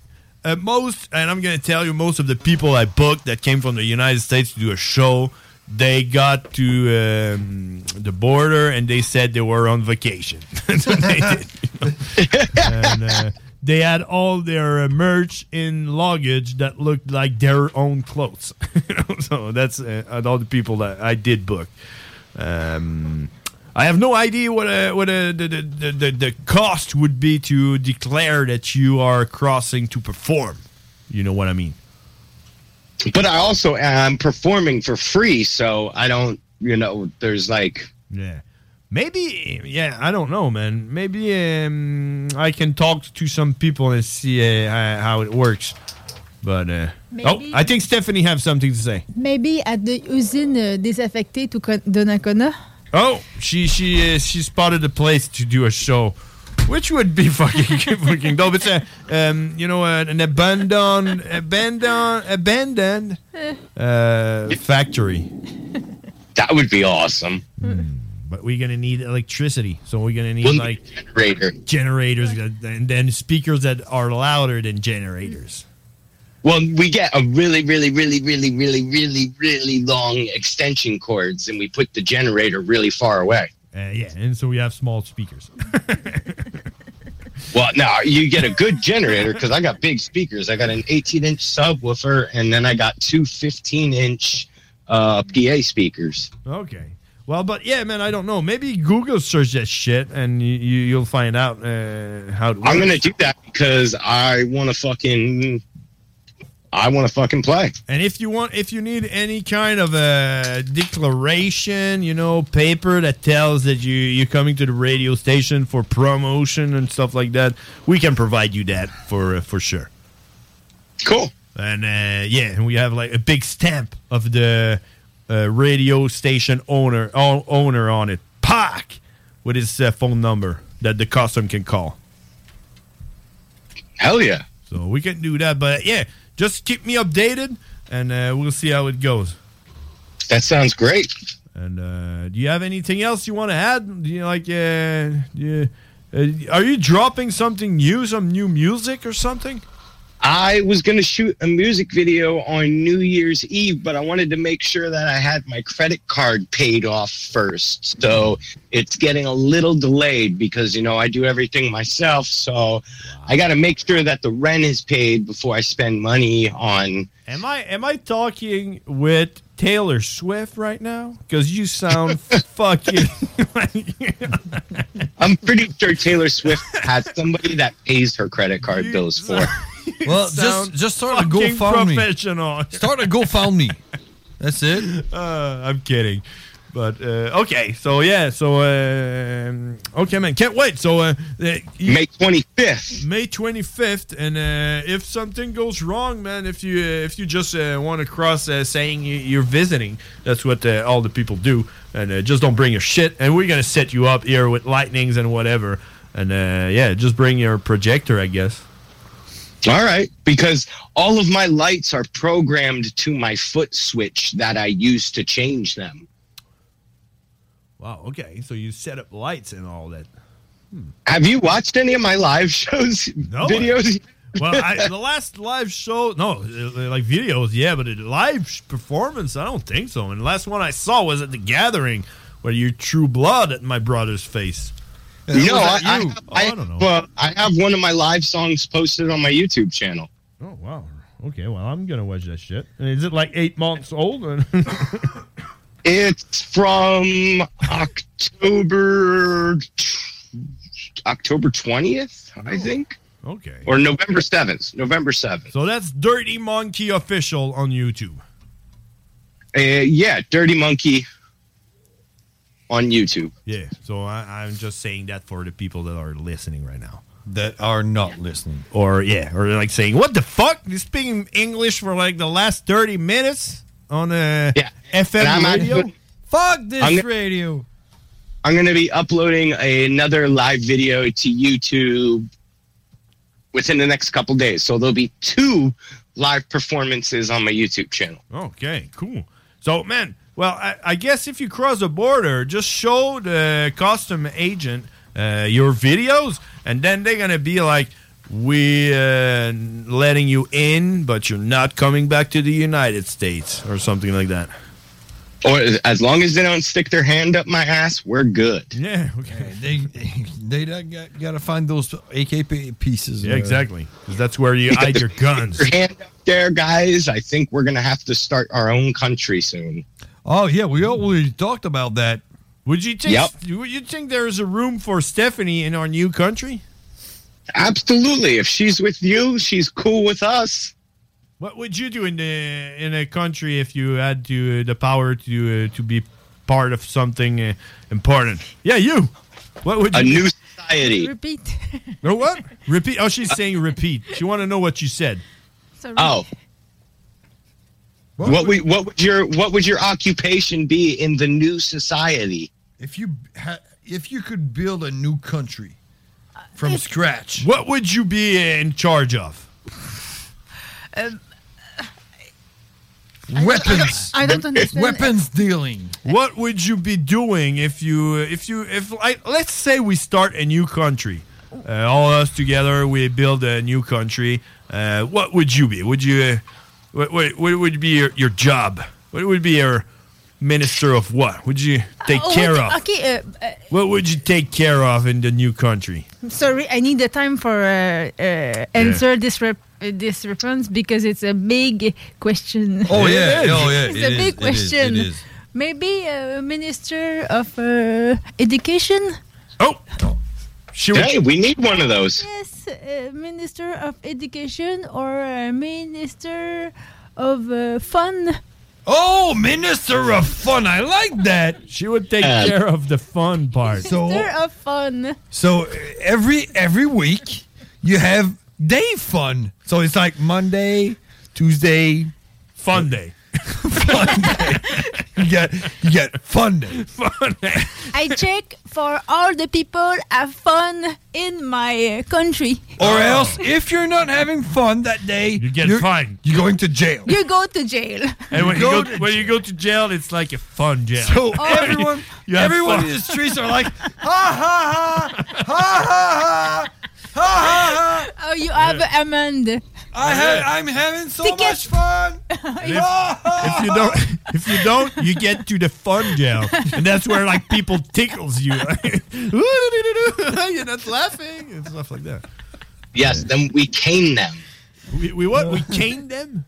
uh, most, and I'm going to tell you, most of the people I booked that came from the United States to do a show, they got to um, the border and they said they were on vacation. That's what they did. and uh, they had all their uh, merch in luggage that looked like their own clothes. You know, so that's uh, and all the people that I did book. Um, I have no idea what uh what uh the, the, the, the, the cost would be to declare that you are crossing to perform. You know what I mean?
But I also am performing for free, so I don't. You know, there's like
Yeah. Maybe, yeah, I don't know, man. Maybe um, I can talk to some people and see uh, uh, how it works. But uh, oh,
Maybe-
I think Stephanie has something to say.
Maybe at the usine euh, désaffectée tout con- Donnacona.
Oh, she she uh, she spotted a place to do a show, which would be fucking fucking dope. It's a um, you know an, an abandoned abandoned abandoned uh, factory. Hmm.
That would be awesome.
But we're gonna need electricity, so we're gonna need
We'll need
like
generator.
generators and then speakers that are louder than generators.
Well, we get a really, really, really, really, really, really, really long extension cords, and we put the generator really far away.
Uh, yeah, and so we have small speakers.
Well, no, you get a good generator because I got big speakers. I got an 18 inch subwoofer, and then I got two 15 inch uh, PA speakers.
Okay. Well, but yeah, man, I don't know. Maybe Google search that shit, and you, you you'll find out uh, how. It works.
I'm gonna do that because I want to fucking, I want to fucking play.
And if you want, if you need any kind of a declaration, you know, paper that tells that you you're coming to the radio station for promotion and stuff like that, we can provide you that for uh, for sure.
Cool.
And uh, yeah, and we have like a big stamp of the uh, radio station owner o- owner on it, Pac, with his uh, phone number that the custom can call.
Hell yeah!
So we can do that, but yeah, just keep me updated, and uh, we'll see how it goes.
That sounds great.
And uh, do you have anything else you want to add? Do you like? Uh, you, uh, are you dropping something new, some new music or something?
I was going to shoot a music video on New Year's Eve, but I wanted to make sure that I had my credit card paid off first. So it's getting a little delayed because, you know, I do everything myself. So I got to make sure that the rent is paid before I spend money on.
Am I am I talking with Taylor Swift right now? Because you sound fucking.
I'm pretty sure Taylor Swift has somebody that pays her credit card bills for.
Well, just just start a
fucking
GoFundMe.
professional.
Start a GoFundMe.
That's it. Uh, I'm kidding, but uh, okay. So yeah. So um okay, man. Can't wait. So uh, May
25th.
May 25th, and uh, if something goes wrong, man, if you uh, if you just uh, want to cross uh, saying you- you're visiting, that's what uh, all the people do, and uh, just don't bring your shit, and we're gonna set you up here with lightnings and whatever, and uh, yeah, just bring your projector, I guess.
All right, because all of my lights are programmed to my foot switch that I use to change them.
Wow. Okay. So you set up lights and all that.
Have you watched any of my live shows videos?
well, I, the last live show, no, uh, like videos, yeah, but a live sh- performance, I don't think so. And the last one I saw was at the Gathering, where you drew blood at my brother's face.
You know, I,
Was
I,
that you?
I,
oh, I don't know.
well, I have one of my live songs posted on my YouTube channel.
oh wow. Okay, well, I'm gonna watch that shit. And is it like eight months old? or-
It's from October October 20th,
Oh.
I think,
okay.
or November 7th. November 7th.
So that's Dirty Monkey official on YouTube.
Uh, yeah, Dirty Monkey on YouTube.
Yeah. So I, I'm just saying that for the people that are listening right now.
that are not listening.
Or yeah, or like saying, "What the fuck? You're speaking English for like the last thirty minutes on uh,
And
FM
I'm
radio."
actually-
Fuck
I'm
this
gonna-
radio.
I'm going to be uploading another live video to YouTube within the next couple days. So there'll be two live performances on my YouTube channel.
Okay, cool. So, man, well, I, I guess if you cross the border, just show the custom agent uh, your videos, and then they're gonna be like, "We uh, letting you in, but you're not coming back to the United States," or something like that.
Or as long as they don't stick their hand up my ass, we're good.
Yeah. Okay.
They they don't got, gotta find those AKP pieces.
Yeah, exactly.
Because that's where you
Because
hide your guns.
Your hand up there, guys. I think we're gonna have to start our own country soon.
Oh yeah, we already talked about that.
Would you think?
Yep.
Would you think there is a room for Stephanie in our new country?
Absolutely. If she's with you, she's cool with us.
What would you do in the in a country if you had to the power to uh, to be part of something uh, important. Yeah, you. What would you
A new society.
Repeat.
No what? Repeat. Oh, she's saying repeat. She want to know what you said.
So
Oh. What, would what would your what would your occupation be in the new society?
If you ha- if you could build a new country from
It's-
scratch,
what would you be in charge of?
Um,
Weapons.
I don't understand.
Weapons dealing.
What would you be doing if you if you if I, let's say we start a new country, uh, all us together we build a new country. Uh, what would you be? Would you uh, what, what, what would be your, your job? What would be your minister of what? Would you take
Oh,
care
okay,
of?
Okay, uh, uh,
What would you take care of in the new country?
sorry, I need the time for uh, uh, answer this rep- uh, this response because it's a big question.
Oh, yeah.
It is.
Oh, yeah.
it's
It
a
is.
big
It is.
question.
It is.
Maybe a minister of uh, education.
hey, we need one of those.
Yes, uh, minister of education or uh, minister of uh, fun.
Oh, minister of fun. I like that.
She would take care of the fun part.
Minister
So,
of fun.
so every every week you have day fun. So it's like Monday, Tuesday,
fun day.
You get you get fun day.
Fun day.
I check for all the people have fun in my uh, country.
Or else, if you're not having fun that day, you
get fined.
You're going to jail.
You go to jail.
And when you go,
You go
when you go to jail, it's like a fun jail.
So Oh, everyone,
You have
everyone
fun.
in the streets are like, ha ha ha, ha ha ha, ha ha ha.
Oh, you have amend.
I have, I'm having so
Ticket.
much fun.
if you don't, if you don't, you get to the fun jail, and that's where like people tickles you. You're not laughing and stuff like that.
Yes, then we cane them.
We, we what? We caned them.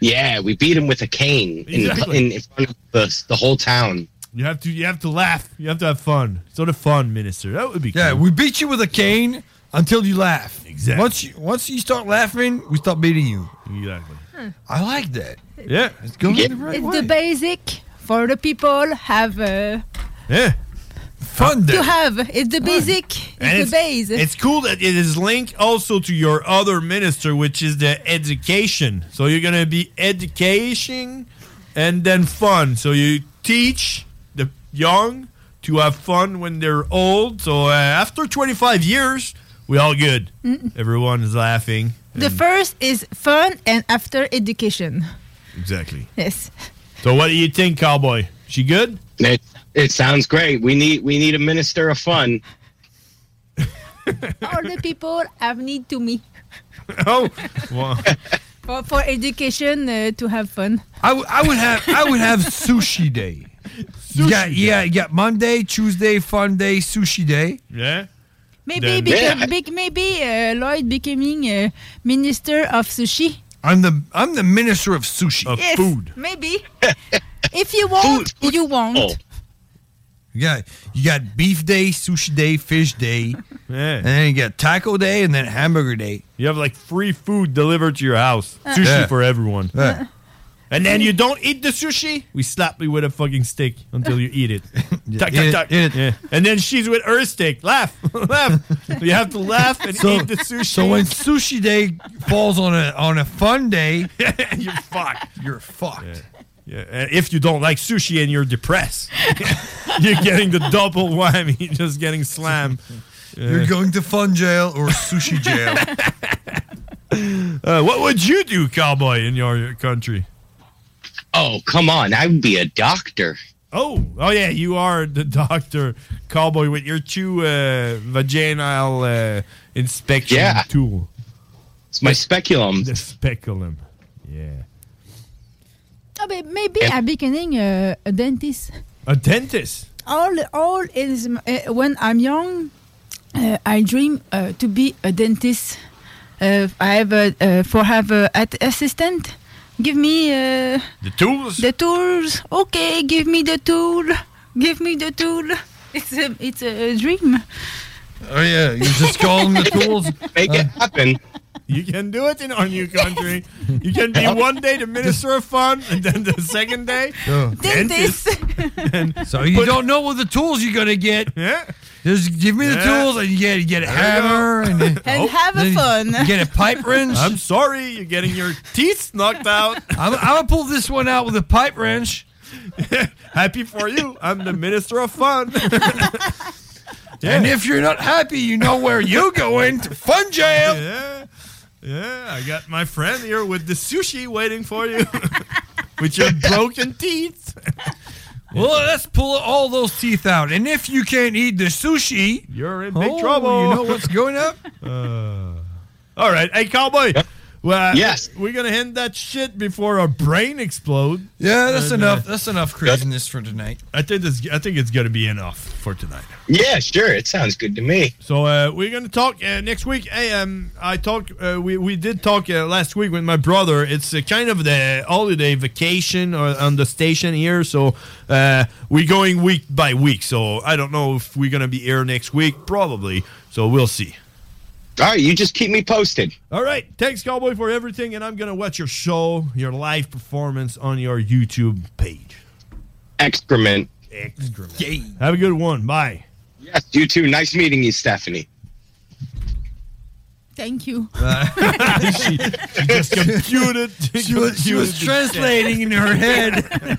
Yeah, we beat them with a cane in,
Exactly.
in, in front of the, the whole town.
You have to, you have to laugh. You have to have fun. So the fun minister, that would be.
Yeah,
cool.
we beat you with a cane until you laugh.
Exactly.
Once you, once you start laughing, we stop beating you.
Exactly.
I like that.
Yeah,
it's going
It's
the right
the
way.
basic for the people have uh,
yeah. Uh,
Fun
to have. It's the basic.
And
It's the base.
It's cool that it is linked also to your other minister, which is the education. So you're gonna be education and then fun. So you teach the young to have fun when they're old. So uh, after 25 years, we all good. Everyone is laughing.
the first is fun and after education.
Exactly.
Yes.
So what do you think, cowboy? She good?
It, it sounds great. We need we need a minister of fun.
all the people have need to me
Oh, well,
for, for education uh, to have fun.
I, w- I would have I would have sushi day. yeah, yeah, yeah. Monday, Tuesday, fun day, sushi day.
yeah.
Maybe
Then-
become,
Yeah.
bec- maybe uh, Lloyd becoming uh, minister of sushi.
I'm the I'm the minister of sushi of
yes, maybe. if you want, you want.
You got you got beef day, sushi day, fish day, and then you got taco day, and then hamburger day.
You have like free food delivered to your house. Sushi
Yeah.
for everyone.
Yeah.
And then you don't eat the sushi. We slap you with a fucking stick until you eat it. tuck,
eat
tuck, tuck.
it,
Yeah. And then she's with her stick. Laugh, laugh. You have to laugh and
So,
eat the sushi.
so when sushi day falls on a on a fun day,
you're fucked.
You're fucked.
Yeah, and if you don't like sushi and you're depressed, you're getting the double whammy. You're just getting slammed.
you're going to fun jail or sushi jail.
Uh, what would you do, cowboy, in your country?
Oh, come on. I would be a doctor.
Oh, oh yeah, you are the doctor cowboy with your two uh, vaginal uh, inspection
Yeah.
tool.
It's my speculum.
The speculum. Yeah.
Oh, but maybe I'm becoming uh, a dentist.
A dentist.
all all is uh, when I'm young, uh, I dream uh, to be a dentist. Uh, I have a uh, for have a at assistant. Give me uh,
The tools.
the tools. Okay, give me the tool. Give me the tool. It's a it's a dream.
Oh yeah, you just call them the tools.
Make it happen.
You can do it in our new country. You can be one day the minister of fun, and then the second day, dentist.
so you don't know what the tools you're gonna get.
Yeah.
Just give me the
Yeah.
tools, and you get you get a
There you
hammer
go.
and,
And have a
then
fun.
Get a pipe wrench.
I'm sorry, you're getting your teeth knocked out.
I'm, I'm gonna pull this one out with a pipe wrench.
Happy for you. I'm the minister of fun.
And if you're not happy, you know where you're going to fun jail.
Yeah. Yeah, I got my friend here with the sushi waiting for you with your broken teeth.
Well, let's pull all those teeth out. And if you can't eat the sushi,
you're in big
oh,
trouble.
You know what's going up?
All right. Hey, cowboy. Well,
Yes.
We're going to end that shit before our brain explodes.
Yeah, that's
And,
enough.
uh,
That's enough craziness for tonight.
I think it's I think it's gonna be enough for tonight.
Yeah, sure. It sounds good to me.
So uh, we're gonna talk uh, next week. Hey, um, I talk. Uh, we we did talk uh, last week with my brother. It's uh, kind of the holiday vacation or on the station here, so uh, we're going week by week. So I don't know if we're gonna be here next week. Probably. So we'll see.
All right, you just keep me posted.
All right. Thanks, Cowboy, for everything. And I'm gonna watch your show, your live performance on your YouTube page.
Excrement.
Excrement. Have a good one. Bye.
Yes, you too. Nice meeting you, Stephanie.
Thank you.
she, she just computed.
She was, she was translating in her head.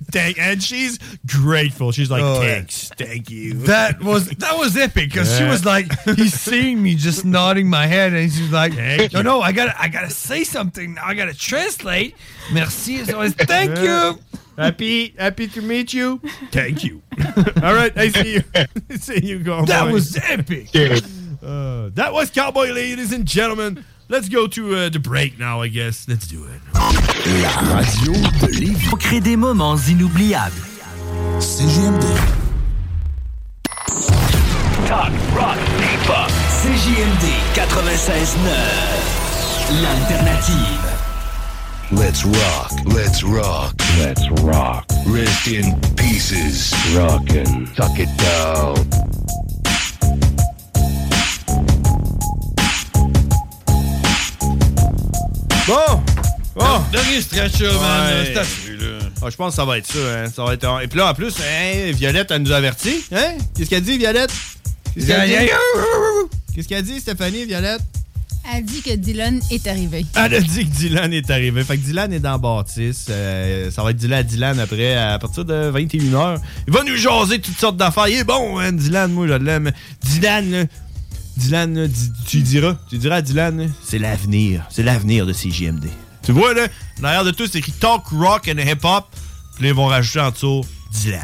Dang, and she's grateful. She's like,
Oh, yeah.
thanks, thank you.
That was that was epic because she
Yeah.
was like, he's seeing me just nodding my head, and she's like, no, no, I gotta, I gotta say something. Now I gotta translate. Merci, as always. Thank
Yeah.
you.
Happy, happy to meet you. Thank you. All right, I see you. see you, cowboy.
That was epic.
Uh, that was cowboy, ladies and gentlemen. Let's go to uh, the break now. I guess let's do it.
La radio de Lévis. Pour créer des moments inoubliables. CGMD. Talk, rock, hip-hop. CGMD 96.9. L'alternative.
Let's rock. Let's rock. Let's rock. Rest in pieces. Rockin'. Tuck it down.
Bon! Bon!
Dernier stretch, là, Ah, man.
Ouais.
C'est assez, là.
Ah, je pense que ça va être ça. Hein. Ça va être... Et puis là, en plus, hein, Violette, elle nous a averti. Hein? Qu'est-ce qu'elle dit, Violette? Qu'est-ce qu'elle dit? Qu'est-ce qu'elle dit, Stéphanie, Violette?
Elle dit que Dylan est arrivé.
Elle a Ah, dit que Dylan est arrivé. Fait que Dylan est dans Baptiste. Euh, ça va être Dylan à Dylan après, à partir de 21h. Il va nous jaser toutes sortes d'affaires. Il est bon, hein, Dylan. Moi, je l'aime. Dylan, là, Dylan, là, di- tu lui diras. Tu lui diras à Dylan, là, c'est l'avenir. C'est l'avenir de CJMD. Tu vois, là, derrière de tout, c'est écrit Talk Rock and Hip Hop. Puis là, ils vont rajouter en dessous Dylan.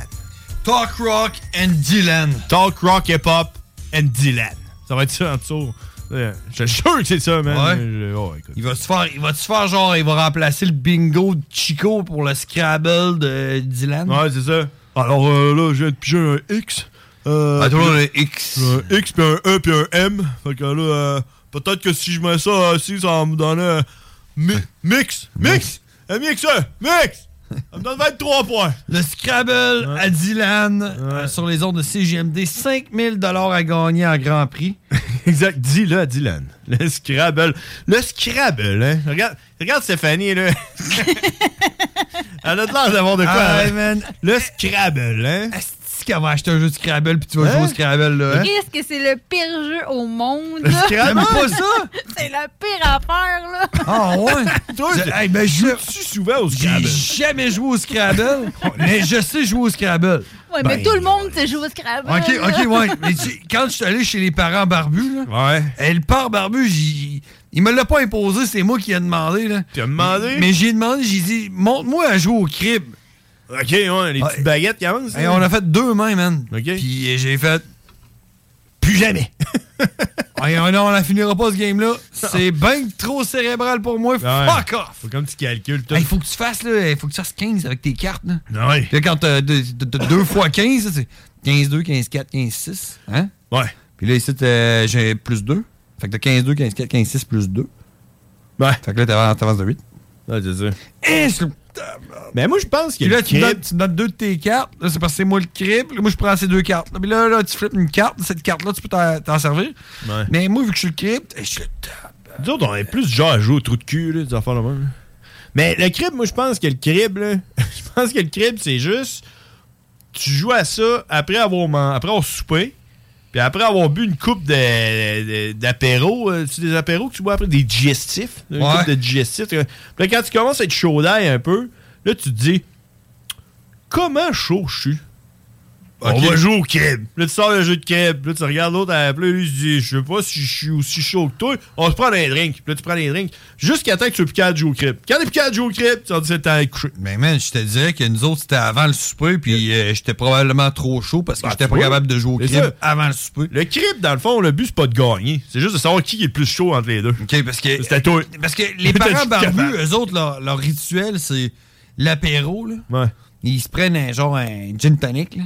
Talk Rock and Dylan.
Talk Rock Hip Hop and Dylan. Ça va être ça en dessous. Ouais, Je suis sûr que c'est ça, man.
Ouais.
Je- oh, écoute.
Il va se faire, il va se faire genre, il va remplacer le bingo de Chico pour le Scrabble de Dylan.
Ouais, c'est ça. Alors euh, là, je viens de piger un X. Euh,
Ah, toujours
puis-
un X.
Un X, puis un E, puis un M. Fait que là, euh, peut-être que si je mets ça assis, ça va me donner un mi- mix. Mix! Un mix, un mix! Ça me donne 23 points.
Le Scrabble à Dylan euh, sur les ondes de CGMD. 5000 à gagner en Grand Prix.
exact. Dis-le à Dylan. Le Scrabble. Le Scrabble, hein. Regarde, regarde Stéphanie, là. Elle a de l'air d'avoir de quoi.
Ah,
hein.
man.
Le Scrabble, hein.
Est-ce qu'elle va acheter un jeu de Scrabble puis tu vas jouer au Scrabble, là? hein?
Qu'est-ce que c'est le pire jeu au monde?
Le Scrabble? T'aimes pas ça?
c'est la pire affaire, là.
Ah ouais?
Toi,
Je- hey, ben, je-
tu souvent au
J'ai
Scrabble?
jamais joué au Scrabble, mais je sais jouer au Scrabble.
Ouais, mais
Ben,
tout le monde sait jouer au Scrabble.
OK, OK,
là.
ouais. Mais tu- quand je suis allé chez les parents barbus, là, et le père barbu, j'y- il me l'a pas imposé, c'est moi qui ai demandé. Là.
Tu as demandé?
Mais j'ai demandé, j'ai dit, montre-moi à jouer au crib.
OK, ouais, les petites baguettes qui avancent. hein?
Et on a fait deux mains, man. Puis euh, j'ai fait, plus jamais. Ouais, on- oh non, on la finira pas ce game-là. C'est bien trop cérébral pour moi. Fuck off!
Faut comme tu calcules.
Il faut que tu fasses, là, il faut que tu fasses 15 avec tes cartes. Là.
Ouais.
Puis là, quand t'as 2 fois 15, là, c'est 15-2, 15-4, 15-6. Hein?
Ouais.
Puis là, ici, t'as- j'ai plus 2. Fait que t'as 15-2, 15-4, 15-6 plus 2.
Ouais.
Fait que là, t'avances t'avances de 8.
Ah, je veux dire.
Eh, Mais
Ben, moi, je pense que.
Là,
le
tu
crib-
notes, tu notes deux de tes cartes. Là, c'est parce que c'est moi le crib. Là, moi, je prends ces deux cartes. Là, mais là, là, tu flippes une carte. Cette carte-là, tu peux t'en, t'en servir. Mais moi, vu que je suis le crib, je suis
Nous autres, on est plus genre à jouer au trou de cul, là, des affaires de même. Mais le crib, moi, je pense que le crib, là, je pense que le crib, c'est juste. Tu joues à ça après avoir, man- après avoir soupé, puis après avoir bu une coupe de- de- d'apéro. euh, C'est des apéros que tu bois après, des digestifs. là, Une
Ouais.
coupe de digestifs. Puis là, quand tu commences à être chaud d'ail un peu, là, tu te dis Comment chaud je suis
Ok.
On va jouer au crib. Là, tu sors le jeu de crib. Là, tu regardes l'autre à la play. Lui, il se dit Je sais pas si je suis aussi chaud que toi. On se prend des drinks. Puis là, tu prends des drinks. Jusqu'à temps que tu aies plus qu'à jouer au crib. Quand t'es plus qu'à jouer au crib, tu as dit C'est le temps d'aller coucher.
Mais man, je te dirais que nous autres, c'était avant le souper, puis euh, j'étais probablement trop chaud
Bah,
parce que j'étais pas capable de jouer au crib.
avant le souper. Le crib, dans le fond, le but, c'est pas de gagner. C'est juste de savoir qui est le plus chaud entre les deux.
OK, parce que.
C'était toi.
Parce que les
T'as
parents
juste capable.
barbus, eux autres, leur, leur rituel, c'est l'apéro, là. Ils se prennent un genre un gin tonic, là.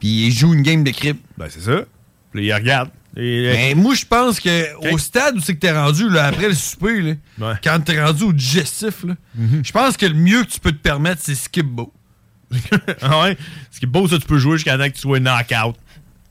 Puis ils jouent une game de crib.
Mm-hmm. Ben, c'est ça. Puis ils regardent. euh,
Mais moi, je pense que au stade où c'est que t'es rendu, là, après le souper, là, quand t'es rendu au digestif, là,
Mm-hmm.
je pense que le mieux que tu peux te permettre, c'est skip beau.
ah ouais? Ce qui est beau, ça, tu peux jouer jusqu'à temps que tu sois knock-out.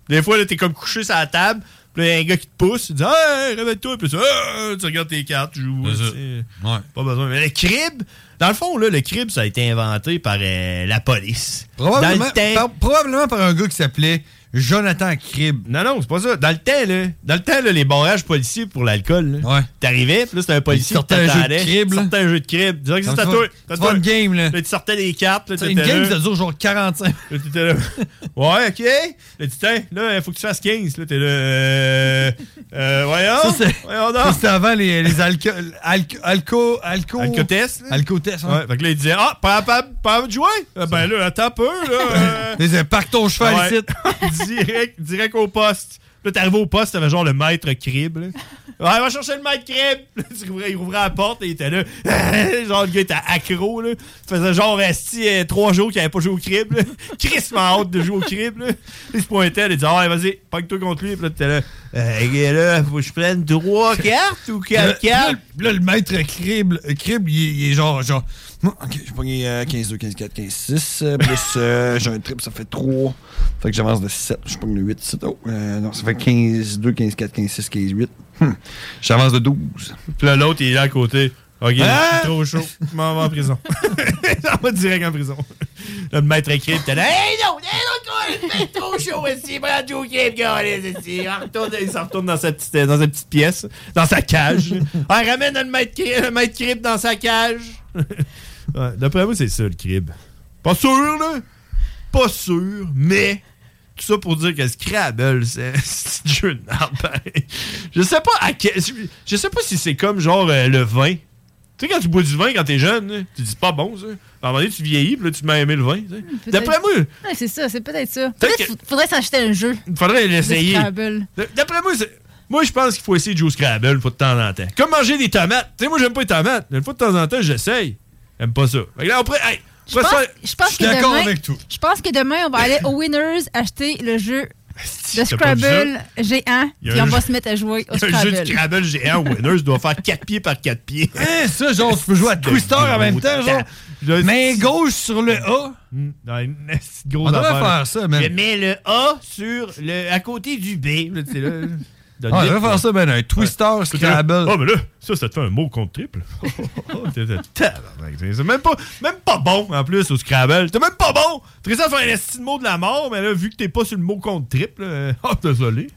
Des fois, là, t'es comme couché sur la table, puis là, y a un gars qui te pousse, il dit Hey, réveille-toi, puis tu, Ah, tu regardes tes cartes, tu joues. tu sais. Pas besoin. Mais le crib, dans le fond, là, le crib, ça a été inventé par euh, la police.
Probablement
Dans le temps-
par, probablement par un gars qui s'appelait Jonathan Crib.
Non, non, c'est pas ça. Dans le temps, là, dans le temps, là, les barrages policiers pour l'alcool, là, t'arrivais, puis là, c'était un policier qui
sortait un jeu de
t'attendait.
crib, là.
Sortait un jeu de crib. Disons que
Comme
c'est à
tu
toi.
vas-
c'est à
tu vas
toi.
une game, là.
tu sortais les cartes, là,
C'est
t'étais
une game,
là.
ça dure genre 45.
Là, t'étais là. Ouais, ok. Là, tu t'es là, il faut que tu fasses 15. Là, t'es là. Euh, euh, voyons.
Ça, c'est-
voyons
ça,
donc.
c'était avant les, les alco... Alco... Alco... Alco...
Alcotest, là.
Alcotest, hein.
Ouais, fait que là, il disait Ah, pas capable, pas capable de jouer. Euh, ben là, attends un peu. Là, euh.
Il disait, Parque ton cheval
Ouais.
ici.
direct, direct au poste. Là, t'arrivais au poste, t'avais genre le maître crib. Là. Ouais, va chercher le maître crib. Là, tu rouvrais- il rouvrait la porte et il était là. genre, le gars était accro. Là. Il faisait genre esti, euh, trois jours qu'il avait pas joué au crib. là. Chris m'a hâte de jouer au crib. Là. Il se pointait, il disait Ouais, vas-y, pogne-toi contre lui. Puis là, t'étais là. Euh, gars, là, faut que je prenne trois cartes ou quatre
Puis là-
cartes
puis Là, le maître Crib, euh, Crib, il, est- il est genre, genre, Moi, ok, j'ai pogné euh, 15, 2, 15, 4, 15, 6, euh, plus euh, j'ai un trip, ça fait 3. Fait que j'avance de 7, je pogne le 8, 7. Oh, euh, non, ça fait 15, 2, 15, 4, 15, 6, 15, 8. Hum, J'avance de 12.
Puis là, l'autre, il est là à côté. Ok,
Ah!
je suis trop chaud. Je m'en vais en prison. J'en vais Hein? direct en prison. Le maître écrit, t'es là. Hey, non, hey, non, toi, c'est trop chaud ici. Prends du crib, gars, ici. Il retourne- il s'en retourne dans sa petite, euh, dans sa petite pièce, dans sa cage. Ah, ramène le maître, cri- le maître crib dans sa cage. Ouais, D'après moi, c'est ça, le crib. Pas sûr, là. Pas sûr, mais. Tout ça pour dire que Scrabble, c'est c'est un jeu de marde, pareil. Je sais pas à quel. Je sais pas si c'est comme genre euh, le vin. Tu sais, quand tu bois du vin quand t'es jeune, là, tu dis c'est pas bon, ça. À un moment donné, tu vieillis, puis là, tu m'as aimé le vin. tu sais.
Peut-être-
D'après moi,
Ouais, c'est ça, c'est peut-être ça.
Peut-être
Peut-être
que-
f- faudrait s'acheter un jeu.
il faudrait l'essayer.
De Scrabble.
D- D'après moi, c'est- moi, je pense qu'il faut essayer de jouer au Scrabble une fois de temps en temps. Comme manger des tomates. Tu sais, moi, j'aime pas les tomates. mais Une fois de temps en temps, j'essaye. J'aime pas ça. Fait que là, après, hey,
Je pense, je pense que demain,
tout.
Je pense que demain, on va aller au Winners acheter le jeu de
t'as pas vu
Scrabble
Il
G1,
y a
puis
un
on va
jeu-
se mettre à jouer au
Un jeu de
Scrabble.
Scrabble géant Winners doit faire 4 pieds par 4 pieds.
Hein, ça, genre, tu peux jouer à Twister en même temps, genre. Main gauche sur le A.
grosse
On devrait
affaire.
faire ça, man.
Je mets le A sur le, à côté du B. Là, tu sais, là.
Ah, on devrait faire ça, ben, un Twister Scrabble.
Oh, mais là, ça, ça te fait un mot contre triple. Oh, oh, t'es- t'es- tabarnak, c'est c'est même pas, même pas bon, en plus, au Scrabble. T'es même pas bon. Tu ça faire un esti de mot de la mort, mais là, vu que t'es pas sur le mot contre triple, euh, oh, désolé.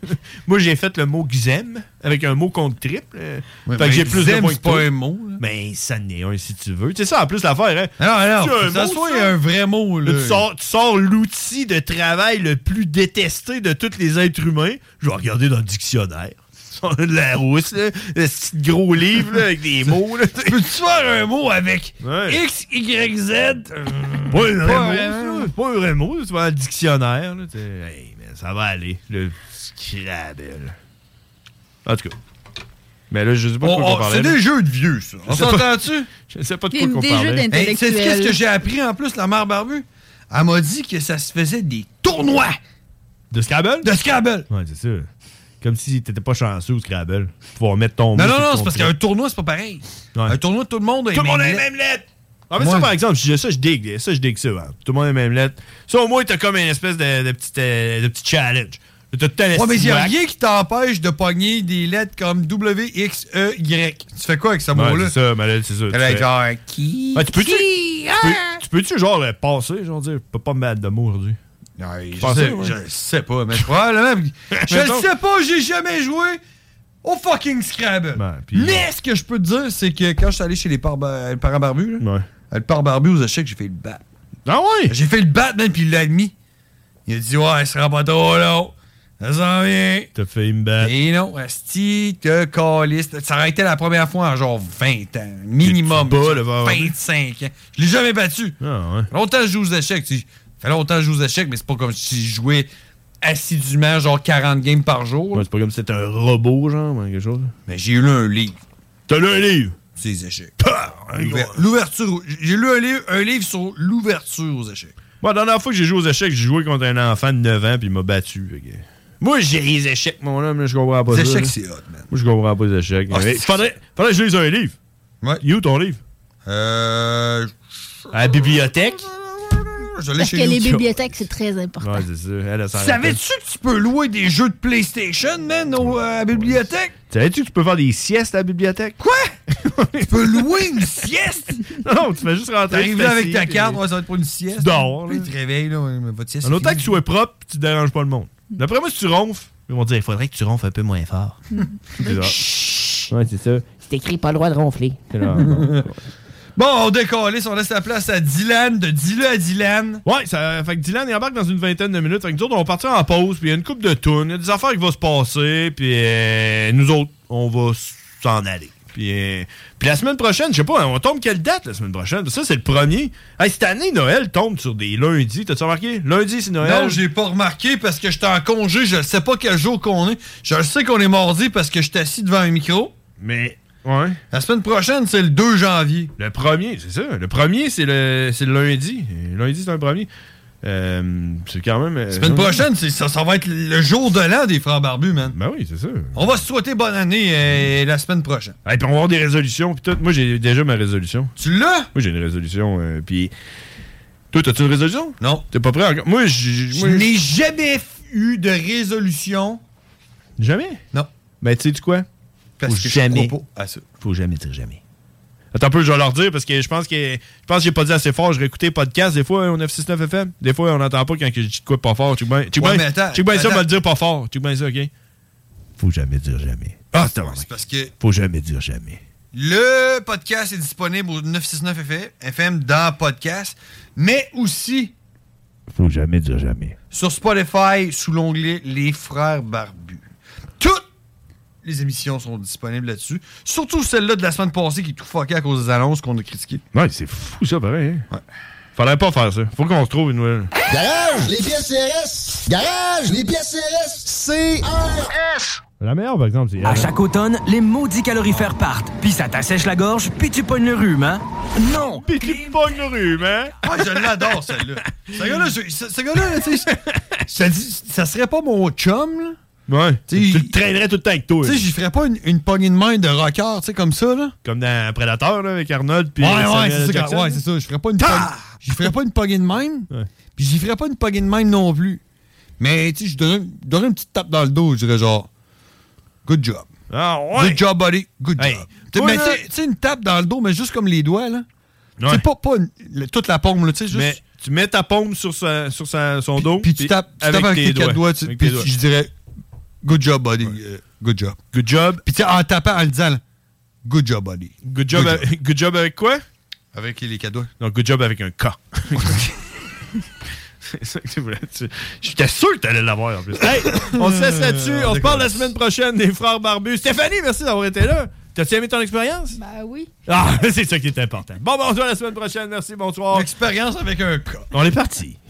Moi, j'ai fait le mot Xem avec un mot contre triple. euh,
Ouais,
fait
mais
que j'ai plus de
Xem,
points
c'est
que toi.
pas un mot,
Mais ça n'est un, si tu veux. C'est ça, en plus, l'affaire, hein.
Non,
C'est-tu
non,
un
ça
mot,
soit
ça?
un vrai mot, là.
Là, tu sors, tu sors l'outil de travail le plus détesté de tous les êtres humains. Je vais regarder dans le dictionnaire. de la rousse, là. Le petit gros livre là, avec des mots. Là. Peux-tu faire un mot avec
X, Y, Z.
Pas un vrai
Pas
mot.
vraiment.
ça. Pas un vrai mot. Tu vas dans le dictionnaire. là, tu sais, hey, mais ça va aller. Le Scrabble. En tout cas. Mais Ben là, je sais pas de
On-
quoi on
on-
parlait.
c'est
là.
des jeux de vieux, ça. On
Je sais pas-
s'entend-tu?
Je sais pas de quoi qu'on parlait.
Hey, tu sais Qu'est-ce que j'ai appris en plus, la mère barbue? Elle m'a dit que ça se faisait des tournois.
De Scrabble?
De Scrabble.
Ouais, c'est ça. Comme si t'étais pas chanceux au Scrabble. Tu vas mettre ton.
Non,
mot
non,
sur
non,
ton
c'est parce
truc.
qu'un tournoi, c'est pas pareil.
Ouais.
Un tournoi, tout le monde a
Tout le monde a les
mêmes
lettres. Ah, mais ça, par exemple, je- ça, je digue. Ça, je digue ça. hein. Tout le monde a les mêmes lettres. Ça, au moins, t'as comme une espèce de, de petit, euh, de petit challenge. T'as tout
Ouais, mais il a rien qui t'empêche de pogner des lettres comme W, X, E, Y. Tu fais quoi avec ce
Ouais,
mot-là?
c'est ça, mais là, c'est ça.
Elle est genre, Ah!
qui. tu peux-tu. Tu peux- tu peux-tu, genre, le passer, genre, dire, je peux pas me mettre de mots aujourd'hui.
Je
pense
sais-
que oui.
je sais pas, mais je crois le même. Je le
Mettons-
sais pas, j'ai jamais joué au fucking Scrabble.
Ben, euh,
mais ce que je peux te dire, c'est que quand je suis allé chez les par- euh, parents barbus, là, euh, le parent barbu aux échecs, j'ai fait le bat.
Ah ouais?
J'ai fait le bat, même, puis il l'a admis. Il a dit, ouais, ce sera pas trop long. Ça s'en vient.
T'as failli me battre.
Et non, Asti, que caliste. Ça aurait été la première fois en genre 20 ans, minimum.
bats, le barbu.
25 ans. Je l'ai jamais battu.
Ah
Longtemps que je joue aux échecs. tu sais. Ça fait longtemps que je joue aux échecs, mais c'est pas comme si je jouais assidûment, genre 40 games par jour.
Ouais, c'est pas comme si c'était un robot, genre, ou quelque chose.
Mais j'ai lu un livre.
T'as lu un livre?
C'est les échecs. L'ouver- L'ouverture. aux- J'ai lu un livre, un livre sur l'ouverture aux échecs.
Moi, la dernière fois que j'ai joué aux échecs, j'ai joué contre un enfant de 9 ans, puis il m'a battu. fait que- Moi, j'ai les échecs, mon homme, là, je comprends pas
Les
ça,
échecs,
là.
c'est hot, man.
Moi, je comprends pas les échecs.
Ah,
Mais
c'est-
faudrait, faudrait que je lise un livre.
Ouais.
You, ton livre?
Euh.
À la bibliothèque?
Je
Parce que les bibliothèques, c'est très important.
Ouais, c'est ça. Elle, elle s'en rappelle.
Savais-tu que tu peux louer des jeux de PlayStation, man, au- euh, à la bibliothèque?
Savais-tu que tu peux faire des siestes à la bibliothèque?
Quoi? tu peux louer une sieste?
Non, tu fais juste rentrer.
T'arrives
tu
là avec
t'assieds,
ta
puis-
carte, ouais, ça va être pour une sieste.
Tu dors,
Puis
là.
tu te réveilles, là, ouais, mais votre sieste.
En
c'est
autant que
finie.
tu sois propre, tu déranges pas le monde. D'après moi, si tu ronfles, ils vont dire il faudrait que tu ronfles un peu moins fort. C'est genre- ouais, c'est ça.
C'est écrit pas le droit de ronfler.
C'est genre, non.
Bon, on décalisse, on laisse la place à Dylan, de Dylan à Dylan.
Ouais, ça fait que Dylan il embarque dans une vingtaine de minutes. Fait que nous autres, on va partir en pause, puis il y a une coupe de tunes, il y a des affaires qui vont se passer, puis euh, nous autres, on va s'en aller. Puis, euh, puis la semaine prochaine, je sais pas, on tombe quelle date la semaine prochaine? Parce que ça, c'est le premier. Hey, cette année, Noël tombe sur des lundis. T'as-tu remarqué? Lundi, c'est Noël.
Non, j'ai pas remarqué parce que j'étais en congé, je sais pas quel jour qu'on est. Je le sais qu'on est mardi parce que j'étais assis devant un micro.
Mais, ouais.
La semaine prochaine, c'est le 2 janvier.
Le premier, c'est ça. Le premier, c'est le, c'est le lundi. Et Lundi, c'est un premier. Euh, c'est quand même. euh,
La semaine prochaine, c'est- ça, ça va être le jour de l'an des frères barbus, man.
Ben oui, c'est sûr.
On va se souhaiter bonne année euh, la semaine prochaine.
Et puis on va avoir des résolutions. Puis tout. Moi, j'ai déjà ma résolution.
Tu l'as? Moi,
j'ai une résolution. euh, puis. Toi, t'as-tu une résolution?
Non.
T'es pas prêt encore? Moi, j'ai-
Je
moi,
n'ai jamais eu de résolution.
Jamais?
Non.
Mais tu sais, tu quoi?
Parce
Faut
que je
jamais.
crois pas à ça.
Faut jamais dire jamais. Attends un peu, je vais leur dire parce que je pense que je pense que j'ai pas dit assez fort. Je réécoutais podcast des fois hein, au 969 FM. Des fois, on n'entend pas quand que je dis de quoi pas fort. Tu bien check
Ouais,
bien-
mais attends,
check bien ça,
attends.
on va le dire pas fort. Tu bien ça, OK? Faut jamais dire jamais. Ah, c'est vrai.
Parce que
Faut jamais dire jamais.
Le podcast est disponible au 969 FM dans Podcast, mais aussi
Faut jamais dire jamais.
sur Spotify sous l'onglet Les Frères Barbus. Toutes les émissions sont disponibles là-dessus, surtout celle-là de la semaine passée qui est tout fuckée à cause des annonces qu'on a critiquées.
Ouais, c'est fou ça, pareil. hein? Fallait pas faire ça. Faut qu'on se trouve une nouvelle.
Garage, les pièces CRS. Garage, les pièces CRS. CRS.
La meilleure, par exemple, c'est.
À chaque automne, les maudits calorifères partent, puis ça t'assèche la gorge, puis tu pognes le rhume, hein? Non!
Puis tu pognes le rhume, hein?
Ouais, je l'adore celle-là. Ce gars-là, je- ce, ce gars-là, tu sais, je te dis, ça serait pas mon chum, là.
Ouais.
Tu
le traînerais tout le temps avec toi.
Tu sais,
là.
j'y ferais pas une, une poignée de main de rocker, tu sais, comme ça, là.
Comme dans Predator, là, avec Arnold. Puis
ouais, ouais,
Samuel
c'est ça.
Jackson,
que- Ouais,
là.
c'est ça. Je ferais pas une pog- j'y ferais pas une poignée de même. Puis j'y ferais pas une poignée de même non plus. Mais tu sais, je donnerais, je donnerais une petite tape dans le dos, je dirais genre Good job.
Ah ouais.
Good job, buddy. Good job. Tu sais,
Moi,
mais
là-
tu sais- tu sais, une tape dans le dos, mais juste comme les doigts, là. Tu sais, pas, pas une- le- toute la paume, là, tu sais, juste.
Mais tu mets ta paume sur, sa- sur sa- son dos.
puis tu tapes, tu tapes avec, tes, quatre doigts, tu-
Avec
puis
tes doigts.
je dirais Good job, buddy. Euh, good job.
Good job.
Puis tu sais, en tapant, en le disant, là, Good job, buddy.
Good job, avec- good job. avec quoi?
Avec les quatre doigts.
Non, good job avec un K. C'est ça que tu voulais dire. J'étais sûr que t'allais l'avoir en plus. Hey, on se laisse là-dessus.
Euh,
On se
d'accord.
parle la semaine prochaine des frères barbus. Stéphanie, merci d'avoir été là. T'as-tu aimé ton expérience?
Ben oui.
Ah, c'est ça qui est important. Bon, bonsoir la semaine prochaine. Merci, bonsoir.
Expérience avec un K.
On est parti.